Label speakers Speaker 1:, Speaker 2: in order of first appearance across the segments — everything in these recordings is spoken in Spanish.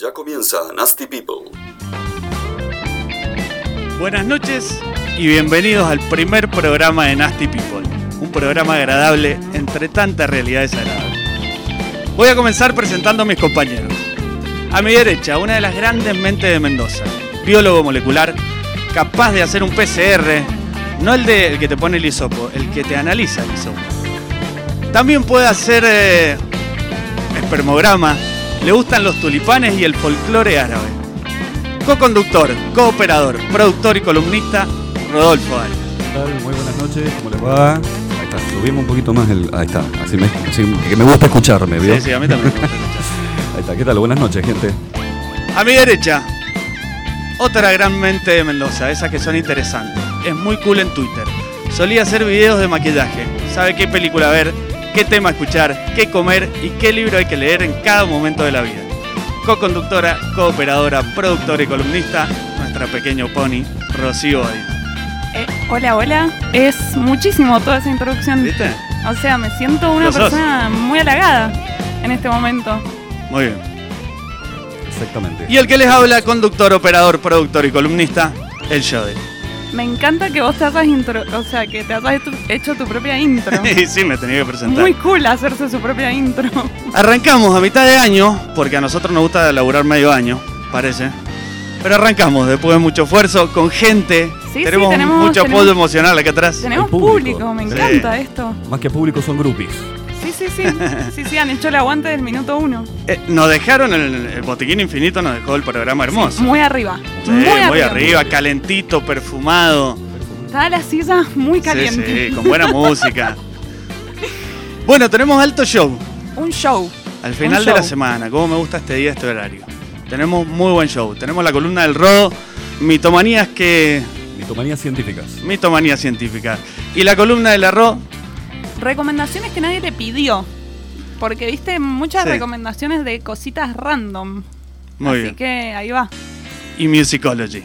Speaker 1: Ya comienza Nasty People.
Speaker 2: Buenas noches y bienvenidos al primer programa de Nasty People, un programa agradable entre tantas realidades agradables. Voy a comenzar presentando a mis compañeros. A mi derecha, una de las grandes mentes de Mendoza, biólogo molecular, capaz de hacer un PCR, no el de el que te pone el hisopo, el que te analiza el hisopo. También puede hacer eh, espermograma, le gustan los tulipanes y el folclore árabe co-conductor, cooperador, productor y columnista, Rodolfo Arias.
Speaker 3: ¿Qué tal? Muy buenas noches, ¿cómo les va? Ahí está, subimos un poquito más el. Ahí está, así, me, así que me gusta escucharme, ¿vio?
Speaker 2: Sí, sí, a mí también me gusta escuchar.
Speaker 3: Ahí está, ¿qué tal? Buenas noches, gente.
Speaker 2: A mi derecha, otra gran mente de Mendoza, esas que son interesantes. Es muy cool en Twitter. Solía hacer videos de maquillaje. Sabe qué película ver, qué tema escuchar, qué comer y qué libro hay que leer en cada momento de la vida. Co-conductora, cooperadora, productora y columnista, nuestra pequeño pony, Rocío Arias.
Speaker 4: Eh, hola, hola. Es muchísimo toda esa introducción.
Speaker 2: ¿Viste?
Speaker 4: O sea, me siento una
Speaker 2: Lo sos.
Speaker 4: persona muy halagada en este momento.
Speaker 2: Muy bien.
Speaker 3: Exactamente.
Speaker 2: Y el que les habla, conductor, operador, productor y columnista, el Jodel.
Speaker 4: Me encanta que vos te hayas intro, o sea, que te hayas tu- hecho tu propia intro.
Speaker 2: Y sí, me tenía que presentar.
Speaker 4: muy cool hacerse su propia intro.
Speaker 2: Arrancamos a mitad de año, porque a nosotros nos gusta laburar medio año, parece. Pero arrancamos después de mucho esfuerzo, con gente.
Speaker 4: Sí, sí,
Speaker 2: tenemos,
Speaker 4: tenemos-
Speaker 2: mucho
Speaker 4: tenemos-
Speaker 2: apoyo emocional acá atrás.
Speaker 4: Tenemos
Speaker 3: El público.
Speaker 4: público, me
Speaker 2: Sí.
Speaker 4: encanta esto.
Speaker 3: Más que público son groupies.
Speaker 4: Sí, sí, sí. Sí, sí, han hecho el aguante del minuto uno.
Speaker 2: Eh, nos dejaron el, el botiquín infinito, nos dejó el programa hermoso.
Speaker 4: Muy arriba.
Speaker 2: Sí,
Speaker 4: muy, arriba.
Speaker 2: arriba, calentito, perfumado.
Speaker 4: Está la silla muy caliente.
Speaker 2: Sí, sí, con buena música. Bueno, tenemos alto show.
Speaker 4: Un show.
Speaker 2: Al final
Speaker 4: Un
Speaker 2: de la
Speaker 4: show.
Speaker 2: semana, como me gusta este día, este horario. Tenemos muy buen show. Tenemos la columna del rodo, mitomanías que.
Speaker 3: Mitomanías científicas.
Speaker 2: mitomanías científicas. Y la columna del arroz,
Speaker 4: Recomendaciones que nadie te pidió. Porque viste muchas
Speaker 2: Sí.
Speaker 4: recomendaciones de cositas random.
Speaker 2: muy
Speaker 4: Así
Speaker 2: bien.
Speaker 4: que ahí va.
Speaker 2: Y musicology.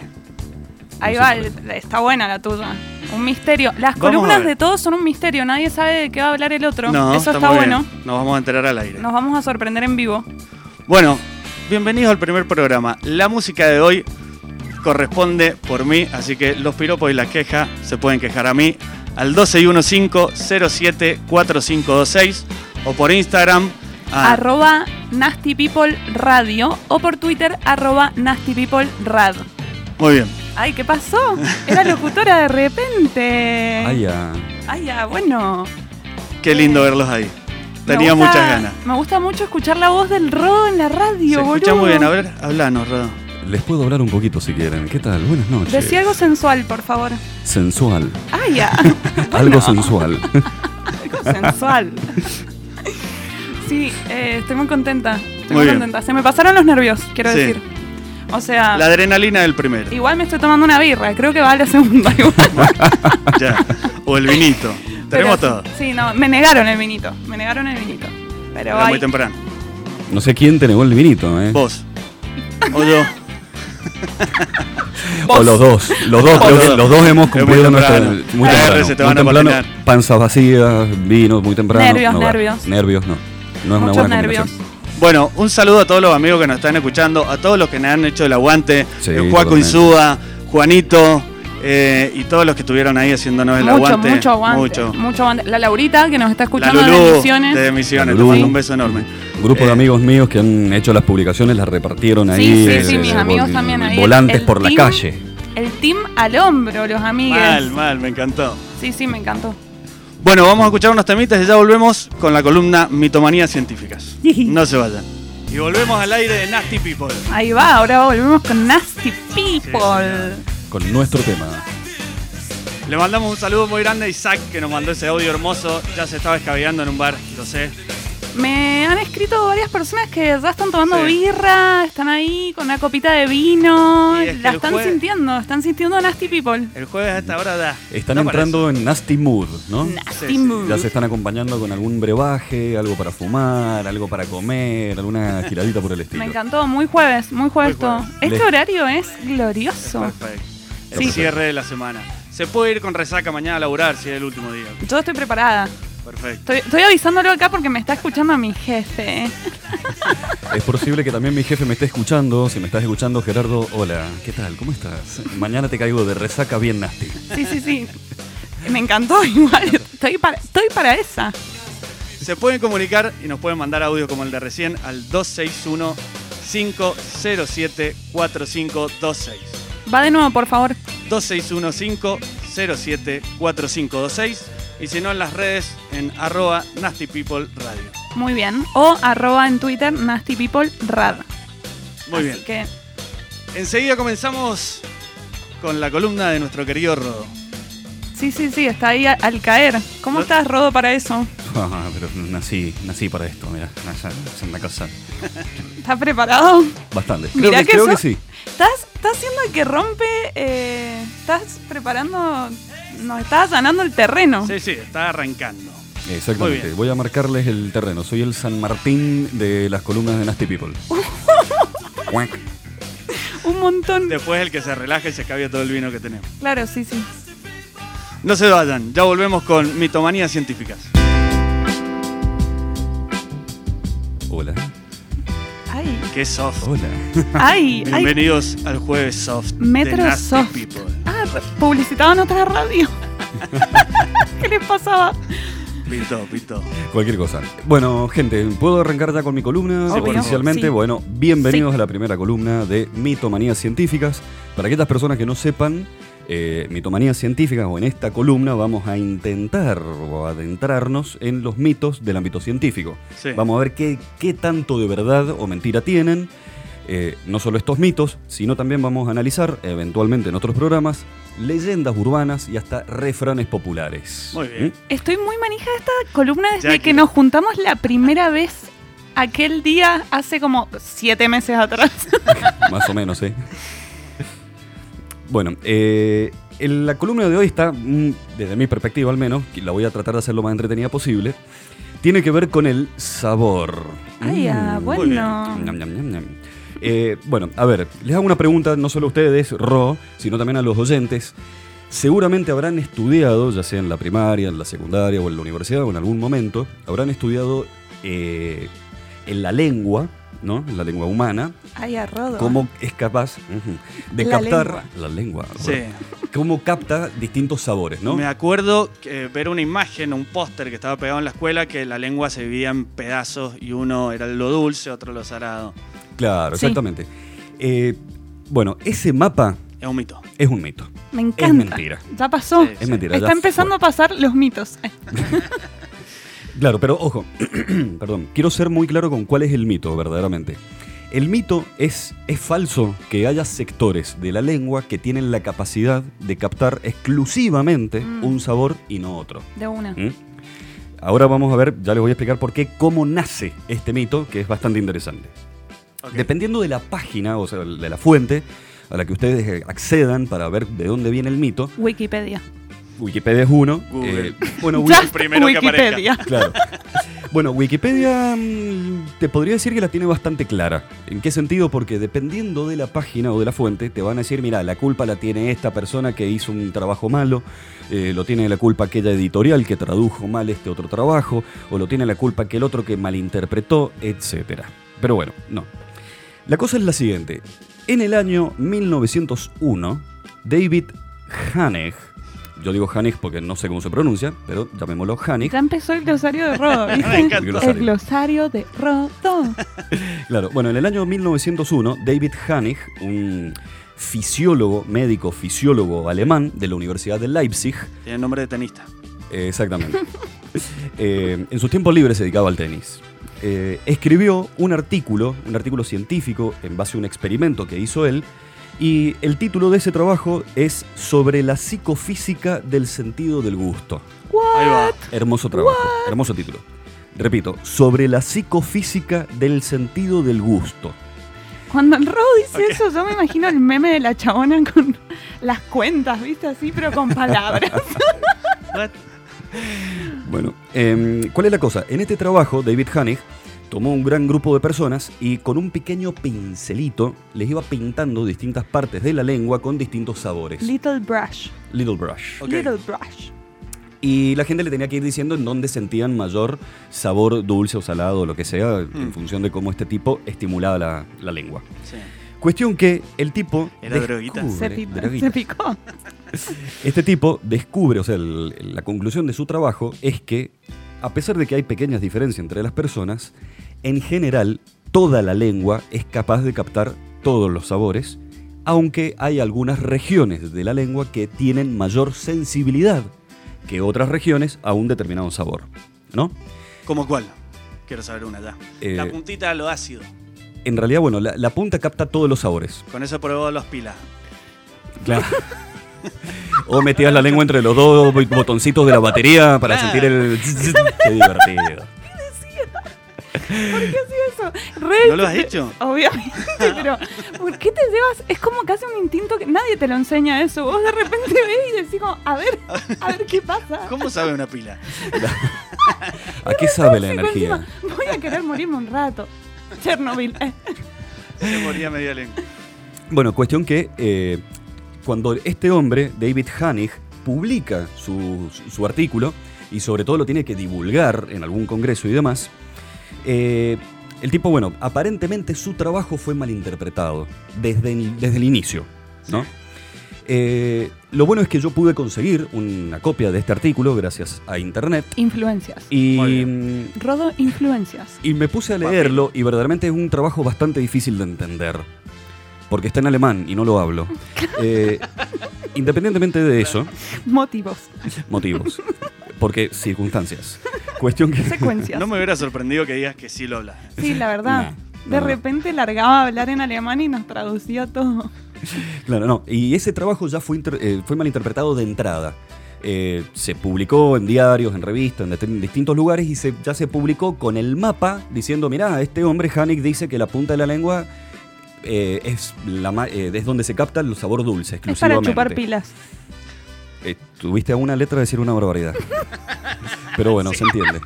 Speaker 4: Ahí va, el- está buena la tuya. Un misterio. Las
Speaker 2: Vamos a
Speaker 4: columnas
Speaker 2: ver.
Speaker 4: de todos son un misterio. Nadie sabe de qué va a hablar el otro. Eso está,
Speaker 2: muy bien.
Speaker 4: bueno.
Speaker 2: Nos vamos a enterar al aire.
Speaker 4: Nos vamos a sorprender en vivo.
Speaker 2: Bueno, bienvenidos al primer programa. La música de hoy corresponde por mí, así que los piropos y la queja se pueden quejar a mí al 1215-074526 o por Instagram Ah, a
Speaker 4: Arroba Nasty People Radio o por Twitter arroba Nasty People Rad.
Speaker 2: Muy bien.
Speaker 4: Ay, ¿qué pasó? Era locutora de repente.
Speaker 3: Ay, ah,
Speaker 4: Ay, ya, bueno.
Speaker 2: Qué lindo verlos ahí.
Speaker 4: Me
Speaker 2: Tenía
Speaker 4: gusta-
Speaker 2: muchas ganas.
Speaker 4: Me gusta mucho escuchar la voz del Rodo en la radio,
Speaker 2: Se
Speaker 4: boludo.
Speaker 2: escucha muy bien. A ver, hablanos, Rodo.
Speaker 3: les puedo hablar un poquito si quieren. ¿Qué tal? Buenas noches.
Speaker 4: Decí algo sensual, por favor.
Speaker 3: Sensual.
Speaker 4: Ay, ya.
Speaker 3: Algo sensual.
Speaker 4: Algo sensual. sí, eh, estoy muy contenta. Estoy muy,
Speaker 2: Muy bien.
Speaker 4: contenta. Se me pasaron los nervios, quiero
Speaker 2: Sí.
Speaker 4: decir. O sea,
Speaker 2: La adrenalina del primero.
Speaker 4: igual me estoy tomando una birra. Creo que va a la segunda igual.
Speaker 2: Ya. O el vinito. Tenemos
Speaker 4: Pero
Speaker 2: todo.
Speaker 4: Sí, no, me negaron el vinito. Me negaron el vinito. Pero
Speaker 2: Era muy
Speaker 4: ahí.
Speaker 2: temprano.
Speaker 3: No sé quién te negó el vinito, ¿eh?
Speaker 2: Vos. O yo.
Speaker 3: O los dos. Los dos,
Speaker 2: O
Speaker 3: creo
Speaker 2: los
Speaker 3: que
Speaker 2: dos.
Speaker 3: los dos hemos
Speaker 2: Es muy
Speaker 3: cumplido nuestra.
Speaker 2: temprano.
Speaker 3: Muy
Speaker 2: Ah,
Speaker 3: temprano.
Speaker 2: se te
Speaker 3: muy
Speaker 2: van a
Speaker 3: temprano,
Speaker 2: patinar.
Speaker 3: Panzas vacías, vino, muy temprano.
Speaker 4: Nervios,
Speaker 3: va.
Speaker 4: nervios.
Speaker 3: Nervios, no. No es una
Speaker 4: Muchos
Speaker 3: buena
Speaker 4: nervios.
Speaker 3: combinación.
Speaker 2: Bueno, un saludo a todos los amigos que nos están escuchando, a todos los que nos han hecho el aguante,
Speaker 3: Sí,
Speaker 2: el Juaco
Speaker 3: totalmente.
Speaker 2: Insúa, Juanito eh, y todos los que estuvieron ahí haciéndonos el
Speaker 4: Mucho,
Speaker 2: aguante.
Speaker 4: mucho aguante.
Speaker 2: Mucho.
Speaker 4: Mucho aguante. La Laurita, que nos está
Speaker 2: La
Speaker 4: escuchando
Speaker 2: Lulú
Speaker 4: de Misiones.
Speaker 2: de Misiones, te
Speaker 3: Lulú.
Speaker 2: mando un beso enorme.
Speaker 3: Grupo
Speaker 2: Eh,
Speaker 3: de amigos míos que han hecho las publicaciones, las repartieron ahí. eh,
Speaker 4: sí,
Speaker 2: sí, sí, mis
Speaker 4: amigos también ahí.
Speaker 3: Volantes
Speaker 4: El
Speaker 3: por la
Speaker 4: team.
Speaker 3: calle.
Speaker 4: El team al hombro, los amigos.
Speaker 2: Mal, mal, me encantó.
Speaker 4: Sí, sí, me encantó.
Speaker 2: Bueno, vamos a escuchar unos temitas y ya volvemos con la columna Mitomanías Científicas. No se vayan. Y volvemos al aire de Nasty People.
Speaker 4: Ahí va, ahora volvemos con Nasty People.
Speaker 3: Con nuestro tema.
Speaker 2: Le mandamos un saludo muy grande a Isaac que nos mandó ese audio hermoso. Ya se estaba escabeando en un bar, lo sé.
Speaker 4: Me han escrito varias personas que ya están tomando
Speaker 2: Sí.
Speaker 4: birra, están ahí con una copita de vino,
Speaker 2: Y es que
Speaker 4: la
Speaker 2: el
Speaker 4: están
Speaker 2: jue-
Speaker 4: sintiendo, están sintiendo Nasty People.
Speaker 2: El jueves a esta hora da.
Speaker 3: Están
Speaker 2: ¿No
Speaker 3: entrando en nasty mood, ¿no?
Speaker 4: Nasty
Speaker 2: sí.
Speaker 4: Mood.
Speaker 3: Ya se están acompañando con algún brebaje, algo para fumar, algo para comer, alguna giradita por el estilo.
Speaker 4: Me encantó, muy jueves, muy jueves
Speaker 2: Muy
Speaker 4: todo.
Speaker 2: jueves.
Speaker 4: Este
Speaker 3: Les-
Speaker 4: horario es
Speaker 2: parece?
Speaker 4: glorioso.
Speaker 2: Perfecto. El
Speaker 3: Sí.
Speaker 2: cierre de la semana. Se puede ir con resaca mañana a laburar si es el último día.
Speaker 4: Yo estoy preparada.
Speaker 2: Perfecto.
Speaker 4: Estoy, estoy avisándolo acá porque me está escuchando mi jefe.
Speaker 3: Es posible que también mi jefe me esté escuchando. Si me estás escuchando, Gerardo, hola. ¿Qué tal? ¿Cómo estás? Mañana te caigo de resaca bien nasty.
Speaker 4: Sí, sí, sí. Me encantó igual. Estoy para, estoy para esa.
Speaker 2: Se pueden comunicar y nos pueden mandar audio como el de recién al 261 507 4526.
Speaker 4: Va de nuevo, por favor.
Speaker 2: 261 507 4526 y si no en las redes en arroba nastypeopleradio.
Speaker 4: Muy bien. O arroba en Twitter nastypeoplerad.
Speaker 2: Muy
Speaker 4: Así
Speaker 2: bien.
Speaker 4: que
Speaker 2: Enseguida comenzamos con la columna de nuestro querido Rodo.
Speaker 4: sí, sí, sí, está ahí a- al caer. ¿Cómo
Speaker 2: ¿No?
Speaker 4: estás, Rodo, para eso?
Speaker 3: Ah, pero nací, nací para esto, mira. Es una cosa.
Speaker 4: ¿Estás preparado?
Speaker 3: Bastante. Creo,
Speaker 4: Mirá
Speaker 3: que,
Speaker 4: que
Speaker 3: creo
Speaker 4: eso-
Speaker 3: que sí.
Speaker 4: ¿Estás, estás haciendo el que rompe? eh, ¿Estás preparando? Nos estás sanando el terreno.
Speaker 2: Sí, sí, está arrancando. Muy
Speaker 3: Exactamente.
Speaker 2: bien.
Speaker 3: Voy a marcarles el terreno. Soy el San Martín de las columnas de Nasty People. Cuac.
Speaker 4: Un montón.
Speaker 2: Después el que se relaje y se acabe todo el vino que tenemos.
Speaker 4: Claro, sí, sí.
Speaker 2: No se vayan, ya volvemos con mitomanías científicas.
Speaker 3: Hola.
Speaker 4: Ay,
Speaker 2: Qué soft.
Speaker 3: Hola.
Speaker 4: ay, ay.
Speaker 2: Bienvenidos al jueves soft. de
Speaker 4: Metro
Speaker 2: Nasty
Speaker 4: Soft.
Speaker 2: People.
Speaker 4: Ah, publicitaban otra radio. ¿Qué les pasaba?
Speaker 2: Pito, pito.
Speaker 3: Cualquier cosa. Bueno, gente, ¿puedo arrancar ya con mi columna
Speaker 4: Sí, por favor.
Speaker 3: oficialmente?
Speaker 4: Sí.
Speaker 3: Bueno, bienvenidos
Speaker 4: Sí.
Speaker 3: a la primera columna de Mitomanías Científicas. Para aquellas personas que no sepan, eh, Mitomanías Científicas o en esta columna vamos a intentar o adentrarnos en los mitos del ámbito científico.
Speaker 2: Sí.
Speaker 3: Vamos a ver qué, qué tanto de verdad o mentira tienen. eh, no solo estos mitos, sino también vamos a analizar, eventualmente en otros programas, leyendas urbanas y hasta refranes populares.
Speaker 2: Muy bien.
Speaker 3: ¿Mm?
Speaker 4: Estoy muy manija de esta columna desde
Speaker 2: Jackie.
Speaker 4: que nos juntamos la primera vez aquel día hace como siete meses atrás.
Speaker 3: Más o menos, ¿eh? Bueno, eh, en la columna de hoy está, mm, desde mi perspectiva al menos, que la voy a tratar de hacer lo más entretenida posible, tiene que ver con el sabor.
Speaker 4: Ay, ah,
Speaker 3: Mm.
Speaker 2: muy bien.
Speaker 4: bueno.
Speaker 3: Ñam, ñam, ñam, ñam. Eh, bueno, a ver, les hago una pregunta no solo a ustedes, Ro, sino también a los oyentes. Seguramente habrán estudiado, ya sea en la primaria, en la secundaria o en la universidad o en algún momento, habrán estudiado eh, en la lengua, ¿no? En la lengua humana,
Speaker 4: Ay, a Rodo.
Speaker 3: cómo es capaz ujú, de
Speaker 4: La
Speaker 3: captar
Speaker 4: lengua.
Speaker 3: la lengua,
Speaker 2: Sí.
Speaker 3: cómo capta distintos sabores, ¿no?
Speaker 2: Me acuerdo que ver una imagen, un póster que estaba pegado en la escuela que la lengua se dividía en pedazos y uno era lo dulce, otro lo salado.
Speaker 3: Claro,
Speaker 4: Sí.
Speaker 3: exactamente. Eh, bueno, ese mapa
Speaker 2: Es un mito.
Speaker 3: es un mito.
Speaker 4: Me encanta.
Speaker 3: mentira.
Speaker 4: Ya pasó.
Speaker 2: Sí,
Speaker 3: Es mentira.
Speaker 4: Está
Speaker 3: ya
Speaker 4: empezando a pasar los mitos. Eh,
Speaker 3: Claro, pero ojo, perdón, quiero ser muy claro con cuál es el mito verdaderamente. El mito es, es falso que haya sectores de la lengua que tienen la capacidad de captar exclusivamente
Speaker 4: Mm.
Speaker 3: un sabor y no otro.
Speaker 4: De una.
Speaker 3: ¿Mm? Ahora vamos a ver, ya les voy a explicar por qué, cómo nace este mito, que es bastante interesante.
Speaker 2: Ok.
Speaker 3: Dependiendo de la página, o sea, de la fuente a la que ustedes eh, accedan para ver de dónde viene el mito,
Speaker 4: Wikipedia.
Speaker 3: Wikipedia es uno. eh,
Speaker 2: Google.
Speaker 3: bueno, Wi-
Speaker 4: Ya
Speaker 2: primero que aparezca.
Speaker 4: Wikipedia.
Speaker 3: Claro. Bueno, Wikipedia mm, te podría decir que la tiene bastante clara. ¿En qué sentido? Porque dependiendo de la página o de la fuente, te van a decir, mira, la culpa la tiene esta persona que hizo un trabajo malo, eh, lo tiene la culpa aquella editorial que tradujo mal este otro trabajo, o lo tiene la culpa aquel otro que malinterpretó, etcétera. Pero bueno, no. La cosa es la siguiente. En el año 1901, David Haneg, yo digo Haneg porque no sé cómo se pronuncia, pero llamémoslo Haneg,
Speaker 4: Ya empezó el glosario de Rodo. ¿viste?
Speaker 2: Me encantó.
Speaker 4: El glosario de Rodo.
Speaker 3: Claro, bueno, en el año 1901, David Hanig, un fisiólogo, médico fisiólogo alemán de la Universidad de Leipzig,
Speaker 2: Tiene nombre de tenista.
Speaker 3: eh, exactamente, eh, en sus tiempos libres se dedicaba al tenis. Eh, escribió un artículo, un artículo científico en base a un experimento que hizo él, y el título de ese trabajo es Sobre la psicofísica del sentido del gusto.
Speaker 2: Ahí va.
Speaker 3: Hermoso trabajo, hermoso título. Repito, sobre la psicofísica del sentido del gusto.
Speaker 4: Cuando el Rodo dice
Speaker 2: Ok.
Speaker 4: eso, yo me imagino el meme de la chabona con las cuentas, ¿viste? Así, pero con palabras.
Speaker 2: What?
Speaker 3: Bueno, em, ¿cuál es la cosa? En este trabajo, David Hanig tomó un gran grupo de personas y con un pequeño pincelito les iba pintando distintas partes de la lengua con distintos sabores.
Speaker 4: Little brush.
Speaker 3: Little brush.
Speaker 2: Ok.
Speaker 4: Little brush.
Speaker 3: Y la gente le tenía que ir diciendo en dónde sentían mayor sabor dulce o salado o lo que sea,
Speaker 4: Mm.
Speaker 3: en función de cómo este tipo estimulaba la, la lengua.
Speaker 2: Sí.
Speaker 3: Cuestión que el tipo.
Speaker 2: Era droguita.
Speaker 4: Se,
Speaker 3: descubre-
Speaker 4: pi-
Speaker 3: droguita.
Speaker 4: se picó.
Speaker 3: Este tipo descubre, o sea, el- el- la conclusión de su trabajo es que, a pesar de que hay pequeñas diferencias entre las personas, en general, toda la lengua es capaz de captar todos los sabores, aunque hay algunas regiones de la lengua que tienen mayor sensibilidad que otras regiones a un determinado sabor, ¿no?
Speaker 2: ¿Cómo cuál? Quiero saber una ya.
Speaker 3: Eh,
Speaker 2: La puntita a lo ácido.
Speaker 3: En realidad, bueno, la, la punta capta todos los sabores.
Speaker 2: Con eso probó los pilas.
Speaker 3: Claro. o metías la lengua entre los dos bo- botoncitos de la batería para
Speaker 2: Claro.
Speaker 3: sentir el... Qué divertido.
Speaker 4: Eso, re-
Speaker 2: ¿No lo has hecho?
Speaker 4: Obviamente, pero ¿por qué te llevas? Es como casi un instinto que nadie te lo enseña eso. Vos de repente ves y decís como, a ver, a ver qué pasa.
Speaker 2: ¿Cómo sabe una pila?
Speaker 3: ¿A qué sabe la
Speaker 4: Sí,
Speaker 3: energía?
Speaker 4: encima, voy a querer morirme un rato. Chernobyl. eh.
Speaker 2: Se moría media lengua.
Speaker 3: Bueno, cuestión que eh, cuando este hombre, David Hanig, publica su, su artículo y sobre todo lo tiene que divulgar en algún congreso y demás, eh, el tipo, bueno, aparentemente su trabajo fue malinterpretado desde el, desde el inicio, ¿no? Eh, lo bueno es que yo pude conseguir una copia de este artículo gracias a internet
Speaker 4: Influencias.
Speaker 2: Muy
Speaker 3: y, mm,
Speaker 4: Rodo, influencias.
Speaker 3: y me puse a leerlo y verdaderamente es un trabajo bastante difícil de entender. Porque está en alemán y no lo hablo. Eh, independientemente de eso,
Speaker 4: Motivos.
Speaker 3: motivos. Porque circunstancias. Cuestión que...
Speaker 4: Secuencias.
Speaker 2: No me hubiera sorprendido que digas que sí lo hablas.
Speaker 4: Sí, la verdad.
Speaker 3: No,
Speaker 4: de
Speaker 3: no, no.
Speaker 4: repente largaba a hablar en alemán y nos traducía todo.
Speaker 3: Claro, no. Y ese trabajo ya fue, inter- eh, fue malinterpretado de entrada. Eh, se publicó en diarios, en revistas, en, dist- en distintos lugares y se- ya se publicó con el mapa diciendo, mirá, este hombre Hanek dice que la punta de la lengua eh, es, la ma- eh, es donde se capta el sabor dulce
Speaker 4: Es para
Speaker 3: exclusivamente.
Speaker 4: chupar pilas.
Speaker 3: Eh, tuviste a una letra decir una barbaridad. Pero bueno, se entiende.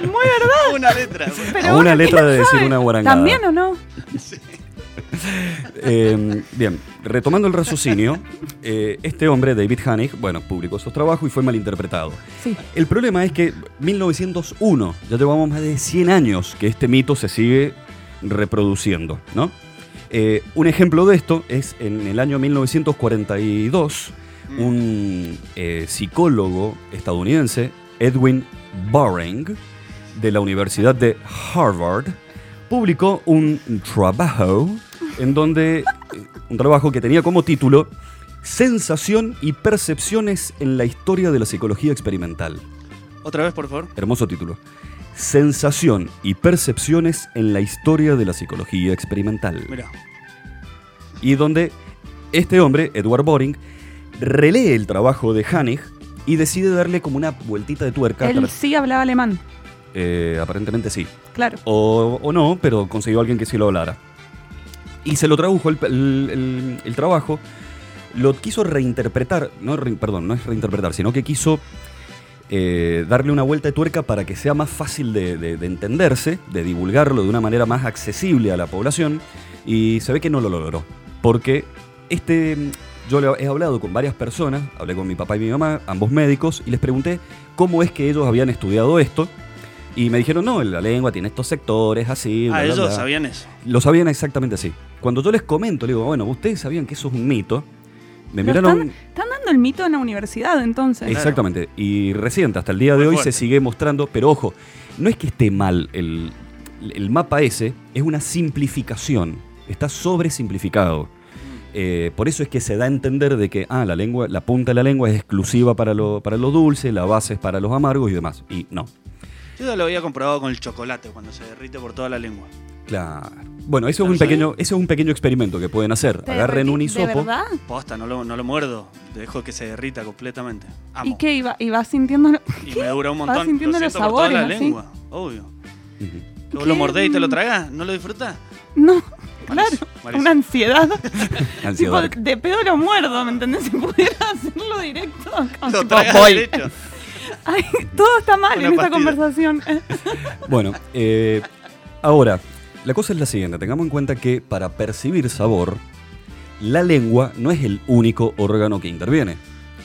Speaker 4: Muy verdad.
Speaker 2: Una letra. pues. güey.
Speaker 4: Pero
Speaker 3: a
Speaker 4: bueno,
Speaker 3: una letra de decir una guarangada.
Speaker 4: ¿También o no?
Speaker 3: Eh, bien, retomando el raciocinio, eh, este hombre, David Hanig, bueno, publicó su trabajo y fue malinterpretado.
Speaker 4: Sí.
Speaker 3: El problema es que 1901, ya llevamos más de 100 años que este mito se sigue reproduciendo, ¿no? Eh, un ejemplo de esto es en el año 1942,
Speaker 2: Mm.
Speaker 3: un eh, psicólogo estadounidense, Edwin Boring, de la Universidad de Harvard, publicó un trabajo en donde, eh, un trabajo que tenía como título Sensación y percepciones en la historia de la psicología experimental.
Speaker 2: Mm. Otra vez, por favor.
Speaker 3: Hermoso título. Sensación y percepciones en la historia de la psicología experimental.
Speaker 2: Mira.
Speaker 3: Y donde este hombre, Edward Boring, relee el trabajo de Hanig y decide darle como una vueltita de tuerca.
Speaker 4: Él
Speaker 3: para-
Speaker 4: sí hablaba alemán.
Speaker 3: eh, aparentemente sí.
Speaker 4: Claro.
Speaker 3: O, o no, pero consiguió alguien que sí lo hablara. Y se lo tradujo el, el- el- el trabajo. Lo quiso reinterpretar, no, re- perdón, no es reinterpretar, sino que quiso eh, darle una vuelta de tuerca para que sea más fácil de, de- de entenderse, de divulgarlo de una manera más accesible a la población. Y se ve que no lo logró. Porque este, mm, yo le- he hablado con varias personas, hablé con mi papá y mi mamá, ambos médicos, y les pregunté cómo es que ellos habían estudiado esto. Y me dijeron, no, la lengua tiene estos sectores, así.
Speaker 2: Ah,
Speaker 3: bla, bla,
Speaker 2: ellos
Speaker 3: bla".
Speaker 2: sabían eso.
Speaker 3: Lo sabían exactamente así. Cuando yo les comento, le digo, bueno, ustedes sabían que eso es un mito. Me
Speaker 4: Pero
Speaker 3: miraron.
Speaker 4: Están dando el mito en la universidad entonces.
Speaker 2: Es-
Speaker 3: Exactamente. Y reciente, hasta el día de
Speaker 2: Muy
Speaker 3: hoy,
Speaker 2: fuerte.
Speaker 3: se sigue mostrando. Pero ojo, no es que esté mal. El, el mapa ese es una simplificación. Está sobresimplificado. Eh, por eso es que se da a entender de que ah, la, lengua, la punta de la lengua es exclusiva para lo, para lo dulce, la base es para los amargos y demás. Y no.
Speaker 2: Yo ya lo había comprobado con el chocolate cuando se derrite por toda la lengua.
Speaker 3: Claro. Bueno, eso es un
Speaker 2: ¿Sí?
Speaker 3: pequeño, ese es un pequeño experimento que pueden hacer.
Speaker 4: Te
Speaker 3: Agarren un
Speaker 4: derretí- ¿De
Speaker 3: hisopo.
Speaker 4: verdad?
Speaker 2: Posta, no lo, no lo muerdo. Dejo que se derrita completamente. Amo.
Speaker 4: ¿Y qué? ¿Iba, iba sintiendo...?
Speaker 2: Y me dura un
Speaker 4: Vas
Speaker 2: montón.
Speaker 4: sintiendo
Speaker 2: lo
Speaker 4: los
Speaker 2: siento por toda la
Speaker 4: sabores, ¿no?
Speaker 2: lengua. Obvio.
Speaker 3: Ujú.
Speaker 2: Que vos lo
Speaker 4: ¿Qué? Mm.
Speaker 2: mordés y te lo tragás. ¿No lo disfrutás?
Speaker 4: No, claro.
Speaker 2: malísimo.
Speaker 4: Una ansiedad. tipo,
Speaker 3: Ansiedad.
Speaker 4: de pedo lo muerdo, ¿me entendés? Si pudiera hacerlo directo. como
Speaker 2: Lo
Speaker 4: tipo,
Speaker 2: tragás
Speaker 4: voy.
Speaker 2: derecho.
Speaker 4: Ay, todo está mal
Speaker 2: Una
Speaker 4: en esta
Speaker 2: pastilla.
Speaker 4: conversación.
Speaker 3: Bueno, eh, ahora, la cosa es la siguiente. Tengamos en cuenta que para percibir sabor, la lengua no es el único órgano que interviene.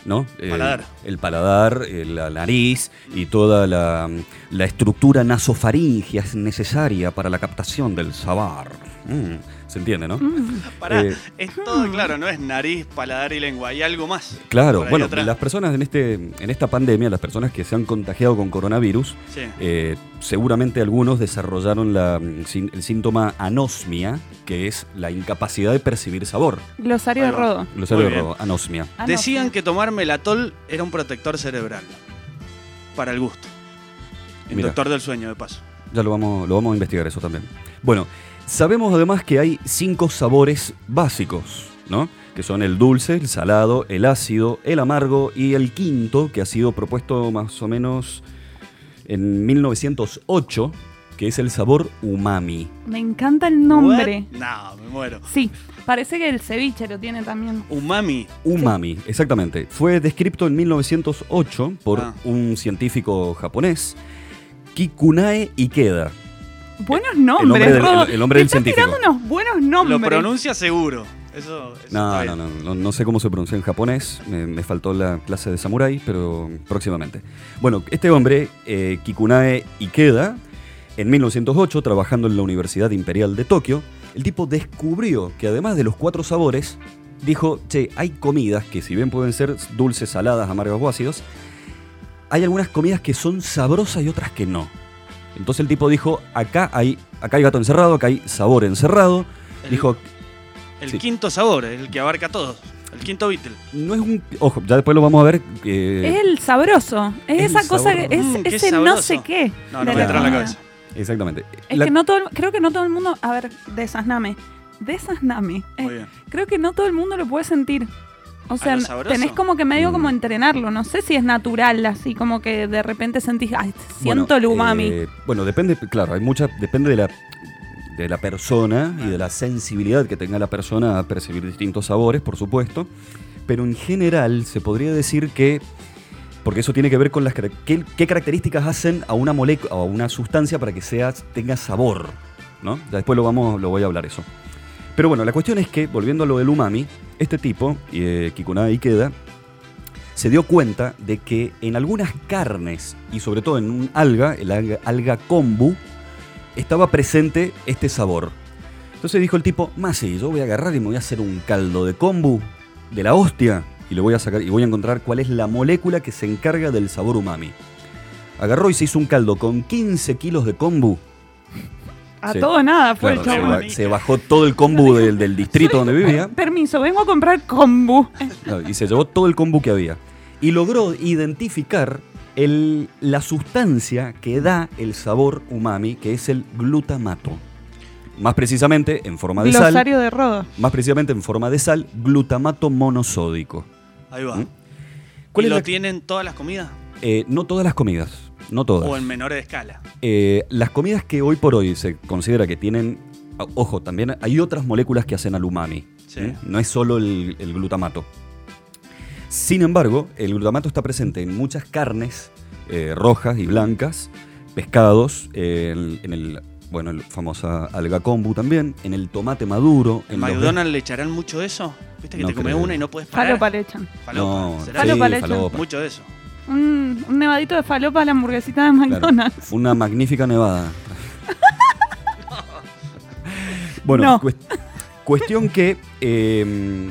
Speaker 3: ¿no? Eh,
Speaker 2: Paladar.
Speaker 3: el paladar, eh, la nariz y toda la, la estructura nasofaringia es necesaria para la captación del sabor. Mm, ¿Se entiende, no?
Speaker 4: mm.
Speaker 2: Pará,
Speaker 3: Eh,
Speaker 2: es todo claro, no es nariz, paladar y lengua, hay algo más.
Speaker 3: Claro,
Speaker 2: por ahí
Speaker 3: bueno,
Speaker 2: atrás.
Speaker 3: las personas en, este, en esta pandemia, las personas que se han contagiado con coronavirus,
Speaker 2: Sí.
Speaker 3: eh, seguramente algunos desarrollaron la, mm, sin- el síntoma anosmia, que es la incapacidad de percibir sabor.
Speaker 4: Glosario
Speaker 2: Ahí
Speaker 4: de
Speaker 2: va.
Speaker 4: Rodo.
Speaker 3: Lo sabe
Speaker 2: Muy bien.
Speaker 3: Rodo, anosmia.
Speaker 4: Ah, no,
Speaker 2: Decían
Speaker 4: sí.
Speaker 2: que tomar melatol era un protector cerebral. Para el gusto. El
Speaker 3: Mirá.
Speaker 2: doctor del sueño, de paso.
Speaker 3: Ya lo vamos, lo vamos a investigar eso también. Bueno, sabemos además que hay cinco sabores básicos, ¿no? Que son el dulce, el salado, el ácido, el amargo y el quinto, que ha sido propuesto más o menos en 1908, que es el sabor umami.
Speaker 4: Me encanta el nombre.
Speaker 2: What? No, me muero.
Speaker 4: Sí, parece que el ceviche lo tiene también.
Speaker 2: Umami.
Speaker 3: Umami, exactamente. Fue descrito en 1908 por
Speaker 2: Ah.
Speaker 3: un científico japonés, Kikunae Ikeda.
Speaker 4: Buenos
Speaker 3: hombre
Speaker 4: nombres,
Speaker 3: del-
Speaker 4: Rodo.
Speaker 3: el- el hombre
Speaker 4: Me
Speaker 3: del
Speaker 4: estás
Speaker 3: científico.
Speaker 4: tirando unos buenos nombres.
Speaker 2: Lo pronuncia seguro. Eso, eso
Speaker 3: No,
Speaker 2: está
Speaker 3: no,
Speaker 2: bien.
Speaker 3: no, no, no sé cómo se pronuncia en japonés, me, me faltó la clase de samurái, pero próximamente. Bueno, este hombre, eh, Kikunae Ikeda, en 1908, trabajando en la Universidad Imperial de Tokio, el tipo descubrió que además de los cuatro sabores, dijo, che, hay comidas que si bien pueden ser dulces, saladas, amargas o ácidos, hay algunas comidas que son sabrosas y otras que no. Entonces el tipo dijo, acá hay, acá hay gato encerrado, acá hay sabor encerrado.
Speaker 2: El-
Speaker 3: Dijo,
Speaker 2: El
Speaker 3: Sí.
Speaker 2: quinto sabor, el que abarca todo. El quinto Beatle.
Speaker 3: No es un. Ojo, ya después lo vamos a ver. eh,
Speaker 4: Es el sabroso. Es,
Speaker 3: Es el
Speaker 4: esa cosa que.
Speaker 3: sabor.
Speaker 4: Es,
Speaker 2: Mm, qué
Speaker 4: ese
Speaker 2: sabroso.
Speaker 4: no Ah. sé qué.
Speaker 2: No,
Speaker 4: de
Speaker 2: no me
Speaker 4: la
Speaker 2: entra en la
Speaker 4: comida.
Speaker 2: cabeza.
Speaker 3: Exactamente.
Speaker 4: Es
Speaker 3: La-
Speaker 4: que no todo, el- creo que no todo el mundo. A ver, desasname. Desasname. Eh,
Speaker 2: Muy bien. Ah,
Speaker 4: creo que no todo el mundo lo puede sentir. O sea,
Speaker 2: lo
Speaker 4: n-
Speaker 2: sabroso?
Speaker 4: tenés como que medio
Speaker 3: Mm.
Speaker 4: como entrenarlo. No sé si es natural, así como que de repente sentís, ay, siento el
Speaker 3: bueno,
Speaker 4: umami.
Speaker 3: eh, bueno, depende, claro, hay muchas. Depende de la, de la persona y de la sensibilidad que tenga la persona a percibir distintos sabores, por supuesto. Pero en general se podría decir que. Porque eso tiene que ver con las cara- qué, qué características hacen a una molécula, a una sustancia para que sea, tenga sabor. ¿no? Ya después lo vamos, lo voy a hablar eso. Pero bueno, la cuestión es que, volviendo a lo del umami, este tipo, eh, Kikunaga Ikeda, se dio cuenta de que en algunas carnes, y sobre todo en un alga, el alga, alga kombu, estaba presente este sabor. Entonces dijo el tipo, más sí, yo voy a agarrar y me voy a hacer un caldo de kombu de la hostia y le voy a sacar y voy a encontrar cuál es la molécula que se encarga del sabor umami. Agarró y se hizo un caldo con 15 kilos de kombu.
Speaker 4: a
Speaker 3: sí.
Speaker 4: todo nada fue
Speaker 3: Claro,
Speaker 4: el
Speaker 3: se,
Speaker 4: chabón.
Speaker 3: ba- se bajó todo el kombu del, del distrito donde vivía.
Speaker 4: Permiso, vengo a comprar kombu.
Speaker 3: No, y se llevó todo el kombu que había. Y logró identificar el- la sustancia que da el sabor umami, que es el glutamato. Más precisamente, en forma de sal.
Speaker 4: Glosario de rodo.
Speaker 3: Más precisamente en forma de sal, glutamato monosódico.
Speaker 2: Ahí va.
Speaker 3: ¿Mm?
Speaker 2: ¿Y
Speaker 3: es
Speaker 2: lo
Speaker 3: la-
Speaker 2: tienen todas las comidas?
Speaker 3: Eh, no todas las comidas. No todas.
Speaker 2: ¿O en menor escala?
Speaker 3: Eh, las comidas que hoy por hoy se considera que tienen. o- Ojo, también hay otras moléculas que hacen al umami.
Speaker 2: Sí.
Speaker 3: ¿eh? No es solo el, el glutamato. Sin embargo, el glutamato está presente en muchas carnes eh, rojas y blancas, pescados, eh, en, en el. Bueno, el famosa alga kombu también, en el tomate maduro.
Speaker 2: ¿En
Speaker 3: los-
Speaker 2: McDonald's le echarán mucho de eso? ¿Viste que
Speaker 3: No
Speaker 2: te comes
Speaker 3: creo.
Speaker 2: una y no puedes parar?
Speaker 4: Falopa le echan.
Speaker 2: Falopa,
Speaker 3: No,
Speaker 2: ¿será?
Speaker 3: sí,
Speaker 4: Falopa le echan.
Speaker 3: falopa.
Speaker 2: Mucho de eso.
Speaker 4: Un, un nevadito de falopa a la hamburguesita de
Speaker 3: Claro.
Speaker 4: McDonald's.
Speaker 3: Una magnífica nevada. bueno,
Speaker 4: No.
Speaker 3: cues- cuestión que. eh,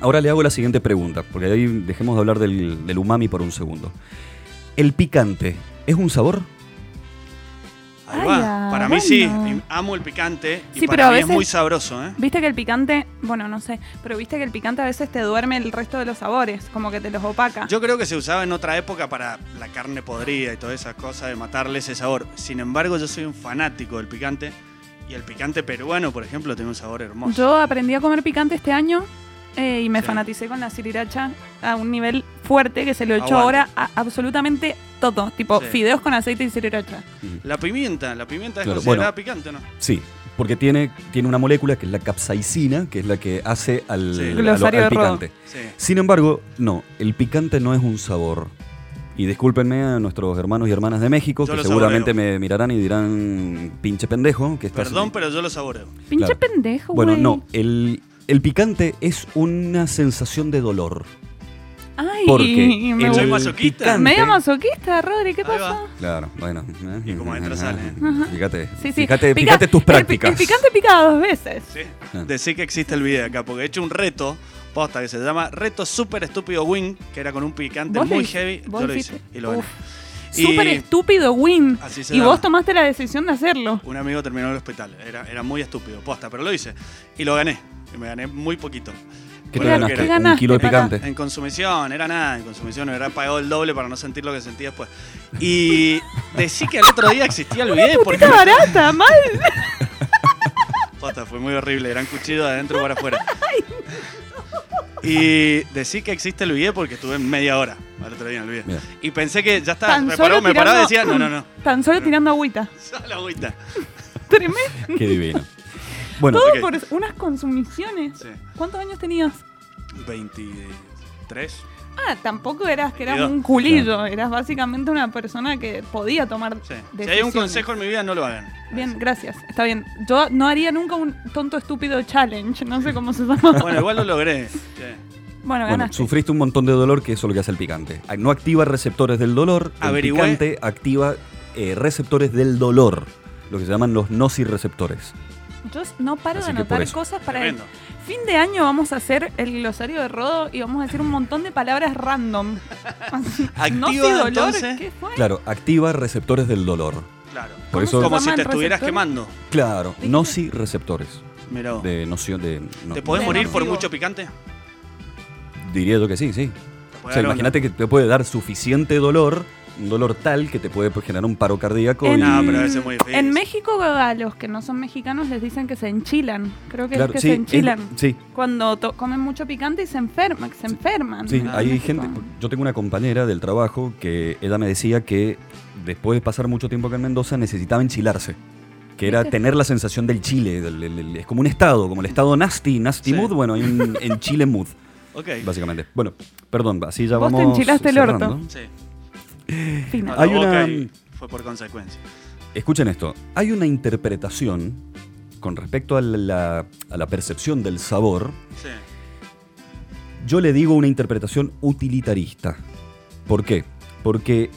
Speaker 3: ahora le hago la siguiente pregunta, porque ahí dejemos de hablar del, del umami por un segundo. ¿El picante es un sabor?
Speaker 2: Ahí
Speaker 4: Ay,
Speaker 2: va.
Speaker 4: ah,
Speaker 2: Para mí sí,
Speaker 4: bueno.
Speaker 2: y amo el picante. Y
Speaker 4: Sí,
Speaker 2: para
Speaker 4: pero a
Speaker 2: mí es
Speaker 4: veces-
Speaker 2: muy sabroso, ¿eh?
Speaker 4: Viste que el picante, bueno, no sé, pero viste que el picante a veces te duerme el resto de los sabores, como que te los opaca.
Speaker 2: Yo creo que se usaba en otra época para la carne podrida y todas esas cosas de matarle ese sabor. Sin embargo, yo soy un fanático del picante. Y el picante peruano, por ejemplo, tiene un sabor hermoso.
Speaker 4: Yo aprendí a comer picante este año eh, y me
Speaker 2: Sí.
Speaker 4: fanaticé con la siriracha a un nivel fuerte que se lo echo
Speaker 2: Aguante.
Speaker 4: ahora a absolutamente todo, tipo
Speaker 2: Sí.
Speaker 4: fideos con aceite y siriracha.
Speaker 2: La pimienta, la pimienta es
Speaker 3: Claro,
Speaker 2: considerada
Speaker 3: bueno.
Speaker 2: picante, ¿no?
Speaker 3: Sí, porque tiene, tiene una molécula que es la capsaicina, que es la que hace al,
Speaker 2: Sí.
Speaker 3: al-
Speaker 4: Glosario
Speaker 3: al
Speaker 4: de Rodo.
Speaker 3: picante.
Speaker 2: Sí.
Speaker 3: Sin embargo, no, el picante no es un sabor. Y discúlpenme a nuestros hermanos y hermanas de México,
Speaker 2: Yo
Speaker 3: que
Speaker 2: lo
Speaker 3: seguramente
Speaker 2: saboreo.
Speaker 3: me mirarán y dirán, pinche pendejo, que estás...
Speaker 2: Perdón, pero yo lo saboreo.
Speaker 4: Pinche
Speaker 3: Claro.
Speaker 4: pendejo,
Speaker 3: Bueno,
Speaker 4: güey.
Speaker 3: no, el, el picante es una sensación de dolor.
Speaker 4: Ay,
Speaker 3: Porque
Speaker 4: me
Speaker 3: el
Speaker 2: Soy masoquista.
Speaker 3: picante-
Speaker 4: Medio masoquista, Rodri, ¿qué
Speaker 2: Ahí
Speaker 4: pasó?
Speaker 3: Claro, bueno.
Speaker 2: Y como ¿eh? adentro sale.
Speaker 3: Fíjate,
Speaker 4: Sí, sí.
Speaker 3: fíjate,
Speaker 4: Pica-
Speaker 3: fíjate tus
Speaker 4: el pi-
Speaker 3: prácticas.
Speaker 4: El, picante pica dos veces.
Speaker 2: Sí.
Speaker 3: Ah.
Speaker 2: Decí que existe el video acá, porque he hecho un reto, posta, que se llama Reto Super Estúpido Wing, que era con un picante
Speaker 4: ¿Vos lo
Speaker 2: muy
Speaker 4: hici-
Speaker 2: heavy.
Speaker 4: vos
Speaker 2: Yo lo hice.
Speaker 4: hiciste?
Speaker 2: Y lo gané.
Speaker 4: Uf.
Speaker 2: Y
Speaker 4: Súper estúpido, Win.
Speaker 2: Así se
Speaker 4: Y
Speaker 2: llama.
Speaker 4: vos tomaste la decisión de hacerlo.
Speaker 2: Un amigo terminó en el hospital. Era, era muy estúpido, posta, pero lo hice. Y lo gané. Y me gané muy poquito. Por
Speaker 3: ¿Qué te
Speaker 2: lo
Speaker 3: ganaste?
Speaker 2: que
Speaker 4: ¿Qué
Speaker 2: era.
Speaker 3: Un kilo de
Speaker 4: ganaste?
Speaker 3: picante.
Speaker 2: En consumición, era nada, en consumición era pagado el doble para no sentir lo que sentí después. Y decí que al otro día existía el video Eh, porque
Speaker 4: Putita barata, mal.
Speaker 2: Posta, fue muy horrible, eran cuchillos de adentro para afuera. Y decí que existe el video porque estuve media hora al otro día en el video.
Speaker 3: Bien.
Speaker 2: Y pensé que ya está,
Speaker 4: Tan
Speaker 2: me
Speaker 4: solo
Speaker 2: paró, me paraba y decía,
Speaker 4: tirando-
Speaker 2: no, no, no,
Speaker 4: Tan solo tirando agüita.
Speaker 2: solo agüita.
Speaker 4: Tremendo.
Speaker 3: Qué divino. Bueno,
Speaker 4: Todo
Speaker 2: Ok.
Speaker 4: por unas consumiciones.
Speaker 2: Sí.
Speaker 4: ¿Cuántos años tenías?
Speaker 2: 23.
Speaker 4: Ah, tampoco eras que eras
Speaker 2: 22.
Speaker 4: un culillo. Eras básicamente una persona que podía tomar
Speaker 2: Sí. Si hay
Speaker 4: decisiones.
Speaker 2: un consejo en mi vida, no lo hagan.
Speaker 4: Bien, gracias. Está bien. Yo no haría nunca un tonto estúpido challenge. No sé cómo se llama.
Speaker 2: Bueno, igual lo logré. Sí.
Speaker 4: Bueno,
Speaker 3: bueno,
Speaker 4: ganaste.
Speaker 3: sufriste un montón de dolor, que eso es lo que hace el picante. Ah, No activa receptores del dolor. El
Speaker 2: Averigüé.
Speaker 3: picante activa eh, receptores del dolor. Lo que se llaman los nocireceptores.
Speaker 4: Yo no paro
Speaker 3: Así
Speaker 4: de
Speaker 3: que por
Speaker 4: anotar
Speaker 3: eso.
Speaker 4: cosas para el
Speaker 2: Tremendo.
Speaker 4: fin de año. Vamos a hacer el glosario de Rodo y vamos a decir un montón de palabras random. Así,
Speaker 2: Activa,
Speaker 4: si dolor,
Speaker 2: entonces.
Speaker 4: ¿qué fue?
Speaker 3: Claro, activa receptores del dolor.
Speaker 2: Claro.
Speaker 3: Por
Speaker 4: ¿Cómo
Speaker 3: eso,
Speaker 2: Como si
Speaker 4: llaman
Speaker 2: te estuvieras
Speaker 4: receptores?
Speaker 2: quemando.
Speaker 3: claro,
Speaker 4: ¿Viste?
Speaker 3: nocireceptores.
Speaker 2: Mira vos.
Speaker 3: De noción de. no-
Speaker 2: ¿Te podés
Speaker 4: De
Speaker 2: morir por
Speaker 4: nocivo.
Speaker 2: mucho picante?
Speaker 3: Diría yo que sí, sí.
Speaker 2: Te podés
Speaker 3: O
Speaker 2: dar
Speaker 3: sea,
Speaker 2: onda.
Speaker 3: imagínate que te puede dar suficiente dolor, un dolor tal que te puede pues, generar un paro cardíaco.
Speaker 4: En-
Speaker 3: y-
Speaker 2: No, pero ese es muy difícil.
Speaker 4: En México a los que no son mexicanos les dicen que se enchilan. Creo que
Speaker 3: Claro,
Speaker 4: es que
Speaker 3: sí,
Speaker 4: se
Speaker 3: es-
Speaker 4: enchilan.
Speaker 3: sí,
Speaker 4: Cuando to- comen mucho picante y se enferman, se enferman.
Speaker 3: sí,
Speaker 4: en
Speaker 3: hay
Speaker 4: México.
Speaker 3: gente. Yo tengo una compañera del trabajo que ella me decía que después de pasar mucho tiempo acá en Mendoza necesitaba enchilarse. Que era
Speaker 4: ¿Viste?
Speaker 3: tener la sensación del chile. del- del- del- es como un estado, como el estado nasty, nasty
Speaker 2: Sí.
Speaker 3: mood. Bueno, hay un en chile mood,
Speaker 2: Ok.
Speaker 3: básicamente. Bueno, perdón, así ya
Speaker 4: Vos te
Speaker 3: vamos.
Speaker 4: enchilaste el orto.
Speaker 3: cerrando.
Speaker 2: Sí.
Speaker 4: Fina.
Speaker 2: No,
Speaker 3: Hay
Speaker 2: la boca
Speaker 3: una- um,
Speaker 2: y Fue por consecuencia.
Speaker 3: Escuchen esto. Hay una interpretación con respecto a la- a la percepción del sabor
Speaker 2: Sí.
Speaker 3: Yo le digo una interpretación utilitarista. ¿Por qué? Porque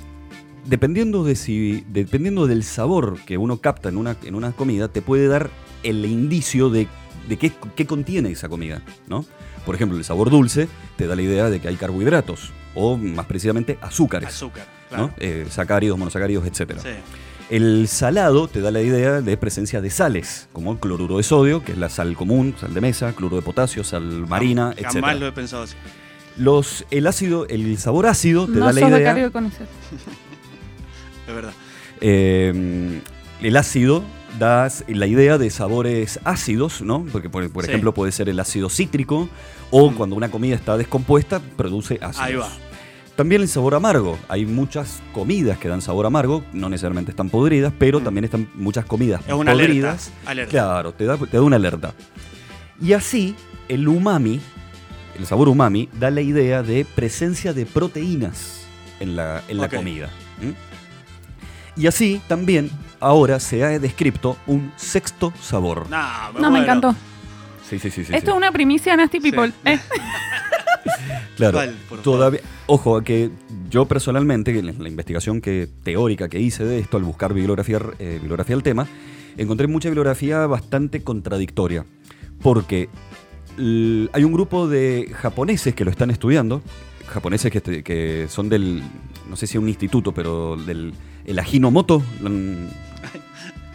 Speaker 3: dependiendo, de si, dependiendo del sabor que uno capta en una, en una comida, te puede dar el indicio de, de qué, qué contiene esa comida, ¿no? Por ejemplo, el sabor dulce te da la idea de que hay carbohidratos, o más precisamente azúcares,
Speaker 2: Azúcar. Claro.
Speaker 3: ¿no? Eh, sacáridos, monosacáridos, etc.
Speaker 2: Sí.
Speaker 3: El salado te da la idea de presencia de sales, como el cloruro de sodio, que es la sal común, sal de mesa, cloruro de potasio, sal marina,
Speaker 2: Jamás
Speaker 3: etc.
Speaker 2: lo he pensado así.
Speaker 3: Los, el ácido, el sabor ácido te
Speaker 4: no
Speaker 3: da
Speaker 4: sos
Speaker 3: la idea.
Speaker 4: becario con eso.
Speaker 2: Es verdad.
Speaker 3: eh, el ácido da la idea de sabores ácidos, ¿no? Porque, por, por
Speaker 2: Sí. Mm.
Speaker 3: ejemplo, puede ser el ácido cítrico o cuando una comida está descompuesta, produce ácidos.
Speaker 2: Ahí va.
Speaker 3: También el sabor amargo. Hay muchas comidas que dan sabor amargo, no necesariamente están podridas, pero
Speaker 2: Mm.
Speaker 3: también están muchas comidas
Speaker 2: Es una alerta.
Speaker 3: podridas.
Speaker 2: Alerta.
Speaker 3: Claro, te da, te da una alerta. Y así, el umami, el sabor umami, da la idea de presencia de proteínas en la, en la
Speaker 2: Ok.
Speaker 3: comida. ¿Mm? Y así también ahora se ha descrito un sexto sabor.
Speaker 2: Nah, me
Speaker 4: No, me
Speaker 2: muero.
Speaker 4: encantó.
Speaker 3: Sí, sí, sí, sí.
Speaker 4: Esto es una primicia Nasty
Speaker 2: Sí.
Speaker 4: People. Eh,
Speaker 3: Claro.
Speaker 2: ¿Cuál, por favor?
Speaker 3: Todavía, ojo, que yo personalmente, en la investigación que, teórica que hice de esto, al buscar bibliografía, eh, bibliografía del tema, encontré mucha bibliografía bastante contradictoria. Porque l- hay un grupo de japoneses que lo están estudiando, japoneses que, te- que son del, no sé si un instituto, pero del el Ajinomoto. mm,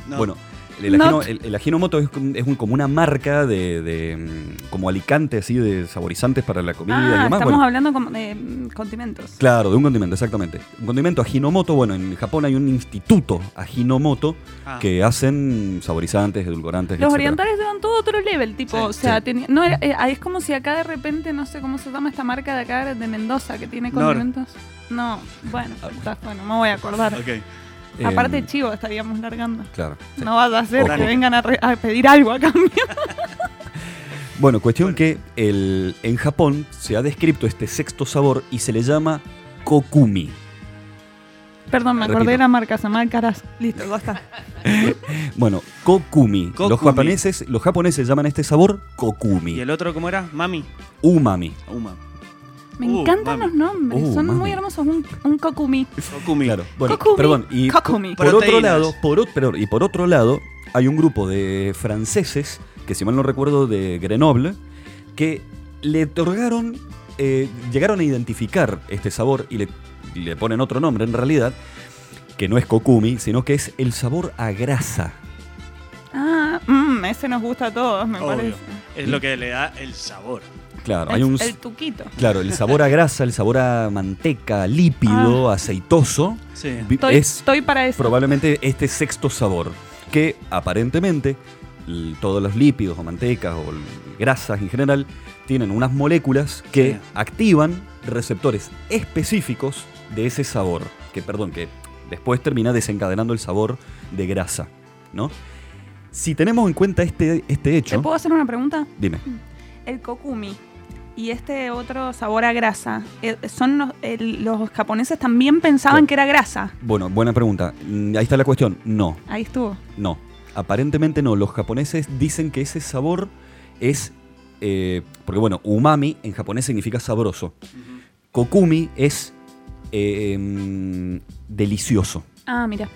Speaker 2: No.
Speaker 3: Bueno, el,
Speaker 4: No.
Speaker 3: ajino- el- el Ajinomoto es, com- es un- como una marca de, de, mm, como alicante así, de saborizantes para la comida y
Speaker 4: ah,
Speaker 3: demás.
Speaker 4: estamos
Speaker 3: Bueno,
Speaker 4: hablando como de mm, condimentos.
Speaker 3: Claro, de un condimento, exactamente. Un condimento Ajinomoto, bueno, en Japón hay un instituto Ajinomoto
Speaker 2: Ah,
Speaker 3: que hacen saborizantes, edulcorantes,
Speaker 4: Los
Speaker 3: etcétera.
Speaker 4: orientales llevan todo otro level, tipo,
Speaker 2: Sí.
Speaker 4: o sea,
Speaker 3: Sí.
Speaker 4: teni- no era- eh, es como si acá de repente, no sé cómo se llama esta marca de acá de Mendoza que tiene
Speaker 2: Nor.
Speaker 4: condimentos. No, bueno, está- bueno, me voy a acordar.
Speaker 2: Ok.
Speaker 3: Eh,
Speaker 4: Aparte, chivo, estaríamos largando.
Speaker 3: Claro. sí.
Speaker 4: No vaya a ser
Speaker 3: Ojo.
Speaker 4: que vengan a, re- a pedir algo a cambio.
Speaker 3: Bueno, cuestión que el, en Japón se ha descrito este sexto sabor y se le llama kokumi.
Speaker 4: Perdón, me
Speaker 3: Repito.
Speaker 4: acordé de la marca, se llama Caras. Listo, ya está.
Speaker 3: Bueno, kokumi.
Speaker 2: Kokumi.
Speaker 3: Los japoneses, los japoneses llaman este sabor kokumi.
Speaker 2: ¿Y el otro cómo era? Mami.
Speaker 3: Umami.
Speaker 2: Uma.
Speaker 4: Me
Speaker 2: Uh,
Speaker 4: encantan
Speaker 2: mami.
Speaker 4: los nombres,
Speaker 3: Uh,
Speaker 4: son
Speaker 3: mami.
Speaker 4: muy hermosos. Un, un kokumi.
Speaker 2: Kokumi.
Speaker 3: Claro, bueno,
Speaker 4: Kokumi.
Speaker 3: perdón. Y co-
Speaker 4: Kokumi.
Speaker 3: por otro
Speaker 2: Proteínas.
Speaker 3: lado, por, ot- perdón, y por otro lado, hay un grupo de franceses, que si mal no recuerdo, de Grenoble, que le otorgaron, eh, llegaron a identificar este sabor y le, y le ponen otro nombre en realidad, que no es kokumi, sino que es el sabor a grasa.
Speaker 4: Ah, mm, ese nos gusta a todos, me
Speaker 2: Obvio.
Speaker 4: parece.
Speaker 2: Es lo que le da el sabor.
Speaker 3: Claro,
Speaker 4: El,
Speaker 3: hay un...
Speaker 4: el tuquito.
Speaker 3: Claro, el sabor a grasa, el sabor a manteca, lípido, aceitoso,
Speaker 2: Sí.
Speaker 3: vi-
Speaker 4: Ah. Estoy,
Speaker 3: es
Speaker 4: estoy para eso.
Speaker 3: probablemente este sexto sabor, que aparentemente l- todos los lípidos o mantecas o l- grasas en general tienen unas moléculas que
Speaker 2: Sí.
Speaker 3: activan receptores específicos de ese sabor, que perdón, que después termina desencadenando el sabor de grasa, ¿no? Si tenemos en cuenta este, este
Speaker 4: ¿Te
Speaker 3: hecho,
Speaker 4: puedo hacer una pregunta?
Speaker 3: dime,
Speaker 4: El kokumi y este otro sabor a grasa, eh, son los, el- los japoneses también pensaban
Speaker 3: Sí.
Speaker 4: que era grasa.
Speaker 3: bueno, buena pregunta, Mm, ahí está la cuestión, no,
Speaker 4: Ahí estuvo.
Speaker 3: No, aparentemente no. Los japoneses dicen que ese sabor es... eh, porque bueno, umami en japonés significa sabroso. Kokumi es eh, em, delicioso.
Speaker 4: Ah, mira.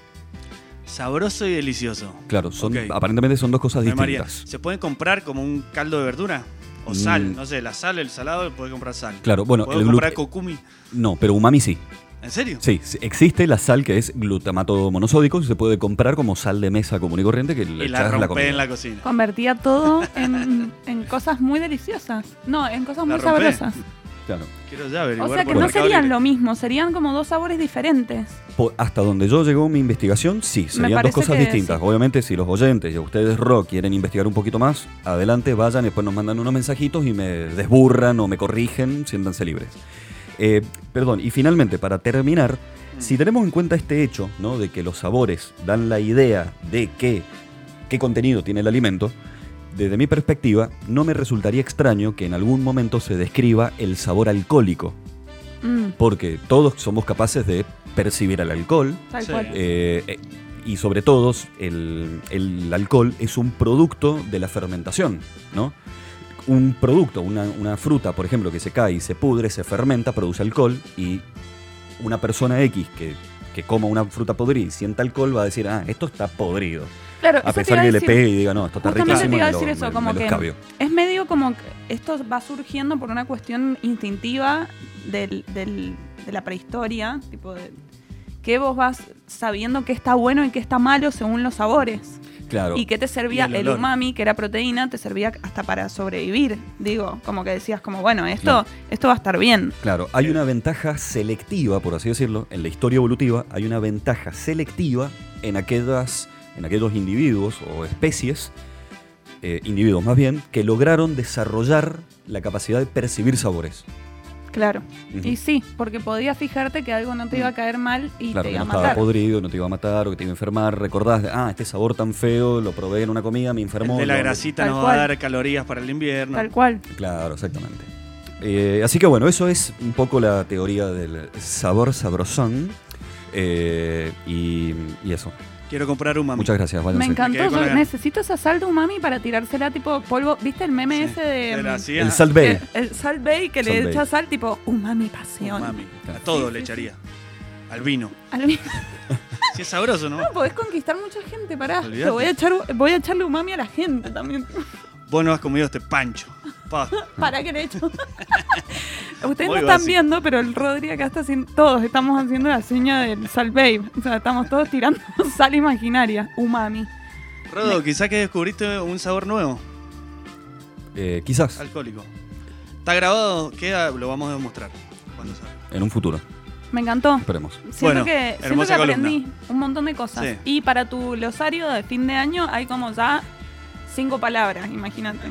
Speaker 2: Sabroso y delicioso.
Speaker 3: Claro, son,
Speaker 2: Ok.
Speaker 3: aparentemente son dos cosas
Speaker 2: Ay, María,
Speaker 3: distintas.
Speaker 2: ¿se puede comprar como un caldo de verdura? O
Speaker 3: Mm.
Speaker 2: sal, no sé, la sal, el salado, puede comprar sal.
Speaker 3: Claro, bueno,
Speaker 2: ¿Puedo
Speaker 3: el
Speaker 2: comprar
Speaker 3: gluten-
Speaker 2: kokumi?
Speaker 3: No, pero umami sí.
Speaker 2: ¿En serio?
Speaker 3: Sí, sí, existe la sal que es glutamato monosódico y se puede comprar como sal de mesa común y corriente que le
Speaker 2: Y la
Speaker 3: echas a
Speaker 2: rompe
Speaker 3: la comida.
Speaker 2: en la cocina.
Speaker 4: Convertía todo en, en cosas muy deliciosas. No, en cosas
Speaker 2: La
Speaker 4: muy
Speaker 2: rompé.
Speaker 4: sabrosas.
Speaker 3: Claro.
Speaker 2: Quiero ya averiguar
Speaker 4: O sea que
Speaker 2: por
Speaker 4: no
Speaker 2: Mercado
Speaker 4: serían
Speaker 2: Libre.
Speaker 4: lo mismo, serían como dos sabores diferentes.
Speaker 3: Po- hasta donde yo llegó mi investigación, sí, serían dos
Speaker 4: parece
Speaker 3: cosas
Speaker 4: que
Speaker 3: distintas.
Speaker 4: sí.
Speaker 3: Obviamente, si los oyentes y ustedes, rock, quieren investigar un poquito más, adelante, vayan, después nos mandan unos mensajitos y me desburran o me corrigen, siéntanse libres. Eh, perdón, y finalmente, para terminar,
Speaker 4: Mm.
Speaker 2: Mm.
Speaker 3: si tenemos en cuenta este hecho, ¿no? De que los sabores dan la idea de que, qué contenido tiene el alimento, desde mi perspectiva, no me resultaría extraño que en algún momento se describa el sabor alcohólico,
Speaker 4: Mm,
Speaker 3: porque todos somos capaces de percibir el alcohol,
Speaker 4: tal
Speaker 2: Sí.
Speaker 4: cual.
Speaker 3: eh, eh, y sobre todo, el, el alcohol es un producto de la fermentación, ¿no? Un producto, una, una fruta, por ejemplo, que se cae y se pudre, se fermenta, produce alcohol, y una persona X que, que coma una fruta podrida y sienta alcohol va a decir, ah, esto está podrido.
Speaker 4: Claro,
Speaker 3: A
Speaker 4: eso te
Speaker 3: pesar
Speaker 4: iba a
Speaker 3: que le
Speaker 4: decir.
Speaker 3: pegue y diga, no, esto está
Speaker 4: Justamente
Speaker 3: riquísimo,
Speaker 4: te iba a
Speaker 3: me lo-
Speaker 4: decir eso,
Speaker 3: me- me
Speaker 4: como
Speaker 3: lo
Speaker 4: que-
Speaker 3: escabio".
Speaker 4: Es medio como que esto va surgiendo por una cuestión instintiva del, del- de la prehistoria, tipo de que vos vas sabiendo qué está bueno y qué está malo según los sabores.
Speaker 3: Claro.
Speaker 4: Y que te servía
Speaker 2: Y el
Speaker 4: el,
Speaker 2: olor.
Speaker 4: umami, que era proteína, te servía hasta para sobrevivir. Digo, como que decías como, bueno, esto, esto va a estar bien.
Speaker 3: Claro, hay
Speaker 2: Eh.
Speaker 3: una ventaja selectiva, por así decirlo, en la historia evolutiva, hay una ventaja selectiva en, aquellas, en aquellos individuos o especies, eh, individuos más bien, que lograron desarrollar la capacidad de percibir sabores.
Speaker 4: Claro.
Speaker 3: Ujú. Mm.
Speaker 4: Y sí, porque podías fijarte que algo no te iba a caer mal y
Speaker 3: Claro,
Speaker 4: te
Speaker 3: que
Speaker 4: iba
Speaker 3: no
Speaker 4: a
Speaker 3: estaba
Speaker 4: matar.
Speaker 3: podrido, no te iba a matar o que te iba a enfermar. Recordás, ah, este sabor tan feo, lo probé en una comida, me
Speaker 2: El
Speaker 3: enfermó.
Speaker 2: de la
Speaker 3: lo-
Speaker 2: grasita
Speaker 4: Tal
Speaker 2: nos va a
Speaker 4: cual.
Speaker 2: dar calorías para el invierno.
Speaker 4: Tal cual.
Speaker 3: Claro, exactamente. Eh, así que bueno, eso es un poco la teoría del sabor sabrosón. eh, y, y eso.
Speaker 2: Quiero comprar un mami.
Speaker 3: Muchas gracias, váyanse.
Speaker 4: Me
Speaker 2: Me quedé
Speaker 4: encantó.
Speaker 2: con la
Speaker 4: Yo
Speaker 2: gana.
Speaker 4: necesito esa sal de umami para tirársela tipo polvo. ¿Viste el meme
Speaker 2: Sí.
Speaker 4: ese de. mm,
Speaker 2: Te la hacía
Speaker 3: El Salt Bay.
Speaker 4: Eh, El, el Salt Bay que
Speaker 3: Salt
Speaker 4: le
Speaker 3: Bay.
Speaker 4: echa sal tipo umami
Speaker 2: un
Speaker 4: pasión.
Speaker 2: mami. A
Speaker 3: Claro.
Speaker 2: todo
Speaker 4: Sí,
Speaker 2: le
Speaker 4: sí,
Speaker 2: echaría. Al vino.
Speaker 4: Al mismo
Speaker 2: Si es sabroso, ¿no?
Speaker 4: tiempo, podés conquistar mucha gente, pará.
Speaker 2: Olvídate.
Speaker 4: Te voy a echar, voy a echarle umami a la gente también.
Speaker 2: Vos no has comido este pancho. Pa.
Speaker 4: ¿Para qué le echo? Ustedes no
Speaker 2: Muy
Speaker 4: están
Speaker 2: básico.
Speaker 4: viendo, pero el Rodri acá está haciendo. Todos estamos haciendo la seña del Salt Bay. O sea, estamos todos tirando sal imaginaria. Umami.
Speaker 2: Rodo, quizás que descubriste un sabor nuevo,
Speaker 3: Eh, quizás
Speaker 2: alcohólico. Está grabado, queda, lo vamos a demostrar. cuando salga.
Speaker 3: en un futuro,
Speaker 4: Me encantó.
Speaker 3: esperemos.
Speaker 2: Bueno,
Speaker 4: Siento que, siento
Speaker 2: hermosa
Speaker 4: que
Speaker 2: columna.
Speaker 4: aprendí un montón de cosas.
Speaker 2: Sí.
Speaker 4: Y para tu glosario de fin de año hay como ya cinco palabras, imagínate.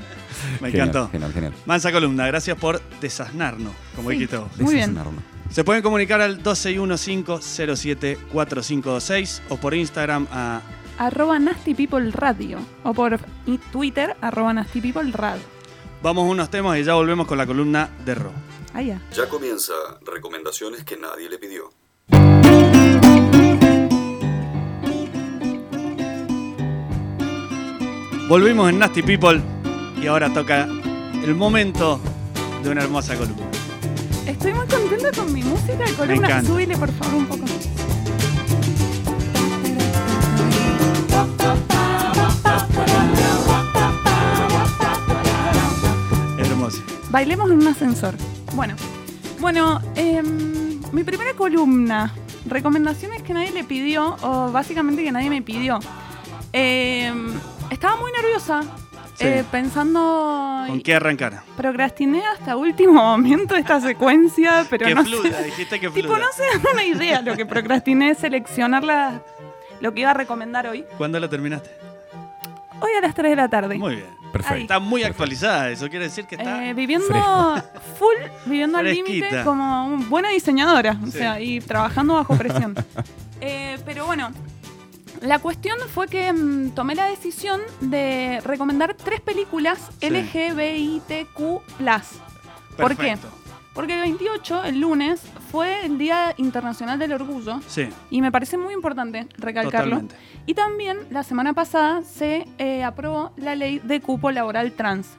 Speaker 2: Me
Speaker 3: Genial,
Speaker 2: encantó.
Speaker 3: Genial, genial.
Speaker 2: Mansa Columna, gracias por desasnarnos, como
Speaker 4: Sí.
Speaker 2: dijiste vos.
Speaker 4: Muy
Speaker 3: Ese
Speaker 4: bien.
Speaker 3: es un arma.
Speaker 2: Se pueden comunicar al 2615-074526 o por Instagram a...
Speaker 4: Arroba Nasty People Radio. O por i- Twitter, arroba Nasty People Radio.
Speaker 2: Vamos a unos temas y ya volvemos con la columna de Ro.
Speaker 4: Ah, ya.
Speaker 1: Ya comienza recomendaciones que nadie le pidió.
Speaker 2: Volvimos en Nasty People y ahora toca el momento de una hermosa columna.
Speaker 4: Estoy muy contenta con mi música de columna.
Speaker 2: encanta.
Speaker 4: Súbile, por favor, un poco.
Speaker 2: Hermoso.
Speaker 4: Bailemos en un ascensor. Bueno, bueno, em, mi primera columna. Recomendaciones que nadie le pidió, o básicamente que nadie me pidió. Em, estaba muy nerviosa,
Speaker 2: Sí.
Speaker 4: eh, pensando...
Speaker 2: ¿Con qué arrancar?
Speaker 4: Procrastiné hasta último momento esta secuencia, pero
Speaker 2: que
Speaker 4: no sé-
Speaker 2: fluya, dijiste que
Speaker 4: Tipo,
Speaker 2: fluya.
Speaker 4: no se dan una idea lo que procrastiné es seleccionar la- lo que iba a recomendar hoy.
Speaker 2: ¿Cuándo la terminaste?
Speaker 4: Hoy a las 3 de la tarde.
Speaker 2: Muy bien.
Speaker 3: Perfecto.
Speaker 2: Está muy actualizada, eso quiere decir que está...
Speaker 4: Eh, viviendo full, viviendo al límite
Speaker 2: Fresquita.
Speaker 4: como un- buena diseñadora, o
Speaker 2: Sí.
Speaker 4: sea, y trabajando bajo presión. Eh, pero bueno, la cuestión fue que mm, tomé la decisión de recomendar tres películas
Speaker 2: Sí.
Speaker 4: LGBTQ+. ¿Por qué?
Speaker 2: Perfecto.
Speaker 4: Porque el 28, el lunes, fue el Día Internacional del Orgullo
Speaker 2: Sí,
Speaker 4: y me parece muy importante recalcarlo.
Speaker 2: totalmente.
Speaker 4: Y también la semana pasada se eh, aprobó la ley de cupo laboral trans.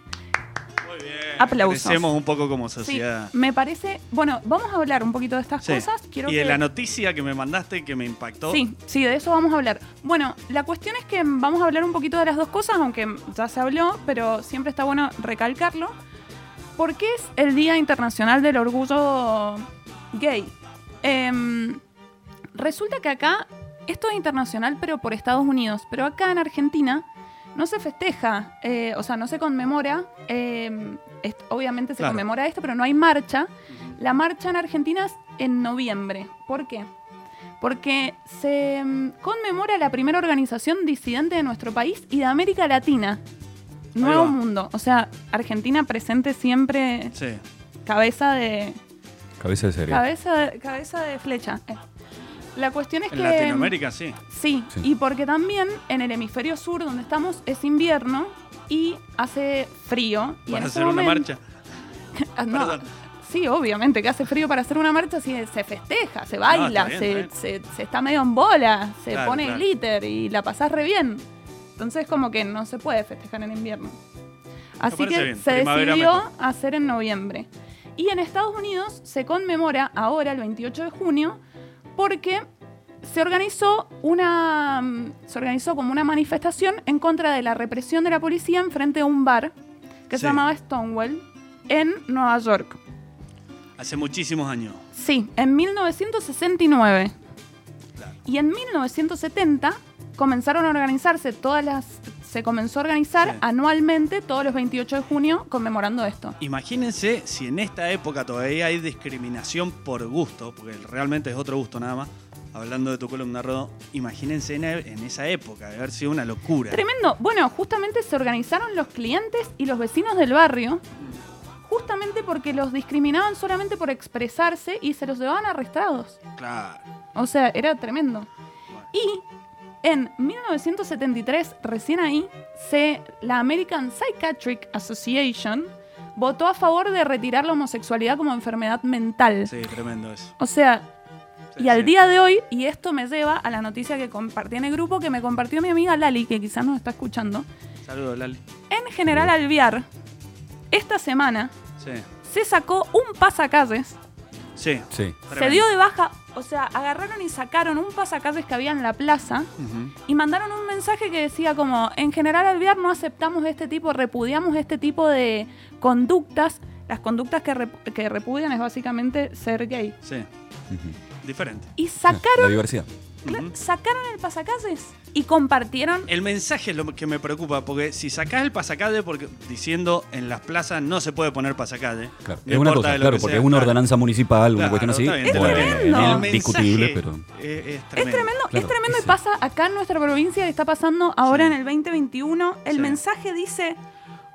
Speaker 2: Muy bien.
Speaker 4: Aplausos.
Speaker 2: Crecemos un poco como
Speaker 4: Sí,
Speaker 2: sociedad.
Speaker 4: me parece. Bueno, vamos a hablar un poquito de estas
Speaker 2: Sí.
Speaker 4: cosas. Quiero
Speaker 2: y
Speaker 4: que-
Speaker 2: de la noticia que me mandaste que me impactó.
Speaker 4: Sí, sí, de eso vamos a hablar. Bueno, la cuestión es que vamos a hablar un poquito de las dos cosas, aunque ya se habló, pero siempre está bueno recalcarlo. ¿Por qué es el Día Internacional del Orgullo Gay? Em, resulta que acá, esto es internacional, pero por Estados Unidos, pero acá en Argentina no se festeja, eh, o sea, no se conmemora, em, es- obviamente se
Speaker 2: Claro.
Speaker 4: conmemora esto, pero no hay marcha. La marcha en Argentina es en noviembre. ¿Por qué? porque se mm, conmemora la primera organización disidente de nuestro país y de América Latina. Nuevo
Speaker 2: va.
Speaker 4: mundo. O sea, Argentina presente siempre
Speaker 2: Sí.
Speaker 4: cabeza de.
Speaker 3: Cabeza de serie.
Speaker 4: Cabeza de, cabeza de flecha. Eh. La cuestión es
Speaker 2: En
Speaker 4: que.
Speaker 2: Latinoamérica, sí.
Speaker 4: Sí,
Speaker 3: Sí.
Speaker 4: y porque también en el hemisferio sur donde estamos es invierno y hace frío. Y
Speaker 2: Para
Speaker 4: en ese
Speaker 2: hacer una
Speaker 4: este momento-
Speaker 2: marcha.
Speaker 4: Ah, no,
Speaker 2: Perdón.
Speaker 4: Sí, obviamente, que hace frío para hacer una marcha, sí, se festeja, se
Speaker 2: está
Speaker 4: baila,
Speaker 2: bien,
Speaker 4: se,
Speaker 2: está
Speaker 4: se- se está medio en bola, se
Speaker 2: Claro,
Speaker 4: pone
Speaker 2: claro.
Speaker 4: glitter y la pasás re bien. Entonces como que no se puede festejar en invierno. Así
Speaker 2: parece
Speaker 4: que
Speaker 2: bien,
Speaker 4: se
Speaker 2: primavera
Speaker 4: decidió
Speaker 2: mejor.
Speaker 4: hacer en noviembre. Y en Estados Unidos se conmemora ahora el 28 de junio porque se organizó una mm, se organizó como una manifestación en contra de la represión de la policía enfrente de un bar que
Speaker 2: Sí.
Speaker 4: se llamaba Stonewall en Nueva York.
Speaker 2: Hace muchísimos años.
Speaker 4: Sí, en 1969.
Speaker 2: Claro.
Speaker 4: Y en 1970 comenzaron a organizarse todas las se comenzó a organizar
Speaker 2: Sí.
Speaker 4: anualmente todos los 28 de junio conmemorando esto.
Speaker 2: Imagínense si en esta época todavía hay discriminación por gusto, porque realmente es otro gusto nada más. Hablando de tu columna, Rodo, imagínense en, e- en esa época, de haber sido una locura.
Speaker 4: Tremendo. Bueno, justamente se organizaron los clientes y los vecinos del barrio justamente porque los discriminaban solamente por expresarse y se los llevaban arrestados.
Speaker 2: Claro.
Speaker 4: O sea, era tremendo. Y en 1973, recién ahí, se, la American Psychiatric Association votó a favor de retirar la homosexualidad como enfermedad mental.
Speaker 2: Sí, tremendo eso.
Speaker 4: O sea,
Speaker 2: Sí,
Speaker 4: y al
Speaker 2: sí.
Speaker 4: día de hoy, y esto me lleva a la noticia que compartí en el grupo, que me compartió mi amiga Lali, que quizás nos está escuchando.
Speaker 2: Saludos, Lali.
Speaker 4: En general, Alviar, esta semana
Speaker 2: Sí.
Speaker 4: se sacó un pasacalles
Speaker 2: Sí.
Speaker 3: Sí.
Speaker 4: Se dio de baja, o sea, agarraron y sacaron un pasacalles que había en la plaza
Speaker 2: Ujú.
Speaker 4: y mandaron un mensaje que decía como, en general Alvear no aceptamos este tipo, repudiamos este tipo de conductas. Las conductas que, rep- que repudian es básicamente ser gay.
Speaker 2: Sí.
Speaker 3: Ujú.
Speaker 2: Diferente.
Speaker 4: Y sacaron,
Speaker 3: La diversidad.
Speaker 2: Ujú.
Speaker 4: sacaron el pasacalles y compartieron...
Speaker 2: El mensaje es lo que me preocupa, porque si sacás el pasacalle, porque diciendo en las plazas no se puede poner pasacalle.
Speaker 3: Claro.
Speaker 2: no
Speaker 3: Es una
Speaker 2: importa
Speaker 3: cosa,
Speaker 2: de lo
Speaker 3: claro,
Speaker 2: que
Speaker 3: porque
Speaker 2: sea,
Speaker 3: es una
Speaker 2: claro.
Speaker 3: ordenanza municipal, una
Speaker 2: Claro,
Speaker 3: cuestión así.
Speaker 2: está bien, está
Speaker 4: Es
Speaker 2: bien.
Speaker 4: tremendo.
Speaker 2: El
Speaker 3: es
Speaker 2: mensaje
Speaker 3: discutible, pero.
Speaker 2: Es, es tremendo.
Speaker 4: Es tremendo,
Speaker 3: Claro,
Speaker 4: es tremendo y
Speaker 3: ese.
Speaker 4: pasa acá en nuestra provincia que está pasando ahora
Speaker 2: Sí.
Speaker 4: en el 2021. El
Speaker 2: Sí.
Speaker 4: mensaje dice,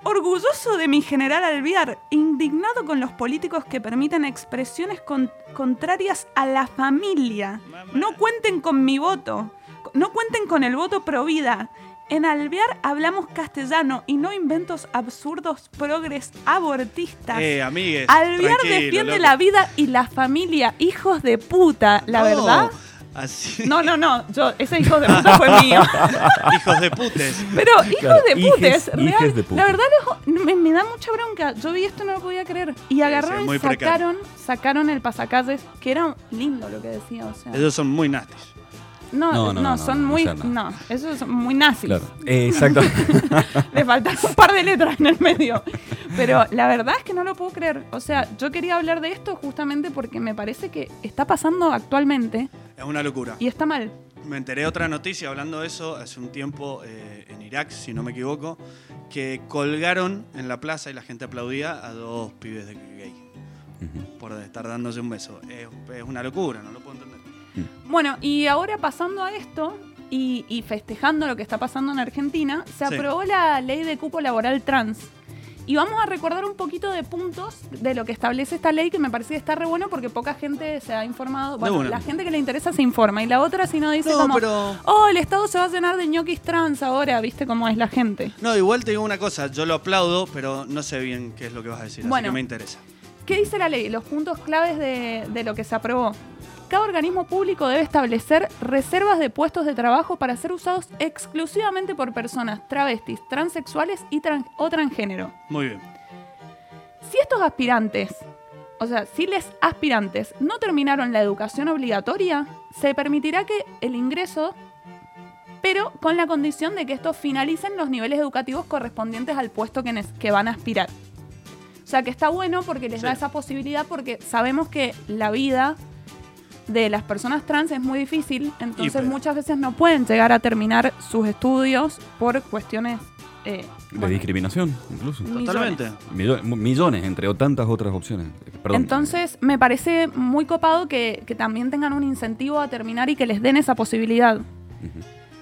Speaker 4: orgulloso de mi general Alvear, indignado con los políticos que permiten expresiones con- contrarias a la familia.
Speaker 2: Mamá.
Speaker 4: No cuenten con mi voto, no cuenten con el voto pro vida. En Alvear hablamos castellano y no inventos absurdos progres abortistas.
Speaker 2: Eh, amigues.
Speaker 4: Alvear
Speaker 2: tranquilo,
Speaker 4: defiende
Speaker 2: loco.
Speaker 4: la vida y la familia, hijos de puta, la
Speaker 2: No,
Speaker 4: verdad.
Speaker 2: Así.
Speaker 4: No, no, no. Yo, ese hijo de puta fue mío.
Speaker 2: Hijos de putes.
Speaker 4: Pero hijos
Speaker 3: Claro,
Speaker 4: de
Speaker 3: hijes-
Speaker 4: putes, real.
Speaker 3: hijes de puta.
Speaker 4: La verdad, los- me, me da mucha bronca. Yo vi esto y no lo podía creer. Y agarraron
Speaker 2: muy
Speaker 4: y
Speaker 2: precario.
Speaker 4: sacaron, sacaron el pasacalles, que era lindo lo que decía. O sea,
Speaker 2: Ellos son muy nastis.
Speaker 4: no,
Speaker 3: No,
Speaker 4: no,
Speaker 3: no, no,
Speaker 4: son
Speaker 3: no,
Speaker 4: muy.
Speaker 3: o sea, no.
Speaker 4: no. esos son muy nazis.
Speaker 3: Claro. Eh, exacto.
Speaker 4: Le faltan un par de letras en el medio. Pero la verdad es que no lo puedo creer. O sea, yo quería hablar de esto justamente porque me parece que está pasando actualmente
Speaker 2: Es una locura.
Speaker 4: y está mal.
Speaker 2: Me enteré de otra noticia hablando de eso hace un tiempo eh, en Irak, si no me equivoco, que colgaron en la plaza y la gente aplaudía a dos pibes de gay por estar dándose un beso. Es, es una locura, no lo puedo entender.
Speaker 4: Bueno, y ahora pasando a esto y, y festejando lo que está pasando en Argentina, se
Speaker 2: Sí.
Speaker 4: aprobó la ley de cupo laboral trans. Y vamos a recordar un poquito de puntos de lo que establece esta ley que me parece que está re bueno porque poca gente se ha informado. Bueno,
Speaker 2: una.
Speaker 4: la gente que le interesa se informa y la otra si no dice
Speaker 2: No,
Speaker 4: como,
Speaker 2: pero-
Speaker 4: oh, el Estado se va a llenar de ñoquis trans ahora, viste cómo es la gente.
Speaker 2: No, igual te digo una cosa, yo lo aplaudo, pero no sé bien qué es lo que vas a decir, así
Speaker 4: Bueno.
Speaker 2: que me interesa.
Speaker 4: ¿Qué dice la ley? Los puntos claves de, de lo que se aprobó. Cada organismo público debe establecer reservas de puestos de trabajo para ser usados exclusivamente por personas travestis, transexuales y tran- o transgénero.
Speaker 2: Muy bien.
Speaker 4: Si estos aspirantes, o sea, si les aspirantes no terminaron la educación obligatoria, se permitirá que el ingreso, pero con la condición de que estos finalicen los niveles educativos correspondientes al puesto que, nes- que van a aspirar. O sea, que está bueno porque les
Speaker 2: Sí.
Speaker 4: da esa posibilidad porque sabemos que la vida de las personas trans es muy difícil, entonces
Speaker 2: pero-
Speaker 4: muchas veces no pueden llegar a terminar sus estudios por cuestiones... eh,
Speaker 3: De
Speaker 4: bueno,
Speaker 3: discriminación, incluso.
Speaker 4: Millones.
Speaker 2: Totalmente.
Speaker 3: Millo- mu- Millones, entre o tantas otras opciones. Eh, Perdón.
Speaker 4: Entonces, me parece muy copado que, que también tengan un incentivo a terminar y que les den esa posibilidad.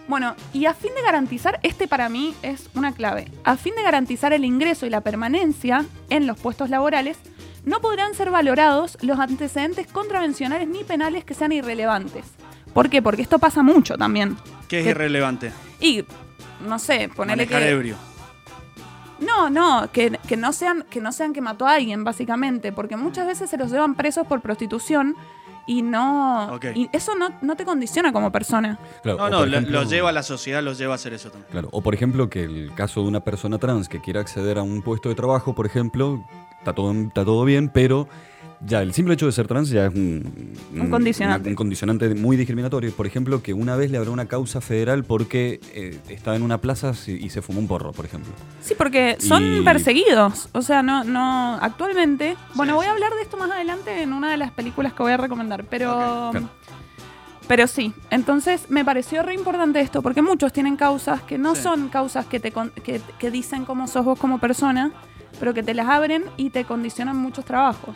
Speaker 4: Bueno, y a fin de garantizar, este para mí es una clave, a fin de garantizar el ingreso y la permanencia en los puestos laborales, no podrán ser valorados los antecedentes contravencionales ni penales que sean irrelevantes. ¿Por qué? Porque esto pasa mucho también.
Speaker 2: ¿Qué es
Speaker 4: ¿Qué-
Speaker 2: irrelevante?
Speaker 4: Y, no sé, ponerle
Speaker 2: Manejar
Speaker 4: que...
Speaker 2: ebrio.
Speaker 4: No, no, que, que no sean, que no sean que mató a alguien, básicamente, porque muchas veces se los llevan presos por prostitución y no.
Speaker 2: Ok.
Speaker 4: Y eso no, no te condiciona como persona.
Speaker 3: Claro,
Speaker 2: No,
Speaker 3: o
Speaker 2: no,
Speaker 3: por
Speaker 2: lo,
Speaker 3: ejemplo-
Speaker 2: lo lleva a la sociedad, lo lleva a hacer eso también.
Speaker 3: Claro, o por ejemplo que el caso de una persona trans que quiera acceder a un puesto de trabajo, por ejemplo, está todo, está todo bien, pero ya el simple hecho de ser trans ya es un,
Speaker 4: Un condicionante.
Speaker 3: una- un condicionante muy discriminatorio. Por ejemplo, que una vez le habrá una causa federal porque eh, estaba en una plaza si- y se fumó un porro, por ejemplo.
Speaker 4: Sí, porque son
Speaker 3: Y-
Speaker 4: perseguidos. O sea, no, no. Actualmente. Bueno,
Speaker 2: Sí,
Speaker 4: voy a
Speaker 2: sí.
Speaker 4: hablar de esto más adelante en una de las películas que voy a recomendar. Pero.
Speaker 3: Ok, claro.
Speaker 4: Pero sí. Entonces me pareció re importante esto, porque muchos tienen causas que no
Speaker 2: Sí.
Speaker 4: son causas que te con- que, que dicen cómo sos vos como persona, pero que te las abren y te condicionan muchos trabajos.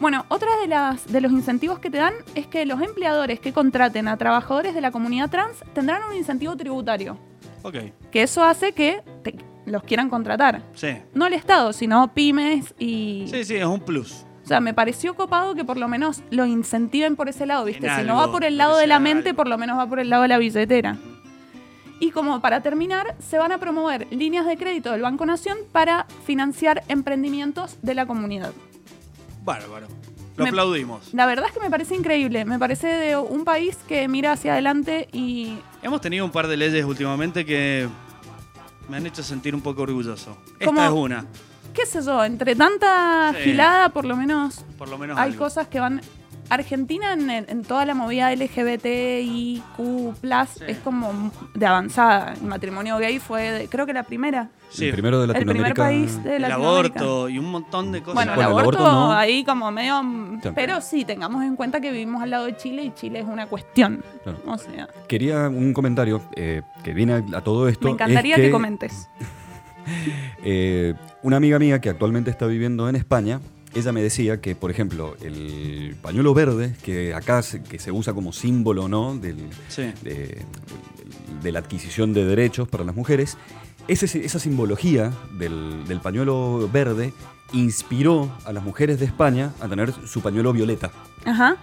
Speaker 4: Bueno, otra de las de los incentivos que te dan es que los empleadores que contraten a trabajadores de la comunidad trans tendrán un incentivo tributario
Speaker 2: Ok,
Speaker 4: que eso hace que te- los quieran contratar.
Speaker 2: sí.
Speaker 4: No el Estado, sino pymes y...
Speaker 2: Sí, sí, es un plus.
Speaker 4: O sea, me pareció copado que por lo menos lo incentiven por ese lado, ¿viste?
Speaker 2: En
Speaker 4: si no
Speaker 2: algo,
Speaker 4: va por el
Speaker 2: que
Speaker 4: lado de
Speaker 2: sea
Speaker 4: la mente,
Speaker 2: algo.
Speaker 4: por lo menos va por el lado de la billetera. Y como para terminar, se van a promover líneas de crédito del Banco Nación para financiar emprendimientos de la comunidad.
Speaker 2: Bárbaro. Lo
Speaker 4: Me-
Speaker 2: aplaudimos.
Speaker 4: La verdad es que me parece increíble, me parece de un país que mira hacia adelante y
Speaker 2: Hemos tenido un par de leyes últimamente que me han hecho sentir un poco orgulloso.
Speaker 4: ¿Cómo?
Speaker 2: Esta es una,
Speaker 4: qué sé yo, entre tanta
Speaker 2: Sí.
Speaker 4: gilada por lo menos
Speaker 2: por lo menos.
Speaker 4: hay
Speaker 2: algo.
Speaker 4: cosas que van. Argentina en, en toda la movida LGBTIQ es como de avanzada. El matrimonio gay fue, de- creo que la primera.
Speaker 2: Sí,
Speaker 3: El primero de
Speaker 4: El primer
Speaker 3: Latinoamérica.
Speaker 4: país de
Speaker 2: el
Speaker 4: Latinoamérica.
Speaker 2: aborto y un montón de cosas.
Speaker 4: Bueno, el
Speaker 3: Bueno, el
Speaker 4: aborto,
Speaker 3: aborto no.
Speaker 4: ahí como medio. mm,
Speaker 3: Sí.
Speaker 4: Pero sí, tengamos en cuenta que vivimos al lado de Chile y Chile es una cuestión.
Speaker 3: Claro.
Speaker 4: O sea,
Speaker 3: Quería un comentario eh, que viene a, a todo esto.
Speaker 4: me
Speaker 3: es
Speaker 4: encantaría que, comentes.
Speaker 3: Eh, una amiga mía que actualmente está viviendo en España, ella me decía que, por ejemplo, el pañuelo verde, que acá se, que se usa como símbolo ¿no? Del-
Speaker 2: Sí.
Speaker 3: de, de la adquisición de derechos para las mujeres, ese- esa simbología del, del pañuelo verde inspiró a las mujeres de España a tener su pañuelo violeta.
Speaker 4: Ajá.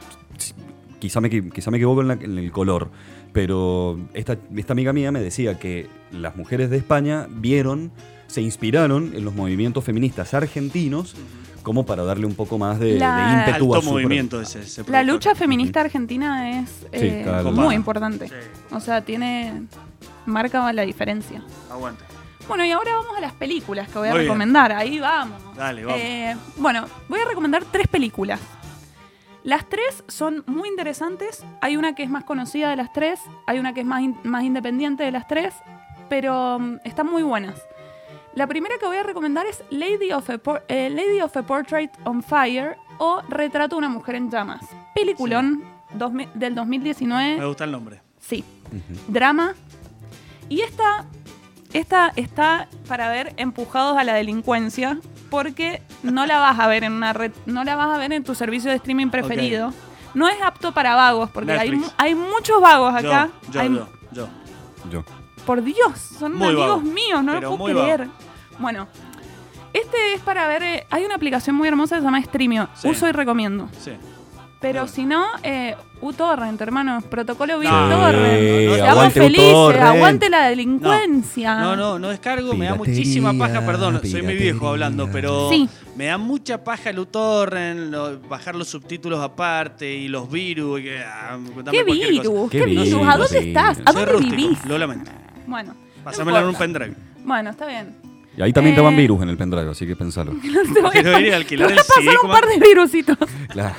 Speaker 3: Quizá me, equi- quizá me equivoco en, la- en el color, pero esta, esta amiga mía me decía que las mujeres de España vieron, se inspiraron en los movimientos feministas argentinos como para darle un poco más de, de
Speaker 4: La-
Speaker 3: ímpetu a
Speaker 2: Alto
Speaker 3: su
Speaker 2: movimiento ese. ese
Speaker 4: La
Speaker 2: producto.
Speaker 4: lucha feminista argentina es eh,
Speaker 3: claro.
Speaker 4: muy
Speaker 2: Copada.
Speaker 4: importante.
Speaker 2: Sí.
Speaker 4: O sea, tiene. marca la diferencia.
Speaker 2: Aguante.
Speaker 4: Bueno, y ahora vamos a las películas que voy a
Speaker 2: Muy bien.
Speaker 4: recomendar. Ahí vamos.
Speaker 2: Dale, vamos.
Speaker 4: Eh, bueno, voy a recomendar tres películas. Las tres son muy interesantes. Hay una que es más conocida de las tres, hay una que es más, in- más independiente de las tres, pero mm, están muy buenas. La primera que voy a recomendar es Lady of, a Por- eh, Lady of a Portrait on Fire o Retrato de una mujer en llamas. Peliculón dos mi- del 2019.
Speaker 2: Me gusta el nombre.
Speaker 4: Sí. Drama. Y esta, esta está para ver empujados a la delincuencia porque no la vas a ver en una red, no la vas a ver en tu servicio de streaming preferido. No es apto para vagos porque hay,
Speaker 2: Netflix.
Speaker 4: mu- hay muchos vagos acá.
Speaker 2: Yo, yo,
Speaker 4: Hay-
Speaker 2: yo, yo.
Speaker 3: Yo.
Speaker 4: Por Dios, son
Speaker 2: Muy
Speaker 4: amigos
Speaker 2: vago.
Speaker 4: míos, no
Speaker 2: Pero
Speaker 4: lo
Speaker 2: muy
Speaker 4: puedo creer. Bueno, este es para ver, eh, hay una aplicación muy hermosa que se llama Streamio.
Speaker 2: Sí.
Speaker 4: Uso y recomiendo.
Speaker 2: Sí.
Speaker 4: Pero
Speaker 2: Bueno.
Speaker 4: si no, eh, U-Torrent, hermano. Protocolo Big
Speaker 2: No,
Speaker 4: Torrent.
Speaker 2: no, no,
Speaker 4: Seamos
Speaker 3: aguante
Speaker 4: felices,
Speaker 3: U-Torrent.
Speaker 4: aguante la delincuencia.
Speaker 2: No, no, no descargo, me da
Speaker 3: Piratería,
Speaker 2: muchísima paja, perdón, soy muy
Speaker 3: piratería.
Speaker 2: viejo hablando, pero
Speaker 4: Sí.
Speaker 2: me da mucha paja el utorren, lo- bajar los subtítulos aparte y los virus. y que, ah, contame
Speaker 4: ¿Qué
Speaker 2: cualquier cosa.
Speaker 4: virus?
Speaker 3: Qué
Speaker 4: ¿Qué virus?
Speaker 3: virus,
Speaker 4: ¿A dónde
Speaker 3: sí.
Speaker 4: estás? ¿A
Speaker 2: Soy
Speaker 4: dónde
Speaker 2: rústico,
Speaker 4: vivís?
Speaker 2: Lo lamento.
Speaker 4: Bueno. no
Speaker 2: Pásamela en un
Speaker 4: importa.
Speaker 2: pendrive.
Speaker 4: Bueno, está bien.
Speaker 3: Y ahí también te van
Speaker 4: Eh.
Speaker 3: virus en el pendrive, así que pensalo.
Speaker 4: Te voy a,
Speaker 2: Te debería alquilar
Speaker 4: te voy a
Speaker 2: el CD,
Speaker 4: pasar un
Speaker 2: ¿cómo?
Speaker 4: par de virusitos.
Speaker 3: claro.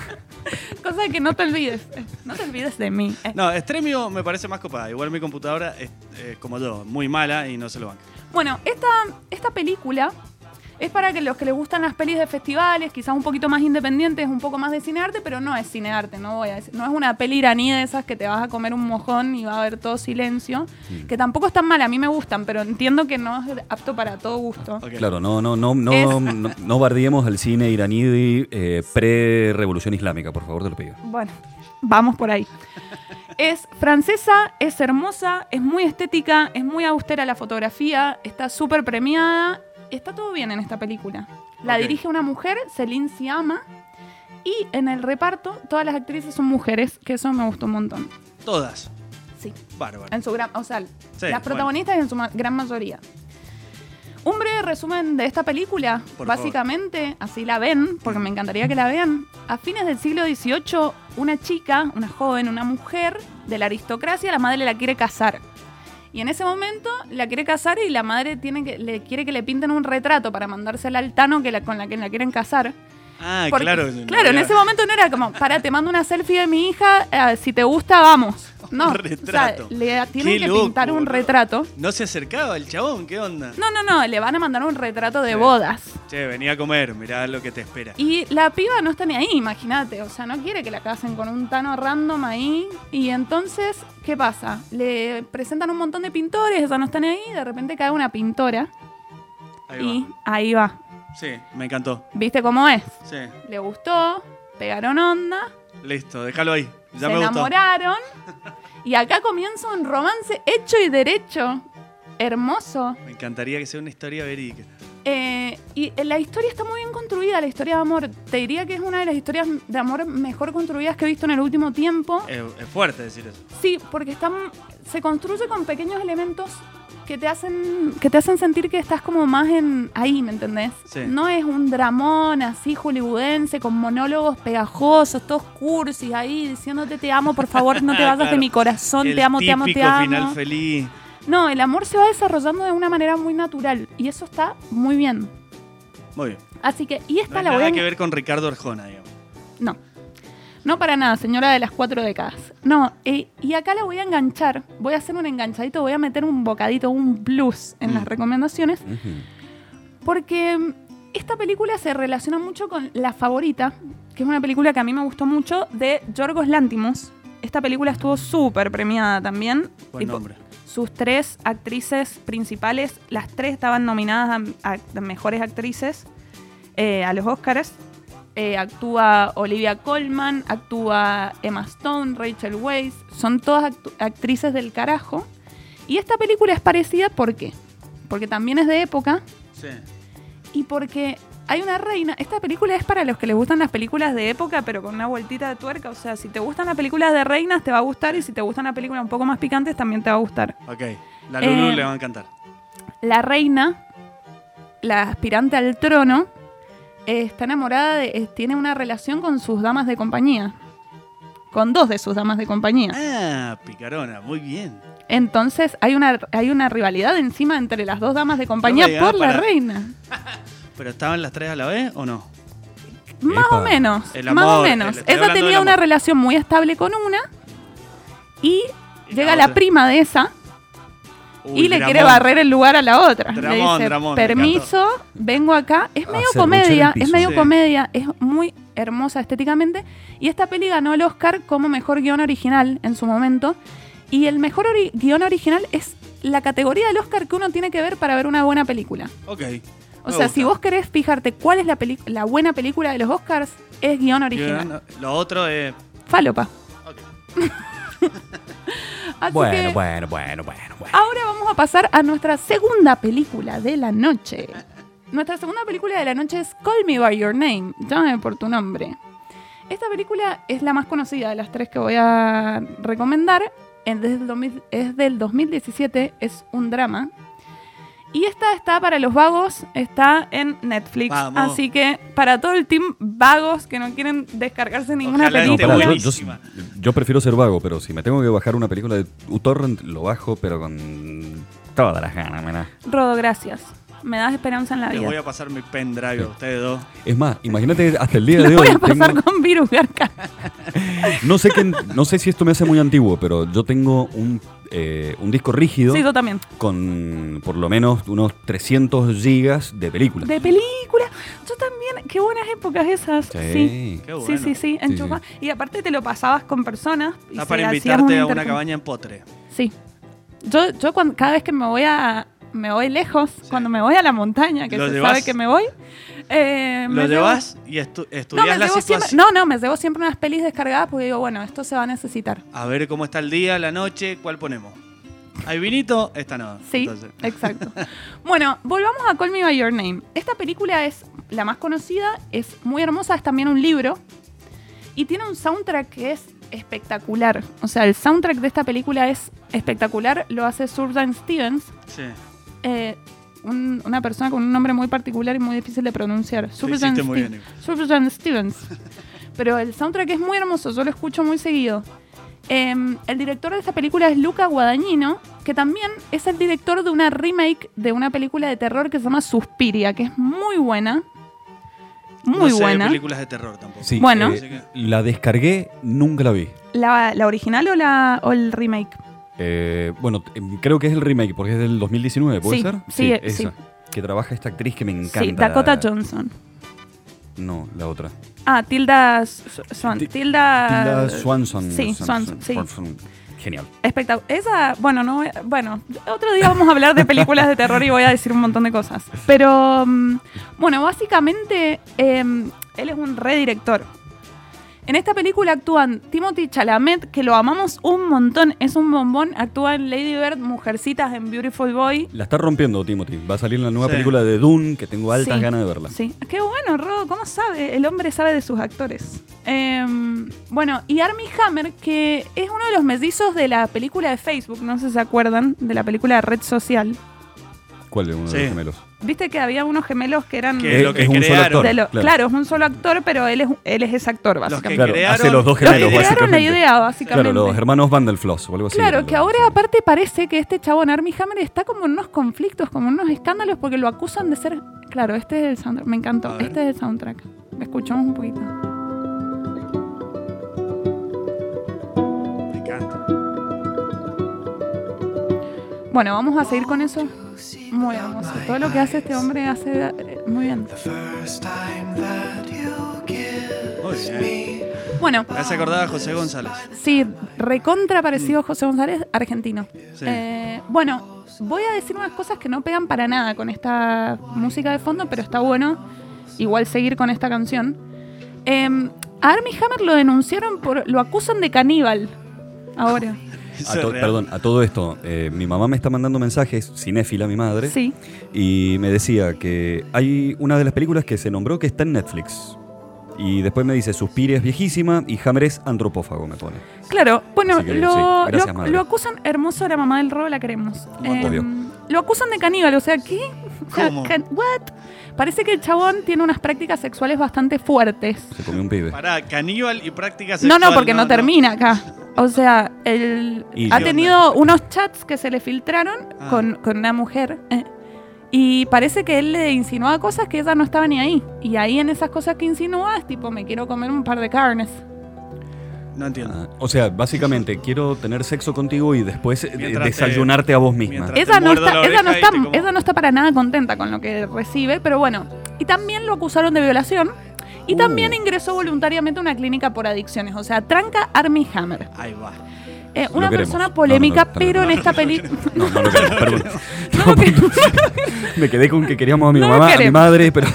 Speaker 4: Cosa que no te olvides. Eh, No te olvides de mí. Eh.
Speaker 2: No, Stremio me parece más copada. Igual mi computadora es eh, como yo, muy mala y no se lo banca.
Speaker 4: Bueno, esta, esta película es para que los que les gustan las pelis de festivales, quizás un poquito más independientes, un poco más de cinearte, pero no es cinearte, no voy a decir- no es una peli iraní de esas que te vas a comer un mojón y va a haber todo silencio, que tampoco están mal, a mí me gustan, pero entiendo que no es apto para todo gusto.
Speaker 2: Ok.
Speaker 3: Claro, no, no, no, no, no, no bardiemos al cine iraní eh, pre-revolución islámica, por favor, te lo pido.
Speaker 4: Bueno, vamos por ahí. Es francesa, es hermosa, es muy estética, es muy austera la fotografía, está súper premiada, está todo bien en esta película. La
Speaker 2: Ok.
Speaker 4: dirige una mujer, Celine Siama, y en el reparto todas las actrices son mujeres, que eso me gustó un montón.
Speaker 2: Todas.
Speaker 4: Sí,
Speaker 2: Bárbaro.
Speaker 4: en su gran, o sea,
Speaker 2: bueno.
Speaker 4: las protagonistas en su ma- gran mayoría. Un breve resumen de esta película,
Speaker 2: Por
Speaker 4: básicamente, así la ven, porque me encantaría que la vean. A fines del siglo XVIII, una chica, una joven, una mujer de la aristocracia, la madre la quiere casar. Y en ese momento la quiere casar y la madre tiene que, le quiere que le pinten un retrato para mandársela al tano que la, con la que la quieren casar.
Speaker 2: Ah,
Speaker 4: Porque-
Speaker 2: claro.
Speaker 4: Claro, en ese momento no era como, para, te mando una selfie de mi hija, eh, si te gusta, vamos. No,
Speaker 2: Un
Speaker 4: o sea,
Speaker 2: retrato.
Speaker 4: le tienen
Speaker 2: Qué
Speaker 4: que
Speaker 2: loco,
Speaker 4: pintar un
Speaker 2: boludo.
Speaker 4: retrato.
Speaker 2: No se acercaba el chabón, ¿qué onda?
Speaker 4: No, no, no, le van a mandar un retrato de
Speaker 2: Sí.
Speaker 4: bodas.
Speaker 2: Che, venía a comer, mirá lo que te espera.
Speaker 4: Y la piba no está ni ahí, imagínate. O sea, no quiere que la casen con un tano random ahí. Y entonces, ¿qué pasa? Le presentan un montón de pintores, ella no está ni ahí. De repente cae una pintora
Speaker 2: Ahí
Speaker 4: y
Speaker 2: va.
Speaker 4: ahí va.
Speaker 2: Sí, me encantó.
Speaker 4: ¿Viste cómo es?
Speaker 2: Sí,
Speaker 4: Le gustó, pegaron onda,
Speaker 2: listo, déjalo ahí. Ya
Speaker 4: se
Speaker 2: me gustó.
Speaker 4: enamoraron. Y acá comienza un romance hecho y derecho. Hermoso.
Speaker 2: Me encantaría que sea una historia verídica.
Speaker 4: Eh, y la historia está muy bien construida, la historia de amor. Te diría que es una de las historias de amor mejor construidas que he visto en el último tiempo.
Speaker 2: Es, Eh, es fuerte decir eso.
Speaker 4: Sí, porque están, se construye con pequeños elementos que te hacen que te hacen sentir que estás como más en ahí, ¿me entendés?
Speaker 2: Sí.
Speaker 4: No es un dramón así hollywoodense con monólogos pegajosos, todos cursis ahí diciéndote te amo, por favor, no te vayas de
Speaker 2: Claro.
Speaker 4: mi corazón,
Speaker 2: el
Speaker 4: te amo, te amo, te
Speaker 2: típico
Speaker 4: amo.
Speaker 2: final feliz.
Speaker 4: no, el amor se va desarrollando de una manera muy natural y eso está muy bien.
Speaker 2: Muy bien.
Speaker 4: Así que y
Speaker 2: No
Speaker 4: esta
Speaker 2: hay
Speaker 4: la voy
Speaker 2: nada
Speaker 4: a
Speaker 2: que ver con Ricardo Arjona, digamos.
Speaker 4: No. No para nada, señora de las cuatro décadas. No, eh, y acá la voy a enganchar. Voy a hacer un enganchadito, voy a meter un bocadito, un plus en
Speaker 2: Mm.
Speaker 4: las recomendaciones. Porque mm, esta película se relaciona mucho con La Favorita, que es una película que a mí me gustó mucho, de Yorgos Lantimos. Esta película estuvo súper premiada también.
Speaker 2: Buen
Speaker 4: Tipo,
Speaker 2: nombre.
Speaker 4: sus tres actrices principales, las tres estaban nominadas a, a mejores actrices eh, a los Oscars. Eh, actúa Olivia Colman, actúa Emma Stone, Rachel Weisz, son todas actu- actrices del carajo. Y esta película es parecida, ¿por qué? Porque también es de época
Speaker 2: Sí.
Speaker 4: y porque hay una reina. Esta película es para los que les gustan las películas de época, pero con una vueltita de tuerca. O sea, si te gustan las películas de reinas, te va a gustar. Y si te gustan las películas un poco más picantes, también te va a gustar.
Speaker 2: Ok. La Lulu
Speaker 4: Eh,
Speaker 2: le va a encantar.
Speaker 4: la reina, la aspirante al trono, eh, está enamorada de. eh, tiene una relación con sus damas de compañía. Con dos de sus damas de compañía.
Speaker 2: Ah, picarona, muy bien.
Speaker 4: Entonces hay una, hay una rivalidad encima entre las dos damas de compañía
Speaker 2: No me digas,
Speaker 4: por la
Speaker 2: para-
Speaker 4: reina.
Speaker 2: ¿Pero estaban las tres a la vez o no?
Speaker 4: Más
Speaker 3: Epa.
Speaker 4: o menos.
Speaker 2: El
Speaker 4: más o
Speaker 2: amor,
Speaker 4: menos.
Speaker 2: el- estoy
Speaker 4: Ella
Speaker 2: hablando del
Speaker 4: tenía una
Speaker 2: amor.
Speaker 4: relación muy estable con una y,
Speaker 2: Y
Speaker 4: llega
Speaker 2: la
Speaker 4: la,
Speaker 2: otra.
Speaker 4: prima de esa
Speaker 2: Uy,
Speaker 4: y le
Speaker 2: Dramón.
Speaker 4: quiere barrer el lugar a la otra.
Speaker 2: Dramón,
Speaker 4: le dice,
Speaker 2: Dramón, me
Speaker 4: permiso, vengo acá. Es
Speaker 3: A
Speaker 4: medio
Speaker 3: hacer
Speaker 4: comedia,
Speaker 3: luchar el
Speaker 4: es
Speaker 3: piso.
Speaker 4: medio
Speaker 2: Sí.
Speaker 4: comedia, es muy hermosa estéticamente. Y esta peli ganó el Oscar como mejor guión original en su momento. Y el mejor ori- guión original es la categoría del Oscar que uno tiene que ver para ver una buena película.
Speaker 2: Ok.
Speaker 4: O sea, si vos querés fijarte cuál es la, peli- la buena película de los Oscars, es guión original.
Speaker 2: Lo otro es.
Speaker 4: Falopa. Así
Speaker 3: Bueno,
Speaker 4: que
Speaker 3: bueno, bueno, bueno, bueno.
Speaker 4: ahora vamos a pasar a nuestra segunda película de la noche. Nuestra segunda película de la noche es Call Me By Your Name, llámame por tu nombre. Esta película es la más conocida de las tres que voy a recomendar. Es del, 2000 es del 2017, es un drama. Y esta está para los vagos, está en Netflix.
Speaker 2: Vamos.
Speaker 4: Así que para todo el team vagos que no quieren descargarse ninguna
Speaker 2: Ojalá esté
Speaker 4: película.
Speaker 3: Pará, yo, yo-
Speaker 2: buenísima.
Speaker 3: yo prefiero ser vago, pero si me tengo que bajar una película de uTorrent, lo bajo, pero con todas las ganas, mira.
Speaker 4: Rodo, gracias. Me das esperanza en la
Speaker 2: Les
Speaker 4: vida.
Speaker 2: voy a pasar mi pendrive a ustedes dos.
Speaker 3: Es más, imagínate hasta el día
Speaker 4: Lo
Speaker 3: de
Speaker 4: voy
Speaker 3: hoy.
Speaker 4: a pasar
Speaker 3: tengo-
Speaker 4: con virus, Garca.
Speaker 3: no, sé que, no sé si esto me hace muy antiguo, pero yo tengo un, eh, un disco rígido
Speaker 4: Sí, yo también.
Speaker 3: con por lo menos unos 300 gigas de películas.
Speaker 4: De película. Yo también. Qué buenas épocas esas. Sí.
Speaker 2: Qué
Speaker 4: Sí,
Speaker 2: bueno.
Speaker 4: sí, sí, enchufa. Y aparte te lo pasabas con personas. Y
Speaker 2: Está
Speaker 4: se
Speaker 2: Ah, para
Speaker 4: hacían
Speaker 2: invitarte a
Speaker 4: intercambio.
Speaker 2: una cabaña en Potre.
Speaker 4: Sí. Yo, yo cuan- cada vez que me voy a me voy lejos, cuando me voy a la montaña, que
Speaker 2: ¿Lo
Speaker 4: se
Speaker 2: llevas?
Speaker 4: sabe que me voy. eh,
Speaker 2: Lo
Speaker 4: me llevo-
Speaker 2: llevas y estu-
Speaker 4: No, me
Speaker 2: estudias la
Speaker 4: llevo siempre,
Speaker 2: situación.
Speaker 4: no, no, me llevo siempre unas pelis descargadas porque digo, bueno, esto se va a necesitar.
Speaker 2: A ver cómo está el día, la noche, cuál ponemos. ¿Hay vinito? Esta no.
Speaker 4: Sí,
Speaker 2: Entonces,
Speaker 4: exacto. Bueno, volvamos a Call Me By Your Name. Esta película es la más conocida, es muy hermosa, es también un libro y tiene un soundtrack que es espectacular. O sea, el soundtrack de esta película es espectacular, lo hace Surgeon Stevens,
Speaker 2: sí.
Speaker 4: eh, un- una persona con un nombre muy particular y muy difícil de pronunciar.
Speaker 2: Lo
Speaker 4: Surgeon
Speaker 2: hiciste muy
Speaker 4: Ste-
Speaker 2: bien. igual.
Speaker 4: Sufjan Stevens. Pero el soundtrack es muy hermoso, yo lo escucho muy seguido. Em, el director de esta película es Luca Guadagnino, que también es el director de una remake de una película de terror que se llama Suspiria, que es muy buena.
Speaker 2: no
Speaker 4: Muy
Speaker 2: sé
Speaker 4: buena.
Speaker 2: de películas de terror tampoco.
Speaker 3: Sí,
Speaker 4: Bueno.
Speaker 3: eh, la descargué, nunca la vi.
Speaker 4: ¿La, la original o, la, o el remake?
Speaker 3: Eh, bueno, t- em, creo que es el remake, porque es del 2019, ¿puede
Speaker 4: Sí,
Speaker 3: ser?
Speaker 4: sí, eh, sí.
Speaker 3: Que trabaja esta actriz que me encanta.
Speaker 4: Sí, Dakota Johnson.
Speaker 3: No, la otra.
Speaker 4: Ah, Tilda S- Swan.
Speaker 3: Ti-
Speaker 4: Tilda,
Speaker 3: Tilda Swanson.
Speaker 4: Ah, Sí,
Speaker 3: Swanson,
Speaker 4: Swanson, sí.
Speaker 3: Swanson. Genial.
Speaker 4: Espectacular. Esa, bueno, no, voy a- bueno, otro día vamos a hablar de películas de terror y voy a decir un montón de cosas. Pero, mm, bueno, básicamente eh, él es un redirector. En esta película actúan Timothy Chalamet, que lo amamos un montón, es un bombón, actúa en Lady Bird, Mujercitas, en Beautiful Boy.
Speaker 3: La está rompiendo, Timothy. Va a salir la nueva
Speaker 2: Sí.
Speaker 3: película de Dune, que tengo altas
Speaker 4: Sí,
Speaker 3: ganas de verla.
Speaker 4: Sí, qué bueno, Rodo, ¿cómo sabe? El hombre sabe de sus actores. Eh, bueno, y Armie Hammer, que es uno de los mellizos de la película de Facebook, no sé si se acuerdan, de la película de Red Social.
Speaker 3: ¿Cuál es uno de
Speaker 2: Sí.
Speaker 3: los gemelos?
Speaker 4: Viste que había unos gemelos que eran
Speaker 2: Que
Speaker 4: de
Speaker 3: Eh,
Speaker 2: lo que
Speaker 3: es un solo
Speaker 2: crearon.
Speaker 3: actor.
Speaker 4: lo- claro. es un solo actor, pero él es, él es ese actor,
Speaker 2: Los que
Speaker 4: básicamente.
Speaker 3: Claro,
Speaker 2: crearon.
Speaker 3: hace los dos
Speaker 4: Los que
Speaker 3: gemelos,
Speaker 4: crearon la
Speaker 3: básicamente.
Speaker 4: idea, básicamente.
Speaker 3: Claro, los hermanos Vandelfloss o algo así.
Speaker 4: Claro,
Speaker 3: Era
Speaker 4: que
Speaker 3: la-
Speaker 4: ahora aparte parece que este chabón Armie Hammer está como en unos conflictos, como en unos escándalos, porque lo acusan de ser. Claro, este es el soundtrack. Me
Speaker 2: A
Speaker 4: encantó.
Speaker 2: ver.
Speaker 4: Este es el soundtrack. Escuchamos un poquito.
Speaker 2: Me encanta.
Speaker 4: Bueno, vamos a seguir con eso. Muy hermoso. Todo lo que hace este hombre hace eh, muy bien.
Speaker 2: Muy bien.
Speaker 4: Bueno,
Speaker 2: Me hace acordar a José González.
Speaker 4: Sí, recontra parecido a José González, argentino.
Speaker 2: Sí.
Speaker 4: Eh, bueno, voy a decir unas cosas que no pegan para nada con esta música de fondo, pero está bueno igual seguir con esta canción. Eh, a Armie Hammer lo denunciaron por. lo acusan de caníbal. Ahora.
Speaker 2: Eso
Speaker 3: A
Speaker 2: es
Speaker 3: Ah, to-
Speaker 2: real.
Speaker 3: perdón, a todo esto, eh, mi mamá me está mandando mensajes, cinéfila mi madre,
Speaker 4: Sí.
Speaker 3: y me decía que hay una de las películas que se nombró que está en Netflix. Y después me dice, Suspiria es viejísima y Hammer es antropófago, me pone.
Speaker 4: Claro, bueno,
Speaker 3: Así que,
Speaker 4: lo,
Speaker 3: sí, gracias,
Speaker 4: lo-
Speaker 3: madre.
Speaker 4: lo acusan. Hermoso la mamá del robo, la queremos. Em,
Speaker 3: Bueno, obvio.
Speaker 4: lo acusan de caníbal, o sea, ¿qué? O sea,
Speaker 2: ¿Cómo?
Speaker 4: can- what? Parece que el chabón tiene unas prácticas sexuales bastante fuertes.
Speaker 3: Se comió un pibe.
Speaker 2: Pará, caníbal y prácticas
Speaker 4: No,
Speaker 2: sexual.
Speaker 4: no, porque no, termina acá. O sea, él
Speaker 3: Y-
Speaker 4: ha
Speaker 2: ¿Qué
Speaker 4: tenido unos chats que se le filtraron
Speaker 2: Ah.
Speaker 4: con, con una mujer. eh, y parece que él le insinuaba cosas que ella no estaba ni ahí. Y ahí en esas cosas que insinúa es tipo, me quiero comer un par de carnes.
Speaker 2: No entiendo.
Speaker 3: Ah, o sea, básicamente quiero tener sexo contigo y después eh,
Speaker 2: Mientras te-
Speaker 3: desayunarte a vos misma.
Speaker 2: mientras- Te
Speaker 4: Ella no,
Speaker 2: muerdo
Speaker 4: está,
Speaker 2: la
Speaker 4: ella, no
Speaker 2: oreja y
Speaker 4: está,
Speaker 2: te como-
Speaker 4: ella no está para nada contenta con lo que recibe, pero bueno. Y también lo acusaron de violación.
Speaker 3: Uh.
Speaker 4: Y también ingresó voluntariamente a una clínica por adicciones. O sea, tranca Army Hammer.
Speaker 2: Ahí va.
Speaker 4: Eh, una
Speaker 3: queremos.
Speaker 4: persona
Speaker 3: No, no,
Speaker 4: polémica,
Speaker 3: no, no,
Speaker 4: pero en
Speaker 3: no,
Speaker 4: esta película...
Speaker 3: No, no lo quiero, perdón.
Speaker 4: No, que-
Speaker 3: Me quedé con que queríamos a mi
Speaker 4: No lo
Speaker 3: mamá, a mi
Speaker 4: queremos.
Speaker 3: madre, pero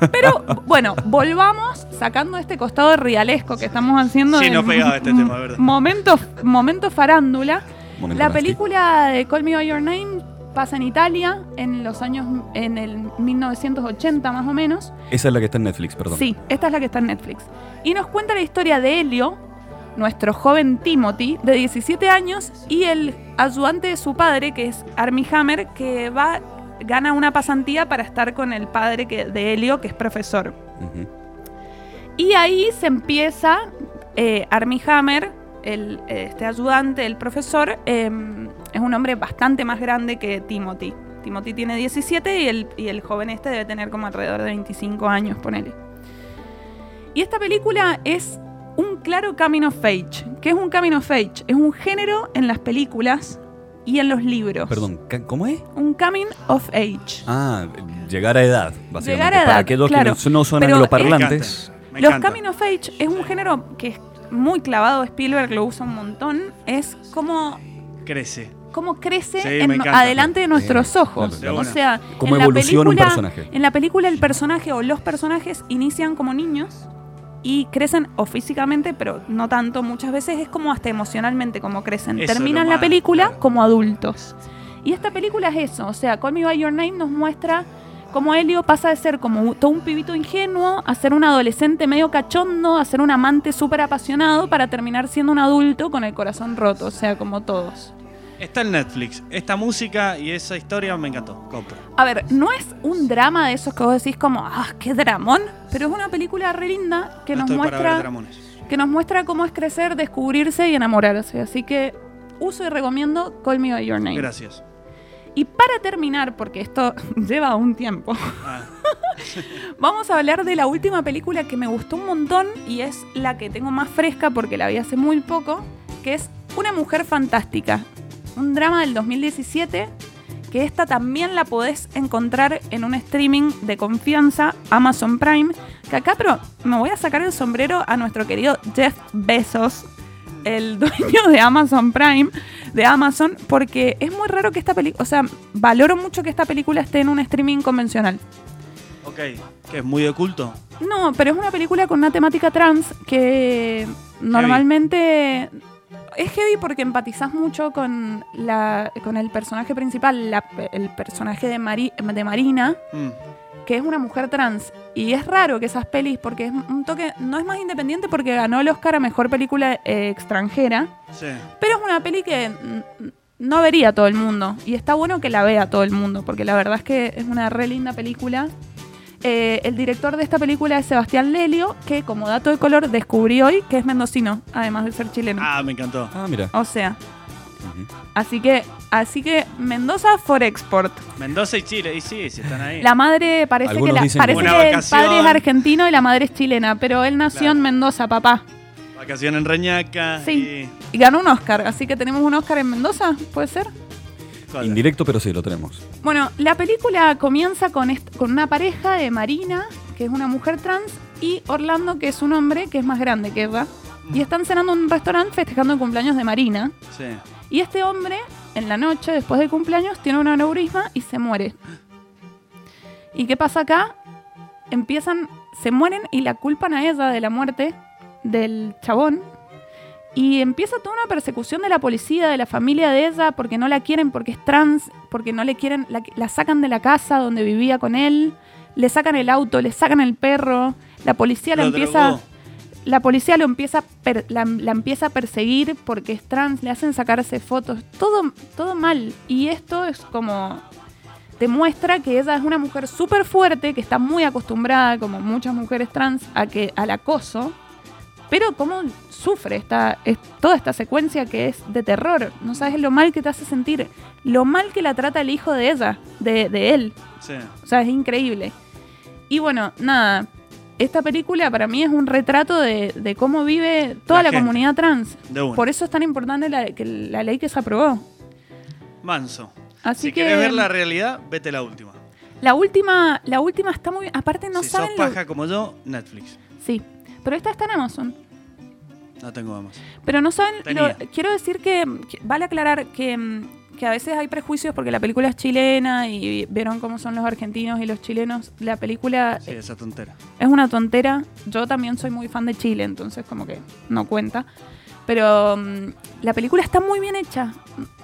Speaker 4: Pero bueno, volvamos sacando este costado rialesco que estamos haciendo.
Speaker 2: Sí,
Speaker 4: de
Speaker 2: no pegaba este tema, es verdad.
Speaker 4: Momento, momento farándula.
Speaker 3: Momento
Speaker 4: la
Speaker 3: nasty.
Speaker 4: película de Call Me By Your Name pasa en Italia en los años, en el 1980 más o menos.
Speaker 3: esa es la que está en Netflix, perdón.
Speaker 4: Sí, esta es la que está en Netflix. Y nos cuenta la historia de Helio, nuestro joven Timothy, de 17 años, y el ayudante de su padre, que es Armie Hammer, que va gana una pasantía para estar con el padre que- de Helio, que es profesor.
Speaker 3: Ujú.
Speaker 4: Y ahí se empieza eh, Armie Hammer, el, eh, este ayudante, el profesor, eh, es un hombre bastante más grande que Timothy. Timothy tiene 17 y el, y el joven este debe tener como alrededor de 25 años, ponele. Y esta película es un claro coming of age. ¿Qué es un coming of age? Es un género en las películas y en los libros.
Speaker 3: Perdón, ca- ¿cómo es?
Speaker 4: Un coming of age.
Speaker 3: Ah, llegar a edad, básicamente.
Speaker 4: Llegar a
Speaker 3: Para
Speaker 4: edad,
Speaker 3: aquellos
Speaker 4: claro.
Speaker 3: que no, no son
Speaker 4: Pero
Speaker 3: angloparlantes.
Speaker 2: Me
Speaker 4: Los
Speaker 2: encanta.
Speaker 4: Coming of Age es un género que es muy clavado, Spielberg lo usa un montón, es como,
Speaker 2: Crece.
Speaker 4: como crece
Speaker 2: Sí,
Speaker 4: en-
Speaker 2: me encanta.
Speaker 4: adelante de nuestros ojos.
Speaker 3: claro,
Speaker 2: claro.
Speaker 4: O sea,
Speaker 3: Cómo
Speaker 4: en la
Speaker 3: evoluciona un
Speaker 4: película-
Speaker 3: personaje.
Speaker 4: En la película el personaje o los personajes inician como niños y crecen o físicamente, pero no tanto muchas veces, es como hasta emocionalmente como crecen.
Speaker 2: Eso es lo
Speaker 4: Terminan
Speaker 2: más,
Speaker 4: la película
Speaker 2: claro.
Speaker 4: como adultos. Y esta película es eso, o sea, Call Me By Your Name nos muestra cómo Helio pasa de ser como un- todo un pibito ingenuo a ser un adolescente medio cachondo, a ser un amante súper apasionado para terminar siendo un adulto con el corazón roto, o sea, como todos.
Speaker 2: Está en Netflix. Esta música y esa historia me encantó. Compro.
Speaker 4: A ver, no es un drama de esos que vos decís como, ah, qué dramón, pero es una película re linda que
Speaker 2: No
Speaker 4: nos
Speaker 2: estoy para ver
Speaker 4: muestra
Speaker 2: dramones.
Speaker 4: que nos muestra cómo es crecer, descubrirse y enamorarse. Así que uso y recomiendo Call Me by Your Name.
Speaker 2: Gracias.
Speaker 4: Y para terminar, porque esto lleva un tiempo,
Speaker 2: Ah,
Speaker 4: vamos a hablar de la última película que me gustó un montón y es la que tengo más fresca porque la vi hace muy poco, que es Una mujer fantástica, un drama del 2017 que esta también la podés encontrar en un streaming de confianza, Amazon Prime, que acá pero me voy a sacar el sombrero a nuestro querido Jeff Bezos, el dueño de Amazon Prime, de Amazon, porque es muy raro que esta película, o sea, valoro mucho que esta película esté en un streaming convencional.
Speaker 2: ok. ¿Qué es muy de culto?
Speaker 4: No, pero es una película con una temática trans que normalmente es heavy porque empatizás mucho con la con el personaje principal, la- el personaje de, Mari- de Marina,
Speaker 2: Mm.
Speaker 4: que es una mujer trans. Y es raro que esas pelis, porque es un toque, no es más independiente porque ganó el Oscar a Mejor Película eh, Extranjera,
Speaker 2: Sí.
Speaker 4: pero es una peli que mm, no vería todo el mundo. Y está bueno que la vea todo el mundo, porque la verdad es que es una re linda película. Eh, el director de esta película es Sebastián Lelio, que como dato de color descubrí hoy que es mendocino, además de ser chileno.
Speaker 2: Ah, me encantó.
Speaker 3: Ah, mira.
Speaker 4: O sea,
Speaker 3: Ujú.
Speaker 4: así que, así que Mendoza for export.
Speaker 2: Mendoza y Chile. Y sí, sí, están ahí.
Speaker 4: La madre parece que,
Speaker 3: Algunos
Speaker 4: la-
Speaker 3: dicen
Speaker 4: parece
Speaker 2: Una
Speaker 4: que el
Speaker 2: vacación.
Speaker 4: padre es argentino y la madre es chilena, pero él nació
Speaker 2: Claro.
Speaker 4: en Mendoza, papá.
Speaker 2: Vacación en Reñaca.
Speaker 4: Sí. Y ganó un Oscar, así que tenemos un Oscar en Mendoza, ¿puede ser?
Speaker 2: y- Joder.
Speaker 3: Indirecto, pero sí, lo tenemos.
Speaker 4: Bueno, la película comienza con, est- con una pareja de Marina, que es una mujer trans, y Orlando, que es un hombre que es más grande que Eva. Y están cenando en un restaurante festejando el cumpleaños de Marina.
Speaker 2: Sí.
Speaker 4: Y este hombre, en la noche, después del cumpleaños, tiene un aneurisma y se muere. ¿Y qué pasa acá? Empiezan, se mueren y la culpan a ella de la muerte del chabón. Y empieza toda una persecución de la policía, de la familia de ella, porque no la quieren, porque es trans, porque no le quieren, la, la sacan de la casa donde vivía con él, le sacan el auto, le sacan el perro, la policía la
Speaker 2: Lo uh,
Speaker 4: empieza
Speaker 2: drogó.
Speaker 4: la policía lo empieza a per- la, la empieza a perseguir porque es trans, le hacen sacarse fotos, todo, todo mal. Y esto es como te muestra que ella es una mujer súper fuerte, que está muy acostumbrada, como muchas mujeres trans, a que, al acoso, Pero cómo sufre esta, es- toda esta secuencia que es de terror. No sabes lo mal que te hace sentir. Lo mal que la trata el hijo de ella, de, de él.
Speaker 2: Sí.
Speaker 4: O sea, es increíble. Y bueno, nada. Esta película para mí es un retrato de, de cómo vive toda
Speaker 2: La
Speaker 4: la,
Speaker 2: gente.
Speaker 4: comunidad trans.
Speaker 2: De una.
Speaker 4: Por eso es tan importante la, que- la ley que se aprobó.
Speaker 2: Manso.
Speaker 4: Así
Speaker 2: si
Speaker 4: que
Speaker 2: quieres ver la realidad, vete la última.
Speaker 4: la última, la última está muy aparte no
Speaker 2: si sos
Speaker 4: saben lo-
Speaker 2: paja como yo, Netflix.
Speaker 4: Sí, pero esta está en Amazon.
Speaker 2: No tengo más.
Speaker 4: Pero no saben, lo-
Speaker 2: Tenía.
Speaker 4: quiero decir que, que vale aclarar que, mm, que a veces hay prejuicios porque la película es chilena y vieron cómo son los argentinos y los chilenos. La película
Speaker 2: Sí, esa tontera.
Speaker 4: Es una tontera. Yo también soy muy fan de Chile, entonces como que no cuenta. Pero mm, la película está muy bien hecha.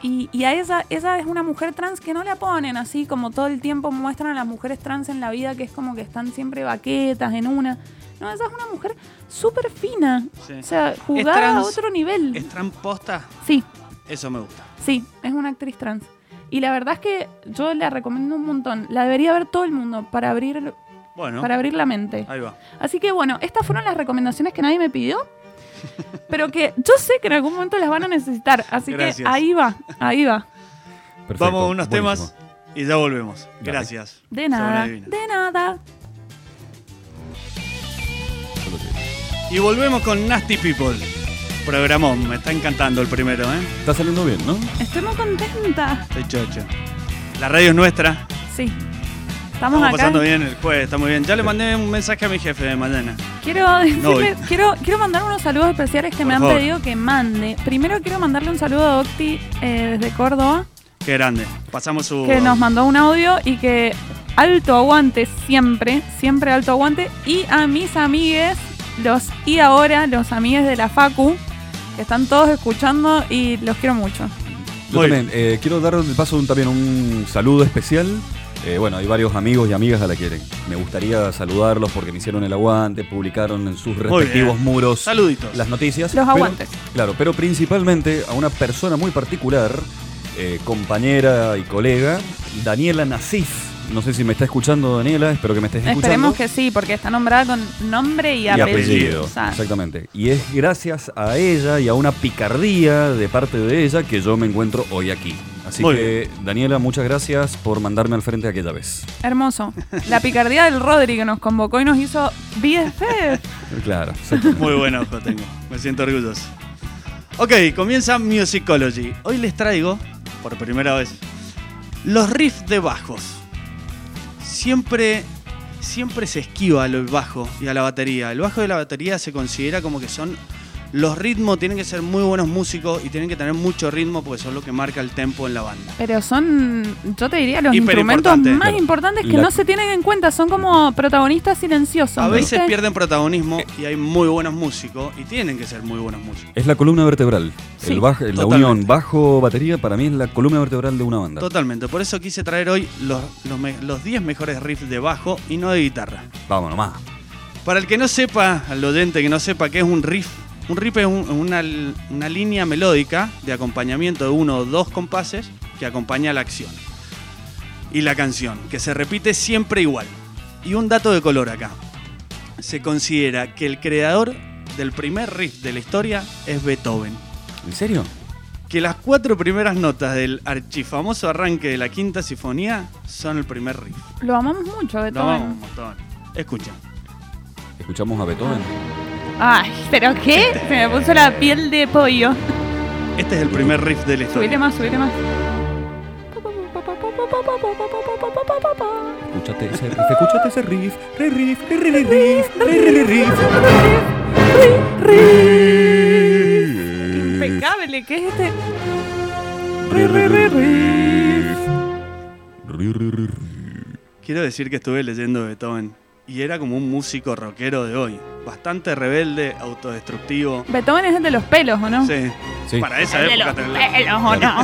Speaker 4: Y, y a ella, ella es una mujer trans que no la ponen así, como todo el tiempo muestran a las mujeres trans en la vida, que es como que están siempre vaquetas en una. No, ella es una mujer súper fina.
Speaker 2: Sí.
Speaker 4: O sea, jugada a
Speaker 2: trans.
Speaker 4: otro nivel.
Speaker 2: ¿Es tramposta?
Speaker 4: Sí,
Speaker 2: Eso me gusta.
Speaker 4: sí, es una actriz trans. Y la verdad es que yo la recomiendo un montón. La debería ver todo el mundo para abrir,
Speaker 2: Bueno,
Speaker 4: para abrir la mente.
Speaker 2: ahí va.
Speaker 4: Así que bueno, estas fueron las recomendaciones que nadie me pidió, pero que yo sé que en algún momento las van a necesitar. Así
Speaker 2: Gracias.
Speaker 4: que ahí va, ahí va.
Speaker 3: Perfecto,
Speaker 2: Vamos a unos
Speaker 3: buenísimo.
Speaker 2: temas y ya volvemos.
Speaker 3: Dale.
Speaker 2: Gracias.
Speaker 4: De nada,
Speaker 2: Sobre adivina.
Speaker 4: de nada.
Speaker 2: Y volvemos con Nasty People. Programón, me está encantando el primero, ¿eh?
Speaker 3: Está saliendo bien, ¿no?
Speaker 4: Estoy muy contenta.
Speaker 2: Estoy chocho. La radio es nuestra.
Speaker 4: Sí. Estamos,
Speaker 2: Estamos
Speaker 4: acá.
Speaker 2: pasando bien el jueves, está muy bien. Ya le mandé un mensaje a mi jefe de mañana.
Speaker 4: Quiero decirle-
Speaker 2: voy.
Speaker 4: quiero, quiero mandar unos saludos especiales que
Speaker 2: Por
Speaker 4: me han
Speaker 2: favor.
Speaker 4: pedido que mande. Primero quiero mandarle un saludo a Octi eh, desde Córdoba,
Speaker 2: Qué grande. Pasamos su.
Speaker 4: que nos mandó un audio y que alto aguante siempre, siempre alto aguante. Y a mis amigues, los y ahora, los amigues de la Facu, que están todos escuchando y los quiero mucho.
Speaker 3: Yo
Speaker 2: Muy
Speaker 3: también eh, quiero dar el paso un- también un saludo especial. Eh, bueno, hay varios amigos y amigas a la que me gustaría saludarlos porque me hicieron el aguante, publicaron en sus respectivos
Speaker 2: bien.
Speaker 3: muros
Speaker 2: Saluditos.
Speaker 3: las noticias.
Speaker 4: Los
Speaker 3: pero-
Speaker 4: aguantes.
Speaker 3: claro, pero principalmente a una persona muy particular, eh, compañera y colega, Daniela Nasif. No sé si me está escuchando Daniela, espero que me estés escuchando.
Speaker 4: Esperemos que sí, porque está nombrada con nombre y apellido.
Speaker 2: apellido.
Speaker 4: O sea,
Speaker 3: Exactamente. Y es gracias a ella y a una picardía de parte de ella que yo me encuentro hoy aquí. Así
Speaker 2: Muy
Speaker 3: que, Daniela, muchas gracias por mandarme al frente aquella vez.
Speaker 4: hermoso. La picardía del Rodri que nos convocó y nos hizo BFF.
Speaker 3: Claro, exactamente.
Speaker 2: Muy buen ojo tengo. Me siento orgulloso. Ok, comienza Musicology. Hoy les traigo, por primera vez, los riffs de bajos. Siempre, siempre se esquiva al bajo y a la batería. El bajo y la batería se considera como que son los ritmos, tienen que ser muy buenos músicos y tienen que tener mucho ritmo porque son lo que marca el tempo en la banda.
Speaker 4: Pero son, yo te diría, los instrumentos
Speaker 2: Hiperimportantes.
Speaker 4: más importantes que
Speaker 3: La-
Speaker 4: no se tienen en cuenta. Son como protagonistas silenciosos.
Speaker 2: A veces
Speaker 4: ¿viste?
Speaker 2: pierden protagonismo y hay muy buenos músicos y tienen que ser muy buenos músicos.
Speaker 3: Es la columna vertebral.
Speaker 4: Sí,
Speaker 3: El baj- la
Speaker 2: totalmente.
Speaker 3: unión bajo-batería para mí es la columna vertebral de una banda.
Speaker 2: Totalmente, por eso quise traer hoy los, los, me- los 10 mejores riffs de bajo y no de guitarra.
Speaker 3: Vamos nomás.
Speaker 2: Para el que no sepa, al oyente que no sepa qué es un riff, un riff es un- una, l- una línea melódica de acompañamiento de uno o dos compases que acompaña la acción y la canción, que se repite siempre igual. Y un dato de color acá. Se considera que el creador del primer riff de la historia es Beethoven
Speaker 3: ¿En serio?
Speaker 2: que las cuatro primeras notas del archifamoso arranque de la quinta sinfonía son el primer riff.
Speaker 4: Lo amamos
Speaker 2: Lo
Speaker 4: mucho,
Speaker 2: amamos
Speaker 4: Beethoven.
Speaker 2: un montón. Escucha.
Speaker 3: Escuchamos a Beethoven.
Speaker 4: Ay, ¿pero qué? Se me puso la piel de pollo.
Speaker 2: Este es el primer riff de la
Speaker 4: Subile
Speaker 2: historia.
Speaker 4: más, subile más.
Speaker 3: Escúchate ese riff, escúchate ese riff. Re riff, re re re riff, re re re riff.
Speaker 4: Impecable, ¿qué es este?
Speaker 3: Re re re riff. Re re re riff.
Speaker 2: Quiero decir que estuve leyendo Beethoven y era como un músico rockero de hoy. Bastante rebelde, autodestructivo.
Speaker 4: Beethoven es el de los pelos, ¿o no? Eh,
Speaker 2: Sí.
Speaker 3: Sí.
Speaker 2: Para esa
Speaker 4: El de
Speaker 2: época.
Speaker 4: los
Speaker 2: tenerla-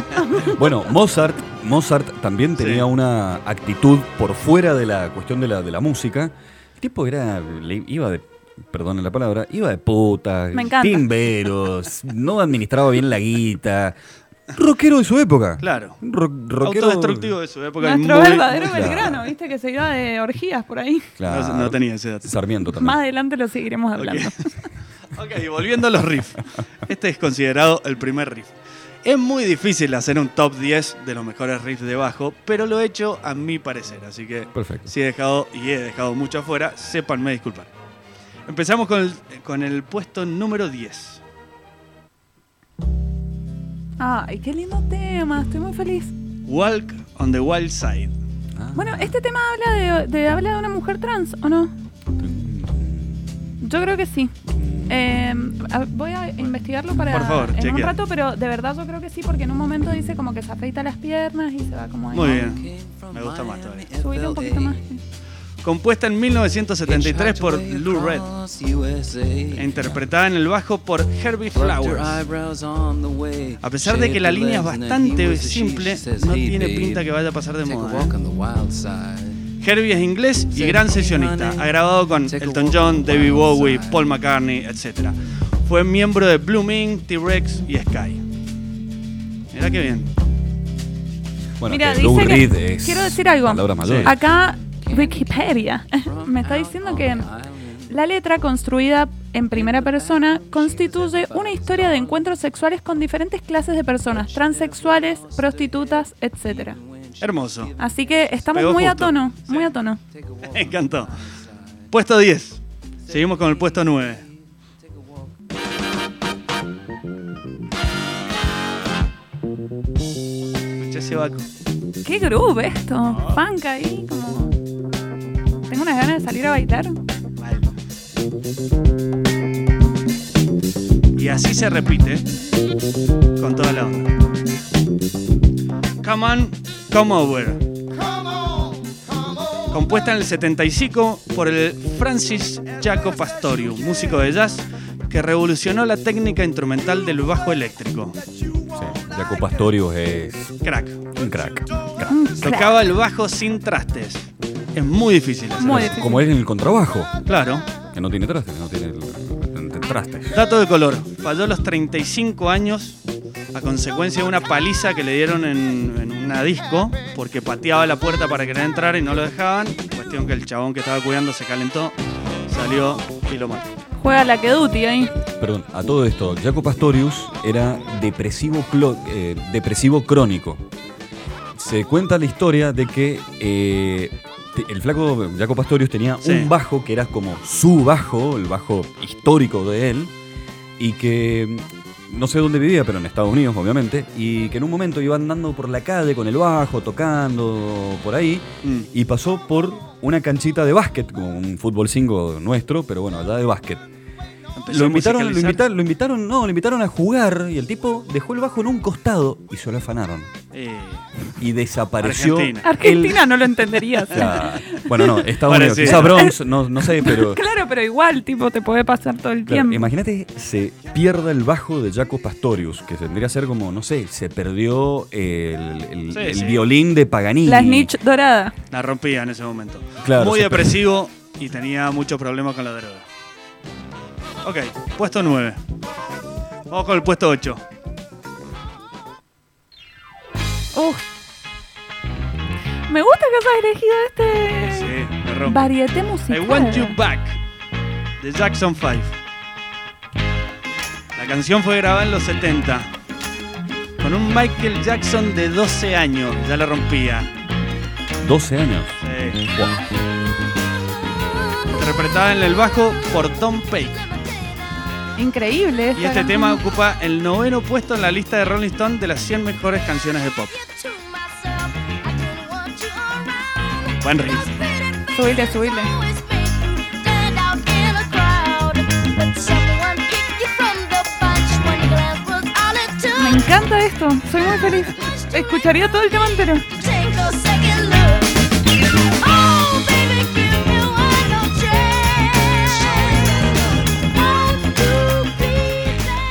Speaker 4: pelos, ¿o no?
Speaker 3: Bueno, Mozart, Mozart también tenía
Speaker 2: Sí.
Speaker 3: una actitud por fuera de la cuestión de la, de la música. El tipo era, le iba de, perdón la palabra, iba de puta,
Speaker 4: Me encanta.
Speaker 3: timberos, no administraba bien la guita. Rockero de su época.
Speaker 2: Claro.
Speaker 3: Ro- rockero-
Speaker 2: Autodestructivo de su época. y
Speaker 4: eh. Nuestro
Speaker 2: muy-
Speaker 4: verdadero
Speaker 3: Claro.
Speaker 4: Belgrano, viste que se iba de orgías por ahí.
Speaker 3: Claro.
Speaker 2: No, no tenía ese dato.
Speaker 3: Sarmiento también.
Speaker 4: Más adelante lo seguiremos hablando.
Speaker 2: Ok. Ok, volviendo a los riffs. Este es considerado el primer riff. Es muy difícil hacer un top 10 de los mejores riffs de bajo, pero lo he hecho a mi parecer, así que
Speaker 3: Perfecto.
Speaker 2: si he dejado y he dejado mucho afuera, sépanme disculpar. Empezamos con el, con el puesto número 10.
Speaker 4: Ay, qué lindo tema, estoy muy feliz.
Speaker 2: Walk on the Wild Side.
Speaker 4: Bueno, este tema habla de, de- habla de una mujer trans, ¿o no? Yo creo que sí. Eh, a- voy a investigarlo para
Speaker 2: Por favor,
Speaker 4: en un
Speaker 2: chequea.
Speaker 4: rato, pero de verdad yo creo que sí, porque en un momento dice como que se afeita las piernas y se va como ahí.
Speaker 2: Muy bien. Me gusta más todavía.
Speaker 4: Subile un poquito más.
Speaker 2: Compuesta en 1973 por Lou Red e
Speaker 5: Red.
Speaker 2: interpretada en el bajo por Herbie Flowers. A pesar de que la línea es bastante simple, no tiene pinta que vaya a pasar de moda. ¿eh? Herbie es inglés y gran sesionista. Ha grabado con Elton John, David Bowie, Paul McCartney, etc. Fue miembro de Blooming, T-Rex y Sky. Mirá qué bien.
Speaker 3: Bueno,
Speaker 4: Mira,
Speaker 3: que Lou
Speaker 4: dice que-
Speaker 3: Reed es
Speaker 4: quiero decir algo.
Speaker 3: palabra mayor.
Speaker 2: Sí.
Speaker 4: Acá Wikipedia me está diciendo que la letra construida en primera persona constituye una historia de encuentros sexuales con diferentes clases de personas, transexuales, prostitutas, etc.
Speaker 2: Hermoso.
Speaker 4: Así que estamos
Speaker 2: Pegó
Speaker 4: muy a
Speaker 2: justo.
Speaker 4: tono, muy a tono.
Speaker 2: Me encantó. Puesto 10. Seguimos con el puesto 9. Escuché ese vaco.
Speaker 4: Qué groove esto, funk ahí, como... Tengo unas ganas de salir a bailar.
Speaker 2: Mal. Y así se repite con toda la onda. Come on, come over. Compuesta en el 75 por el Francis Jaco Pastorius, músico de jazz que revolucionó la técnica instrumental del bajo eléctrico.
Speaker 3: Sí. Jaco Pastorius es
Speaker 2: Crack.
Speaker 3: un crack. crack.
Speaker 4: Mm,
Speaker 2: Tocaba el bajo sin trastes. Es muy difícil hacer
Speaker 4: Muy
Speaker 2: eso.
Speaker 4: difícil.
Speaker 3: Como es en el contrabajo,
Speaker 2: Claro.
Speaker 3: que no tiene traste, no tiene el, el traste.
Speaker 2: Dato de color, falló a los 35 años a consecuencia de una paliza que le dieron en, en una disco porque pateaba la puerta para querer entrar y no lo dejaban. Cuestión que el chabón que estaba cuidando se calentó, salió y lo mató.
Speaker 4: Juega la que duty ahí.
Speaker 3: Perdón, a todo esto, Jaco Pastorius era depresivo, clo- eh, depresivo crónico. Se cuenta la historia de que eh, te- el flaco Jaco Pastorius tenía
Speaker 2: Sí.
Speaker 3: un bajo que era como su bajo, el bajo histórico de él, y que mm, no sé dónde vivía, pero en Estados Unidos, obviamente, y que en un momento iba andando por la calle con el bajo, tocando por ahí,
Speaker 2: Mm.
Speaker 3: y pasó por una canchita de básquet, como un fútbol 5 nuestro, pero bueno, allá de básquet.
Speaker 2: Empezó
Speaker 3: Lo
Speaker 2: a
Speaker 3: invitaron, lo,
Speaker 2: musicalizar.
Speaker 3: invitaron, lo invitaron, no, lo invitaron a jugar y el tipo dejó el bajo en un costado y se lo afanaron.
Speaker 2: Eh,
Speaker 3: Y desapareció.
Speaker 2: Argentina.
Speaker 3: el-
Speaker 4: Argentina no lo entenderías.
Speaker 3: Ya. bueno, no, Estados
Speaker 2: Ahora
Speaker 3: Unidos.
Speaker 2: sí.
Speaker 3: Quizá Bronx, no, no sé, pero.
Speaker 4: Claro, pero igual, tipo, te puede pasar todo el
Speaker 3: claro,
Speaker 4: tiempo.
Speaker 3: Imagínate, se pierda el bajo de Jaco Pastorius, que tendría que ser como, no sé, se perdió el, el-
Speaker 2: Sí,
Speaker 3: el
Speaker 2: sí.
Speaker 3: violín de Paganini.
Speaker 4: La snitch dorada.
Speaker 2: la rompía en ese momento.
Speaker 3: Claro,
Speaker 2: Muy
Speaker 3: se perdió.
Speaker 2: depresivo y tenía muchos problemas con la droga. Ok, puesto 9. Vamos con el puesto 8.
Speaker 4: Uf. Me gusta que hayas elegido este
Speaker 2: Sí, me rompe.
Speaker 4: varieté
Speaker 2: I
Speaker 4: musical.
Speaker 2: Want You Back de Jackson 5. La canción fue grabada en los 70 con un Michael Jackson de 12 años, ya la rompía.
Speaker 3: 12 años.
Speaker 2: Sí.
Speaker 3: Wow.
Speaker 2: Interpretada en el bajo por Tom Pake. Y
Speaker 4: Increíble. esta
Speaker 2: este
Speaker 4: canción.
Speaker 2: tema ocupa el noveno puesto en la lista de Rolling Stone de las 100 mejores canciones de pop. Buen riff.
Speaker 4: Subile, subile. Me encanta esto. Soy muy feliz. Escucharía todo el tema entero.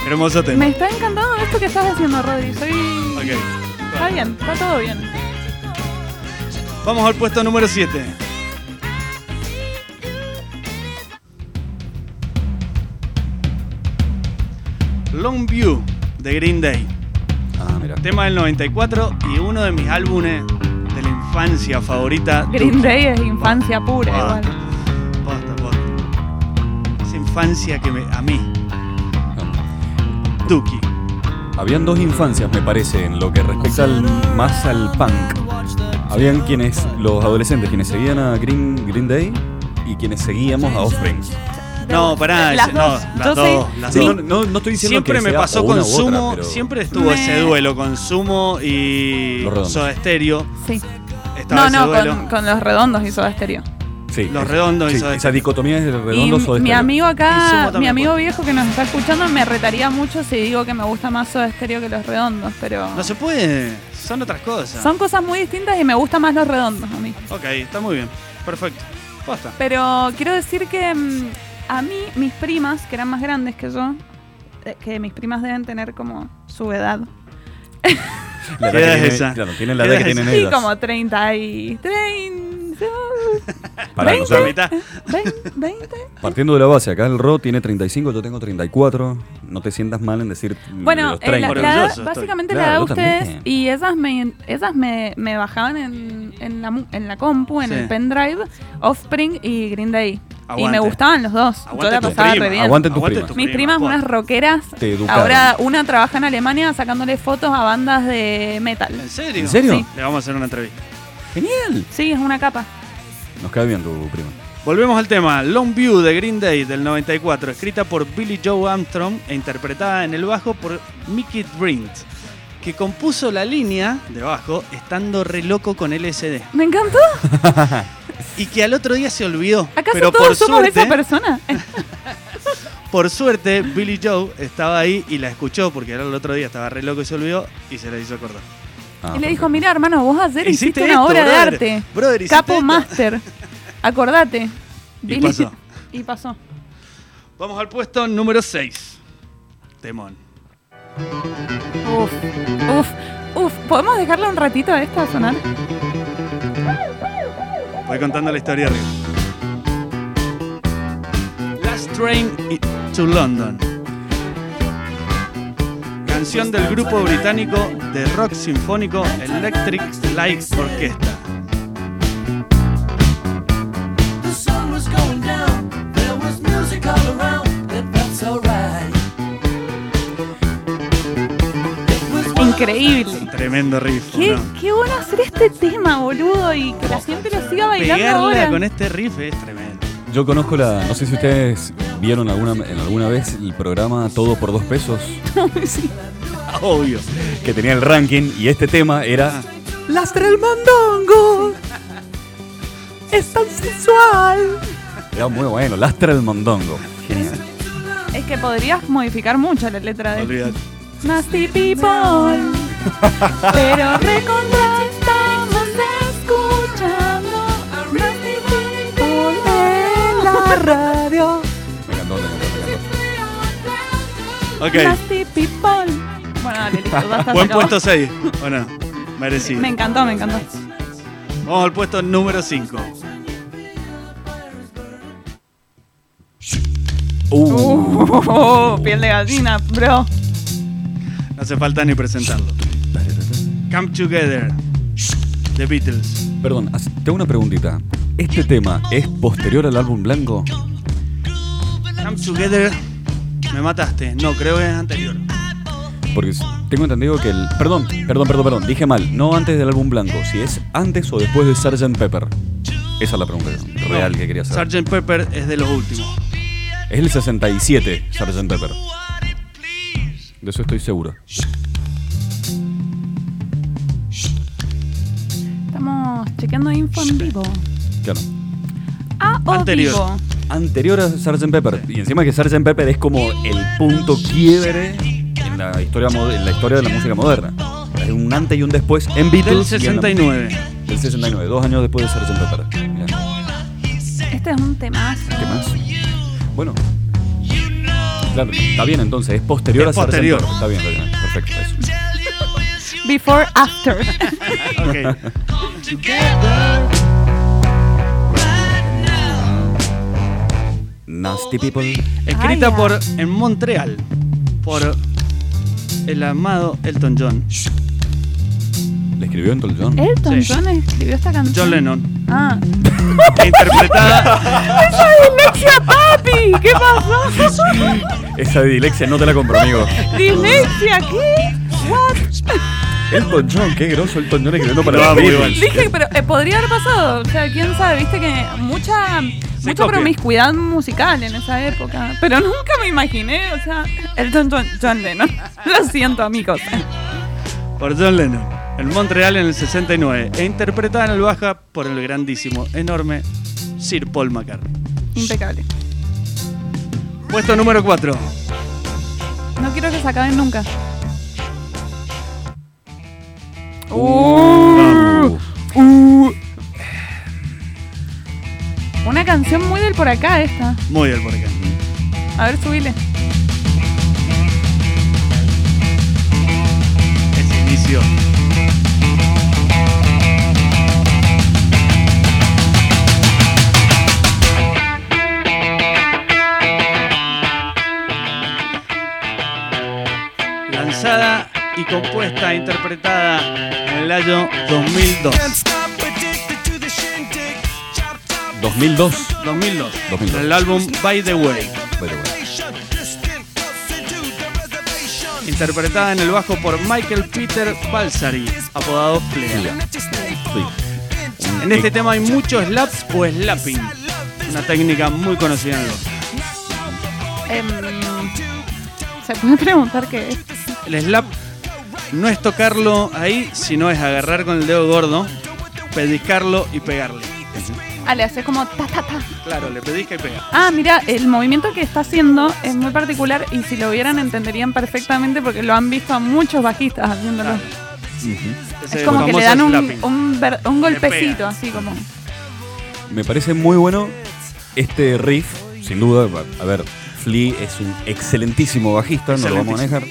Speaker 2: Hermoso tema.
Speaker 4: Me está encantando esto que estás haciendo, Rodri. Soy.
Speaker 2: Ok.
Speaker 4: Está bien, está todo bien.
Speaker 2: Vamos al puesto número 7. Long View de Green Day.
Speaker 3: Ah, mira.
Speaker 2: Tema del 94 y uno de mis álbumes de la infancia favorita.
Speaker 4: Green Day es infancia pura,
Speaker 2: Ah,
Speaker 4: igual.
Speaker 2: Posta, posta. Esa infancia que me- a mí Duki.
Speaker 3: Habían dos infancias, me parece, en lo que respecta al, más al punk. Habían quienes, los adolescentes, quienes seguían a Green, Green Day y quienes seguíamos a Offspring.
Speaker 2: No, pará,
Speaker 4: Las
Speaker 2: no,
Speaker 4: dos.
Speaker 2: las
Speaker 4: Yo soy-
Speaker 2: dos, las
Speaker 3: Sí,
Speaker 2: dos.
Speaker 3: no, no- no estoy diciendo
Speaker 2: Siempre
Speaker 3: que
Speaker 2: me
Speaker 3: sea
Speaker 2: pasó
Speaker 3: o una
Speaker 2: con
Speaker 3: u otra,
Speaker 2: Sumo,
Speaker 3: pero-
Speaker 2: siempre estuvo
Speaker 4: Me-
Speaker 2: ese duelo con Sumo y
Speaker 3: Los Redondos.
Speaker 2: Soda Stereo.
Speaker 4: Sí.
Speaker 2: Estaba
Speaker 4: No,
Speaker 2: ese
Speaker 4: no,
Speaker 2: duelo.
Speaker 4: con, con los redondos y Soda Estéreo.
Speaker 3: Sí,
Speaker 2: Los
Speaker 3: es-
Speaker 2: redondos y
Speaker 3: sí,
Speaker 2: Soda
Speaker 3: Esa
Speaker 2: Stereo.
Speaker 3: dicotomía es el
Speaker 4: Y
Speaker 3: redondo Soda
Speaker 4: mi
Speaker 3: Stereo.
Speaker 4: amigo
Speaker 2: Y Sumo
Speaker 4: acá,
Speaker 2: también,
Speaker 4: mi amigo
Speaker 2: pues.
Speaker 4: viejo que nos está escuchando, me retaría mucho si digo que me gusta más Soda Estéreo que los redondos, pero
Speaker 2: No se puede, son otras cosas.
Speaker 4: son cosas muy distintas y me gusta más los redondos a mí.
Speaker 2: Ok, está muy bien, perfecto. Posta.
Speaker 4: Pero quiero decir que mm, a mí, mis primas, que eran más grandes que yo, eh, que mis primas deben tener como su edad.
Speaker 3: La edad
Speaker 2: ¿Qué
Speaker 3: que
Speaker 2: edad es
Speaker 3: tiene-
Speaker 2: esa?
Speaker 3: Claro, tienen la
Speaker 2: ¿Qué
Speaker 3: edad que
Speaker 2: edad es
Speaker 3: tienen
Speaker 2: esa?
Speaker 4: Sí,
Speaker 3: ellas.
Speaker 4: como 30 y... 30,
Speaker 3: Pará,
Speaker 4: ¿veinte?
Speaker 2: La
Speaker 3: nosotros-
Speaker 2: mitad.
Speaker 4: 20, 20.
Speaker 3: Partiendo de la base, acá el Ro tiene 35, yo tengo 34. No te sientas mal en decir mm, de
Speaker 4: Bueno,
Speaker 3: los
Speaker 4: eh, la-
Speaker 3: 30.
Speaker 4: la
Speaker 2: Orgulloso
Speaker 4: edad-
Speaker 2: estoy.
Speaker 4: básicamente
Speaker 3: Claro,
Speaker 4: la edad de
Speaker 3: yo también.
Speaker 4: ustedes y esas me, esas me, me bajaban en, en, la, mu- en la compu, en
Speaker 2: Sí.
Speaker 4: el pendrive, Offspring y Green Day. Y
Speaker 2: Aguante.
Speaker 4: me gustaban los dos. Yo
Speaker 2: Aguante
Speaker 4: la
Speaker 2: tu
Speaker 4: pasaba
Speaker 2: prima,
Speaker 4: re bien.
Speaker 3: aguante tus
Speaker 2: aguante
Speaker 3: primas.
Speaker 2: tus
Speaker 4: Mis primas,
Speaker 2: posta.
Speaker 4: unas rockeras.
Speaker 3: Te educaron.
Speaker 4: Ahora una trabaja en Alemania sacándole fotos a bandas de metal.
Speaker 2: ¿En serio?
Speaker 3: ¿En serio?
Speaker 4: Sí.
Speaker 2: Le vamos a hacer una entrevista.
Speaker 3: Genial.
Speaker 4: Sí, es una capa.
Speaker 3: Nos queda bien tu prima.
Speaker 2: Volvemos al tema. Long View de Green Day del 94, escrita por Billy Joe Armstrong e interpretada en el bajo por Mickey Brint, que compuso la línea de bajo estando re loco con LSD
Speaker 4: Me encantó.
Speaker 2: y que al otro día se olvidó.
Speaker 4: ¿Acaso
Speaker 2: Pero por
Speaker 4: todos somos esa
Speaker 2: suerte, ¿eh? Ah,
Speaker 4: persona?
Speaker 2: por suerte, Billy Joe estaba ahí y la escuchó porque era el otro día estaba re loco y se olvidó y se la hizo acordar.
Speaker 3: Ah,
Speaker 4: y le
Speaker 3: perfecto.
Speaker 4: dijo, mira hermano, vos ayer hiciste, una
Speaker 2: esto,
Speaker 4: obra de
Speaker 2: brother.
Speaker 4: arte.
Speaker 2: Brother, hiciste
Speaker 4: Capo
Speaker 2: esto.
Speaker 4: Master. Acordate.
Speaker 2: Y
Speaker 4: Billy-
Speaker 2: pasó.
Speaker 4: Y pasó.
Speaker 2: Vamos al puesto número 6. Temón.
Speaker 4: Uf, uf, uf. ¿Podemos dejarla un ratito a esta sonar?
Speaker 2: Voy contando la historia arriba. Last Train i- to London. Canción del grupo británico de rock sinfónico Electric Light Orchestra.
Speaker 5: The sun was going down, there was music all around, but that's alright. It was
Speaker 4: Increíble.
Speaker 2: Tremendo riff. ¿o
Speaker 4: Qué,
Speaker 2: no?
Speaker 4: qué bueno hacer este tema, boludo. Y que la gente lo siga bailando
Speaker 2: Pegarla
Speaker 4: ahora.
Speaker 2: con este riff es tremendo.
Speaker 3: Yo conozco la. No sé si ustedes vieron alguna, en alguna vez el programa Todo por dos pesos,
Speaker 4: Sí.
Speaker 2: Obvio.
Speaker 3: que tenía el ranking y este tema era.
Speaker 5: Lastra el mondongo. Es tan sensual.
Speaker 3: Era muy bueno, Lastra el Mondongo. Genial.
Speaker 4: Es que podrías modificar mucho la letra de
Speaker 2: Olvídate.
Speaker 4: Nasty People. Pero recontra estamos escuchando a Nasty People en la radio.
Speaker 3: Me encantó, me encantó, me encantó.
Speaker 2: Ok.
Speaker 4: Nasty People. Bueno, dale, listo, basta, se
Speaker 2: Buen
Speaker 4: acabó.
Speaker 2: puesto 6. Bueno, merecido.
Speaker 4: Me encantó, me encantó.
Speaker 2: Vamos al puesto número 5.
Speaker 3: Uh,
Speaker 4: Oh, piel de gallina, bro.
Speaker 2: No hace falta ni presentarlo. Come Together. The Beatles.
Speaker 3: Perdón, as- tengo una preguntita. ¿Este tema es posterior al álbum blanco?
Speaker 2: Come Together, me mataste. No, creo que es anterior.
Speaker 3: Porque s- tengo entendido que el. Perdón, perdón, perdón, perdón. Dije mal. No antes del álbum blanco. Si es antes o después de Sgt. Pepper. Esa es la pregunta real que quería hacer.
Speaker 2: Sgt. Pepper es de los últimos.
Speaker 3: Es el 67, Sgt. Pepper. De eso estoy seguro.
Speaker 4: Estamos chequeando info en vivo.
Speaker 3: Claro.
Speaker 4: Ah, o
Speaker 2: Anterior.
Speaker 4: vivo.
Speaker 3: Anterior a Sgt. Pepper. Y encima que Sgt. Pepper es como el punto quiebre en la historia, mo- en la historia de la música moderna. Es un antes y un después en
Speaker 2: Del
Speaker 3: Beatles. y en la-
Speaker 2: 69.
Speaker 3: Del 69, dos años después de Sgt. Pepper. Mirá,
Speaker 4: Este es un tema.
Speaker 3: ¿Qué más? Bueno. Claro, está bien entonces, es posterior
Speaker 2: Es
Speaker 3: a Sgt.
Speaker 2: posterior.
Speaker 3: Pepper. Está bien, está bien, perfecto. eso.
Speaker 4: Before, after.
Speaker 2: Ah, Ok.
Speaker 3: Nasty People.
Speaker 2: Escrita
Speaker 4: Ay, ya.
Speaker 2: por en Montreal por el amado Elton John.
Speaker 3: ¿Le escribió Elton John?
Speaker 4: Elton
Speaker 2: Sí.
Speaker 4: John escribió esta canción.
Speaker 2: John Lennon.
Speaker 4: Ah.
Speaker 2: Interpretada
Speaker 4: ¡Esa dislexia, papi! ¿Qué pasó?
Speaker 3: Esa dilexia no te la compro, amigo.
Speaker 4: ¿Dislexia? ¿Qué? ¿What?
Speaker 3: Elton John, qué groso Elton John escribiendo para
Speaker 2: No,
Speaker 3: la
Speaker 2: muy
Speaker 3: Biblia.
Speaker 2: bueno.
Speaker 4: Dije, pero eh, podría haber pasado. O sea, quién sabe, viste que mucha,
Speaker 2: Se
Speaker 4: mucha
Speaker 2: copia.
Speaker 4: promiscuidad musical en esa época. Pero nunca me imaginé, o sea, el John, John, John Lennon. Lo siento, amigos.
Speaker 2: Por John Lennon. En Montreal en el 69. E interpretada en el baja por el grandísimo, enorme Sir Paul McCartney.
Speaker 4: Impecable.
Speaker 2: Puesto número 4.
Speaker 4: No quiero que se acaben nunca.
Speaker 3: Uh,
Speaker 4: Una canción muy del por acá esta.
Speaker 2: Muy bien por acá.
Speaker 4: A ver, subile.
Speaker 2: Ese inicio. Lanzada y compuesta e interpretada en el año 2002.
Speaker 3: 2002.
Speaker 2: 2002.
Speaker 3: 2002.
Speaker 2: El álbum By the Way.
Speaker 3: Bueno, bueno.
Speaker 2: Interpretada en el bajo por Michael Peter Balsari, apodado Flea. En este tema hay mucho slap o slapping, una técnica muy conocida en el rock.
Speaker 4: Em, se puede preguntar qué es.
Speaker 2: El slap no es tocarlo ahí, sino es agarrar con el dedo gordo, pellizcarlo y pegarle.
Speaker 4: Ah, le haces como ta, ta, ta.
Speaker 2: Claro, le pellizca y pega.
Speaker 4: Ah, mira, el movimiento que está haciendo es muy particular y si lo vieran entenderían perfectamente porque lo han visto a muchos bajistas haciéndolo.
Speaker 2: Ese
Speaker 4: es como que
Speaker 2: famoso
Speaker 4: le dan un,
Speaker 2: slapping.
Speaker 4: un ver- un golpecito,
Speaker 2: pega.
Speaker 4: así como.
Speaker 3: Me parece muy bueno este riff, sin duda. va- A ver, Flea es un excelentísimo bajista, no lo vamos a dejar.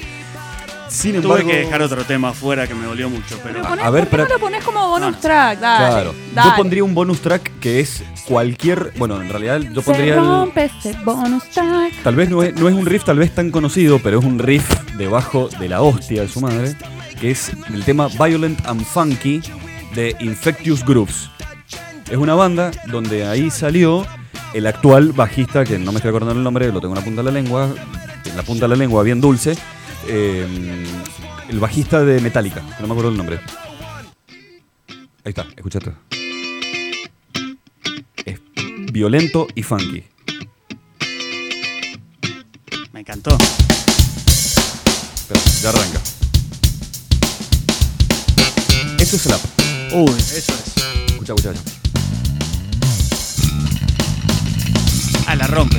Speaker 3: Sin
Speaker 2: Tuve
Speaker 3: embargo,
Speaker 2: que dejar otro tema afuera que me dolió mucho, pero
Speaker 4: Pero ponés-
Speaker 3: a ver,
Speaker 4: ¿por qué no
Speaker 3: pero-
Speaker 4: lo pones como
Speaker 2: No,
Speaker 4: bonus
Speaker 2: no.
Speaker 4: track? Dale,
Speaker 3: claro.
Speaker 4: dale.
Speaker 3: Yo pondría un bonus track que es cualquier. Bueno, en realidad yo
Speaker 4: Se
Speaker 3: pondría el.
Speaker 4: rompe este bonus track.
Speaker 3: Tal vez no es, no es un riff tal vez tan conocido, pero es un riff debajo de la hostia de su madre, que es el tema Violent and Funky de Infectious Groups. Es una banda donde ahí salió el actual bajista, que no me estoy acordando el nombre, lo tengo en la punta de la lengua, en la punta de la lengua, bien dulce, eh, el bajista de Metallica, que no me acuerdo el nombre. Ahí está, escuchate. Es violento y funky.
Speaker 2: me encantó.
Speaker 3: Espera, ya arranca. Eso es slap.
Speaker 2: Uy, eso es.
Speaker 3: Escucha, escucha, escucha.
Speaker 2: Ah, la rompe.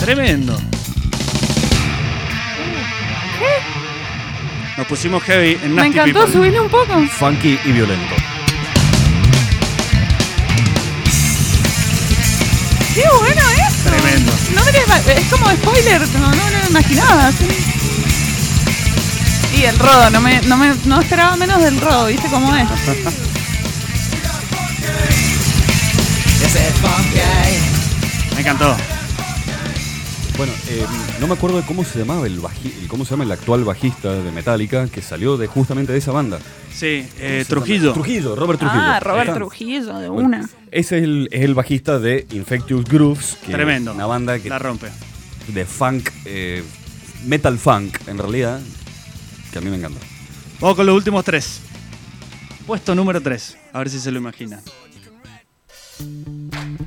Speaker 2: Tremendo. Nos pusimos heavy en
Speaker 4: Me
Speaker 2: Nasty
Speaker 4: encantó,
Speaker 2: People.
Speaker 4: subirle un poco.
Speaker 3: Funky y violento.
Speaker 4: ¡Qué bueno esto!
Speaker 2: Tremendo.
Speaker 4: No me lo- es como spoiler, no, no me lo imaginaba. sí. Y el rodo, no me, no me no esperaba menos del rodo, ¿viste cómo es?
Speaker 2: Me encantó.
Speaker 3: Bueno, eh, no me acuerdo de cómo se llamaba el baji- el- cómo se llama el actual bajista de Metallica que salió de justamente de esa banda.
Speaker 2: Sí, eh, Trujillo.
Speaker 3: Trujillo, Robert Trujillo.
Speaker 4: Ah, Robert
Speaker 3: Ahí está.
Speaker 4: Trujillo, de
Speaker 3: Bueno,
Speaker 4: una.
Speaker 3: Ese es el, es el bajista de Infectious Grooves. que
Speaker 2: Tremendo.
Speaker 3: es Una banda que,
Speaker 2: La rompe.
Speaker 3: de funk, eh, metal funk, en realidad, que a mí me encanta.
Speaker 2: Vamos con los últimos tres. Puesto número tres. A ver si se lo imaginan.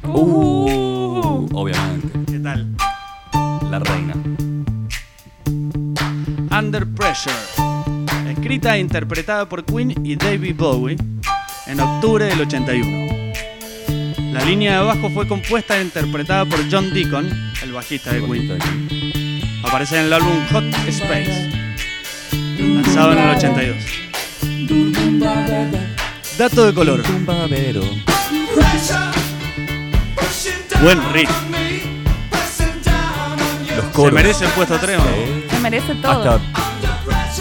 Speaker 4: Uh.
Speaker 3: Obviamente,
Speaker 2: ¿Qué tal?
Speaker 3: la reina.
Speaker 2: Under Pressure. Escrita e interpretada por Queen y David Bowie en octubre del 81. La línea de bajo fue compuesta e interpretada por John Deacon, el bajista de Queen. Aparece en el álbum Hot Space, lanzado en el 82. Dato de color.
Speaker 3: Un babero.
Speaker 2: Buen riff.
Speaker 3: Los
Speaker 2: ¿Se
Speaker 3: coros. Eh,
Speaker 2: merece el puesto 3 o no?
Speaker 4: Se merece todo.
Speaker 3: Hasta,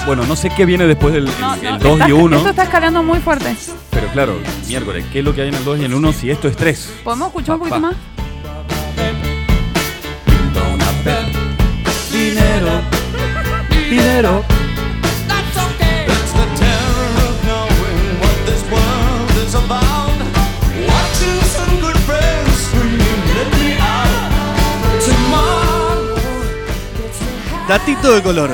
Speaker 3: bueno, no sé qué viene después del
Speaker 4: No, no,
Speaker 3: 2
Speaker 4: está-
Speaker 3: y 1,
Speaker 4: Esto está escalando muy fuerte.
Speaker 3: pero claro, miércoles, ¿qué es lo que hay en el 2 y el 1 si esto es 3?
Speaker 4: ¿Podemos escuchar un
Speaker 3: Pa,
Speaker 4: poquito
Speaker 3: pa.
Speaker 4: más?
Speaker 3: Dinero, dinero.
Speaker 2: Datito de color.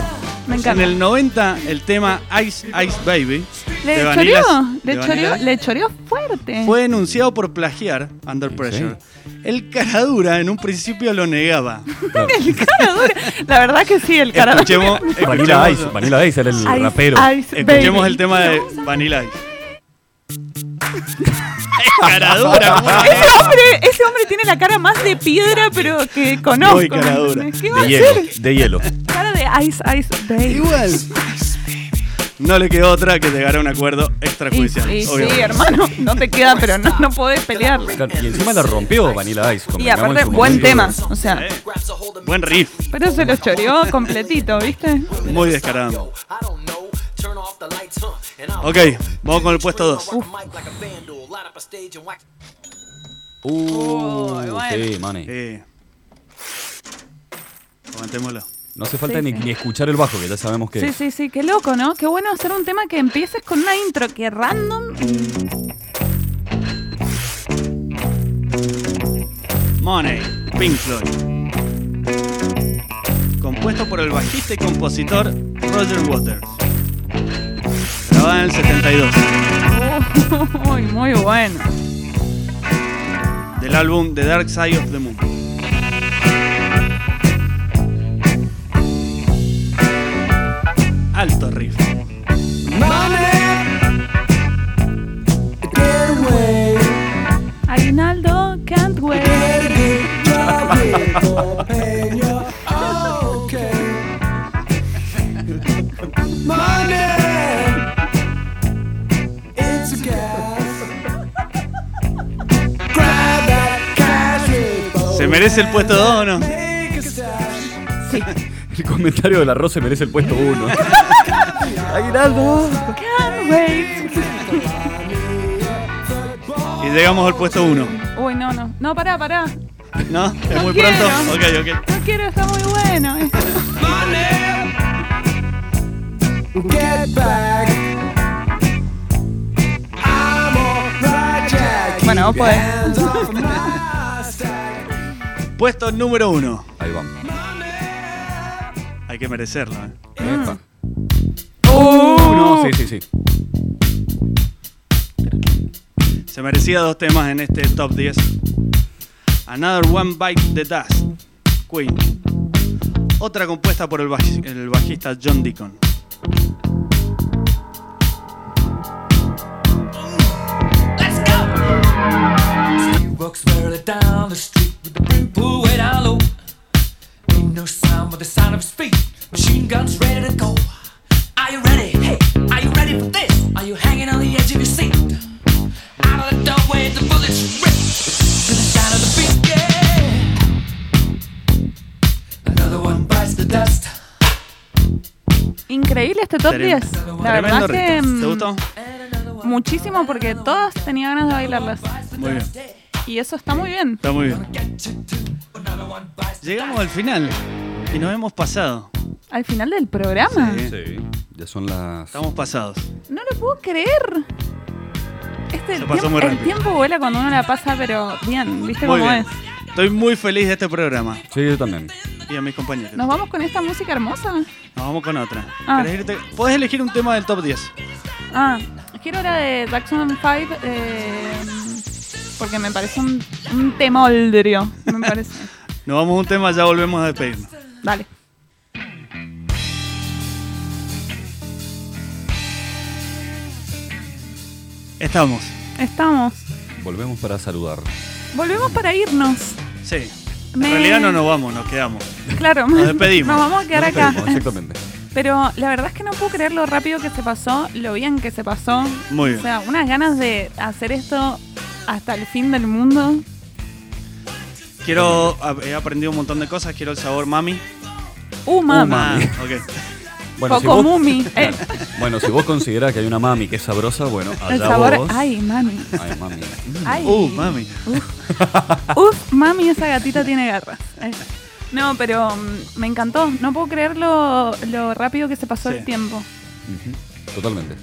Speaker 4: Me encanta.
Speaker 2: En el 90, el tema Ice Ice Baby de
Speaker 4: Le
Speaker 2: Vanilla-
Speaker 4: choreó,
Speaker 2: de
Speaker 4: le choreó,
Speaker 2: Vanilla-
Speaker 4: le choreó fuerte.
Speaker 2: fue denunciado por plagiar Under
Speaker 3: ¿En
Speaker 2: Pressure. El caradura en un principio lo negaba.
Speaker 4: El cara dura. La verdad que sí, el cara dura.
Speaker 2: Escuchemos,
Speaker 3: Vanilla Ice,
Speaker 2: escuchemos-
Speaker 3: Vanilla Ice era el
Speaker 4: Ice,
Speaker 3: rapero.
Speaker 4: Ice
Speaker 2: Escuchemos
Speaker 4: Baby.
Speaker 2: el tema de Vanilla Ice. Caradura,
Speaker 4: Ese hombre, ese hombre tiene la cara más de piedra, pero que conozco.
Speaker 2: Muy cara dura.
Speaker 4: ¿Qué va a
Speaker 3: De hielo,
Speaker 4: hacer?
Speaker 3: de hielo.
Speaker 4: Cara de Ice Ice Baby.
Speaker 2: Igual. No le quedó otra que llegar a un acuerdo extrajudicial.
Speaker 4: Y- y sí,
Speaker 2: obviamente.
Speaker 4: hermano, no te queda, pero no, no podés pelearle.
Speaker 3: Claro, Y encima la rompió Vanilla Ice.
Speaker 4: Y
Speaker 3: convengamos en
Speaker 4: aparte,
Speaker 3: su
Speaker 4: buen
Speaker 3: momento.
Speaker 4: tema. O sea,
Speaker 2: Eh, Buen riff,
Speaker 4: pero se lo choreó completito, ¿viste?
Speaker 2: muy descarado. Ok, vamos con el puesto 2.
Speaker 3: Uh,
Speaker 4: Uy, bueno.
Speaker 3: sí, mane.
Speaker 2: Eh. Aguantémoslo.
Speaker 3: No hace falta
Speaker 4: Sí,
Speaker 3: ni,
Speaker 4: sí.
Speaker 3: ni escuchar el bajo, que ya sabemos que
Speaker 4: Sí,
Speaker 3: es.
Speaker 4: sí, sí, qué loco, ¿no? Qué bueno hacer un tema que empieces con una intro que random.
Speaker 2: Money, Pink Floyd. Compuesto por el bajista y compositor Roger Waters. Grabada en el 72.
Speaker 4: Uy, muy bueno.
Speaker 2: Del álbum The Dark Side of the Moon. Alto riff.
Speaker 4: Aguinaldo, can't wait.
Speaker 2: ¿Se merece el puesto 2 o no?
Speaker 3: El comentario del arroz se merece el puesto uno. Aguinaldo.
Speaker 4: Can't wait.
Speaker 2: Y llegamos al puesto 1.
Speaker 4: Uy, no, no. No, pará, pará. No
Speaker 2: ¿No? ¿Es muy
Speaker 4: quiero.
Speaker 2: pronto? Ok, ok.
Speaker 4: quiero, está muy bueno. Bueno, vos podés.
Speaker 2: Puesto número 1.
Speaker 3: Ahí vamos.
Speaker 2: Hay que merecerlo, ¿eh?
Speaker 3: Epa. Uh, no, sí, sí, sí.
Speaker 2: Se merecía dos temas en este top 10. Another One Bite the Dust, Queen. Otra compuesta por el, baj- el bajista John Deacon.
Speaker 5: Walks barely down the street with the brim pulled way down low. Ain't no sound but the sound of his feet. Machine guns ready to go. Are you ready? Hey, are you ready for this? Are you hanging on the edge of your seat? Out of the doorway, the bullets rip to the sound of the beat. Yeah. Another one bites the dust.
Speaker 4: Increíble este top
Speaker 2: Tremendo.
Speaker 4: 10. La
Speaker 2: Tremendo
Speaker 4: verdad que.
Speaker 2: ritmo.
Speaker 4: mm,
Speaker 2: ¿Te gustó?
Speaker 4: Muchísimo porque todas tenía ganas de bailarlas.
Speaker 2: Muy bien.
Speaker 4: Y eso está muy bien.
Speaker 2: Está muy bien. Llegamos al final y nos hemos pasado.
Speaker 4: Al final del programa.
Speaker 2: Sí.
Speaker 3: Sí. Ya son las.
Speaker 2: Estamos pasados.
Speaker 4: No lo puedo creer. Este, el,
Speaker 2: Se pasó
Speaker 4: tiemp-
Speaker 2: muy
Speaker 4: el
Speaker 2: rápido.
Speaker 4: tiempo vuela cuando uno la pasa, pero bien, ¿viste
Speaker 2: Muy
Speaker 4: cómo
Speaker 2: bien.
Speaker 4: es?
Speaker 2: Estoy muy feliz de este programa
Speaker 3: Sí, yo también.
Speaker 2: y a mis compañeros.
Speaker 4: ¿Nos vamos con esta música hermosa?
Speaker 2: Nos vamos con otra.
Speaker 4: Ah.
Speaker 2: ¿Querés irte? Podés elegir un tema del top 10.
Speaker 4: Ah, quiero la de Jackson 5 eh, porque me parece un, un temoldrio. Me parece.
Speaker 2: Nos vamos a un tema, ya volvemos a despedirnos.
Speaker 4: Dale.
Speaker 2: Estamos.
Speaker 4: Estamos.
Speaker 3: Volvemos para saludar.
Speaker 4: Volvemos para irnos.
Speaker 2: Sí.
Speaker 4: Me-
Speaker 2: En realidad no nos vamos, nos quedamos.
Speaker 4: Claro,
Speaker 2: Nos despedimos.
Speaker 4: Nos vamos a quedar
Speaker 3: Nos
Speaker 4: acá.
Speaker 3: despedimos, Exactamente.
Speaker 4: Pero la verdad es que no puedo creer lo rápido que se pasó, lo bien que se pasó.
Speaker 2: Muy bien.
Speaker 4: O sea, unas ganas de hacer esto hasta el fin del mundo.
Speaker 2: Quiero, ah, he aprendido un montón de cosas. Quiero el sabor mami.
Speaker 4: Uh, mamá.
Speaker 2: Ah, ok.
Speaker 3: Bueno, si
Speaker 4: Coco
Speaker 3: vos-
Speaker 4: Mumi. Eh,
Speaker 3: Bueno, si vos considerás que hay una mami que es sabrosa, bueno, allá
Speaker 4: el sabor.
Speaker 3: vos.
Speaker 4: Ay, mami.
Speaker 3: Ay, mami.
Speaker 4: Ay.
Speaker 2: Uh, mami.
Speaker 4: Uf. Uf, mami, esa gatita tiene garras. Eh. No, pero mm, me encantó. No puedo creer lo, lo rápido que se pasó
Speaker 2: Sí.
Speaker 4: el tiempo.
Speaker 3: Ujú, Totalmente.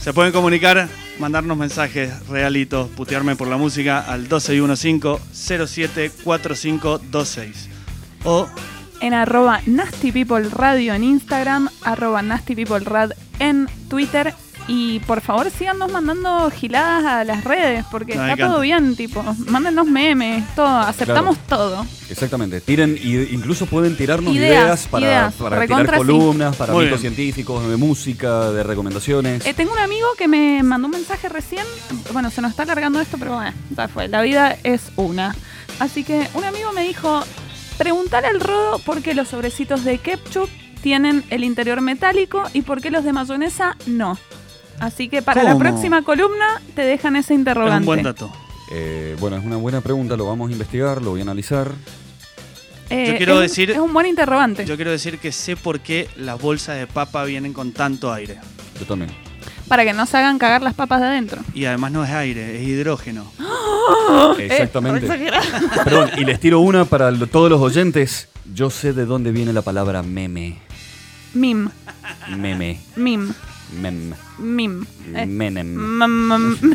Speaker 2: Se pueden comunicar, mandarnos mensajes realitos, putearme por la música al 2615-074526 o
Speaker 4: en arroba Nasty People Radio en Instagram, arroba Nasty People Rad en Twitter. Y por favor síganos mandando giladas a las redes, porque
Speaker 2: Nos
Speaker 4: está
Speaker 2: encanta.
Speaker 4: todo bien, tipo. Mándenos memes, todo. Aceptamos todo.
Speaker 3: Exactamente. Tiren, y- incluso pueden tirarnos
Speaker 4: Ideas,
Speaker 3: ideas, para,
Speaker 4: ideas.
Speaker 3: para tirar
Speaker 4: Recontra sí.
Speaker 3: columnas, para
Speaker 2: Muy
Speaker 3: mitos
Speaker 2: bien.
Speaker 3: científicos, de música, de recomendaciones.
Speaker 4: Eh, tengo un amigo que me mandó un mensaje recién. Bueno, se nos está alargando esto, pero bueno, ya fue. La vida es una. Así que un amigo me dijo, preguntar al rodo por qué los sobrecitos de ketchup tienen el interior metálico y por qué los de mayonesa no. Así que para la
Speaker 2: ¿Cómo?
Speaker 4: próxima columna te dejan ese
Speaker 2: Es
Speaker 4: interrogante.
Speaker 2: un buen dato.
Speaker 3: Eh, bueno, es una buena pregunta, lo vamos a investigar, lo voy a analizar.
Speaker 4: Eh,
Speaker 2: Yo quiero
Speaker 4: es un-
Speaker 2: decir-
Speaker 4: Es un buen interrogante.
Speaker 2: Yo quiero decir que sé por qué las bolsas de papa vienen con tanto aire.
Speaker 3: Yo también.
Speaker 4: Para que no se hagan cagar las papas de adentro.
Speaker 2: Y además no es aire, es hidrógeno.
Speaker 4: ¿Ah?
Speaker 3: Exactamente.
Speaker 4: Eh, exagerado.
Speaker 3: Perdón, y les tiro una para lo- todos los oyentes. Yo sé de dónde viene la palabra meme.
Speaker 4: mim,
Speaker 3: Meme.
Speaker 4: mim,
Speaker 3: Mem.
Speaker 4: mim. Eh,
Speaker 3: Menem.
Speaker 4: Mm,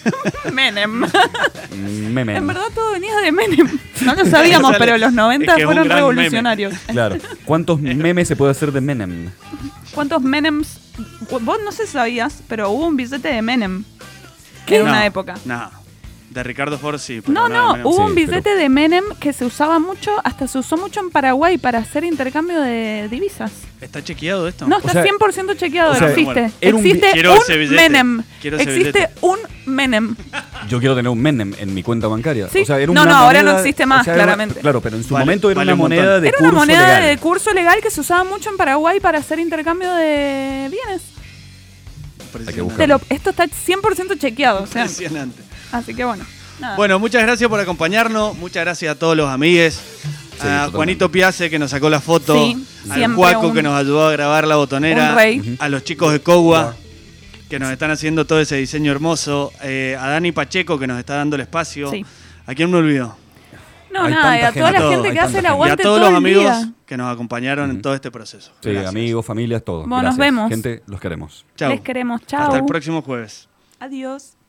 Speaker 4: Menem.
Speaker 3: Memen.
Speaker 4: En verdad todo venía de Menem. No lo sabíamos,
Speaker 2: Sale.
Speaker 4: pero los 90
Speaker 2: Es que es un
Speaker 4: fueron
Speaker 2: gran meme.
Speaker 4: revolucionarios.
Speaker 3: Claro. ¿Cuántos memes se puede hacer de Menem?
Speaker 4: ¿Cuántos Menems? Vos no sé si sabías, pero hubo un billete de Menem en
Speaker 2: No,
Speaker 4: una época.
Speaker 2: No. De Ricardo Ford sí. pero
Speaker 4: No,
Speaker 2: nada
Speaker 4: no,
Speaker 2: menos.
Speaker 4: hubo
Speaker 3: Sí,
Speaker 4: un billete de Menem que se usaba mucho, hasta se usó mucho en Paraguay para hacer intercambio de divisas.
Speaker 2: ¿Está chequeado esto?
Speaker 4: Uh. No,
Speaker 3: O
Speaker 4: está
Speaker 3: sea,
Speaker 4: 100% chequeado,
Speaker 2: o sea,
Speaker 4: existe.
Speaker 2: bueno,
Speaker 3: era un bi-
Speaker 4: existe
Speaker 2: Quiero ese
Speaker 4: un
Speaker 2: billete.
Speaker 4: Menem.
Speaker 2: Quiero ese
Speaker 4: Existe
Speaker 2: billete.
Speaker 4: un Menem.
Speaker 3: Yo quiero tener un Menem en mi cuenta bancaria.
Speaker 4: Sí.
Speaker 3: O sea, era
Speaker 4: No,
Speaker 3: una
Speaker 4: no, ahora
Speaker 3: moneda-
Speaker 4: no existe más,
Speaker 3: era una-
Speaker 4: claramente.
Speaker 3: claro, pero en su
Speaker 2: Vale-
Speaker 3: momento era
Speaker 2: vale
Speaker 3: una
Speaker 2: un montón.
Speaker 3: moneda de
Speaker 4: Era una
Speaker 3: curso
Speaker 4: moneda
Speaker 3: legal.
Speaker 4: de curso legal que se usaba mucho en Paraguay para hacer intercambio de bienes.
Speaker 2: Impresionante.
Speaker 3: Hay que
Speaker 4: Te
Speaker 3: buscar.
Speaker 4: lo- esto está 100% chequeado, o sea,
Speaker 2: Impresionante.
Speaker 4: así que bueno. nada.
Speaker 2: Bueno, muchas gracias por acompañarnos. Muchas gracias a todos los amigues. a
Speaker 3: totalmente.
Speaker 2: Juanito Piace que nos sacó la foto.
Speaker 4: Sí,
Speaker 2: al
Speaker 4: siempre
Speaker 2: Cuaco
Speaker 4: un-
Speaker 2: que nos ayudó a grabar la botonera.
Speaker 4: un rey.
Speaker 2: A los chicos de
Speaker 3: Ah.
Speaker 2: Cogua que nos están haciendo todo ese diseño hermoso. eh, a Dani Pacheco que nos está dando el espacio.
Speaker 4: Sí.
Speaker 2: ¿A quién me olvidó?
Speaker 4: no,
Speaker 3: hay
Speaker 4: nada, y a
Speaker 3: tanta
Speaker 4: toda
Speaker 3: gente,
Speaker 4: la
Speaker 3: todo,
Speaker 4: gente
Speaker 3: hay
Speaker 4: que hace el
Speaker 3: tanta gente.
Speaker 2: Y a
Speaker 4: aguante
Speaker 2: todos
Speaker 4: todo
Speaker 2: los
Speaker 4: el
Speaker 2: amigos
Speaker 4: día.
Speaker 2: que nos acompañaron en todo este proceso.
Speaker 3: Sí,
Speaker 2: Gracias.
Speaker 3: amigos, familias, todos.
Speaker 4: Bueno, nos
Speaker 3: Gracias.
Speaker 4: vemos.
Speaker 3: Gente, los queremos.
Speaker 2: Chau.
Speaker 4: Les queremos,
Speaker 2: Hasta el
Speaker 4: chao.
Speaker 2: próximo jueves.
Speaker 4: Adiós.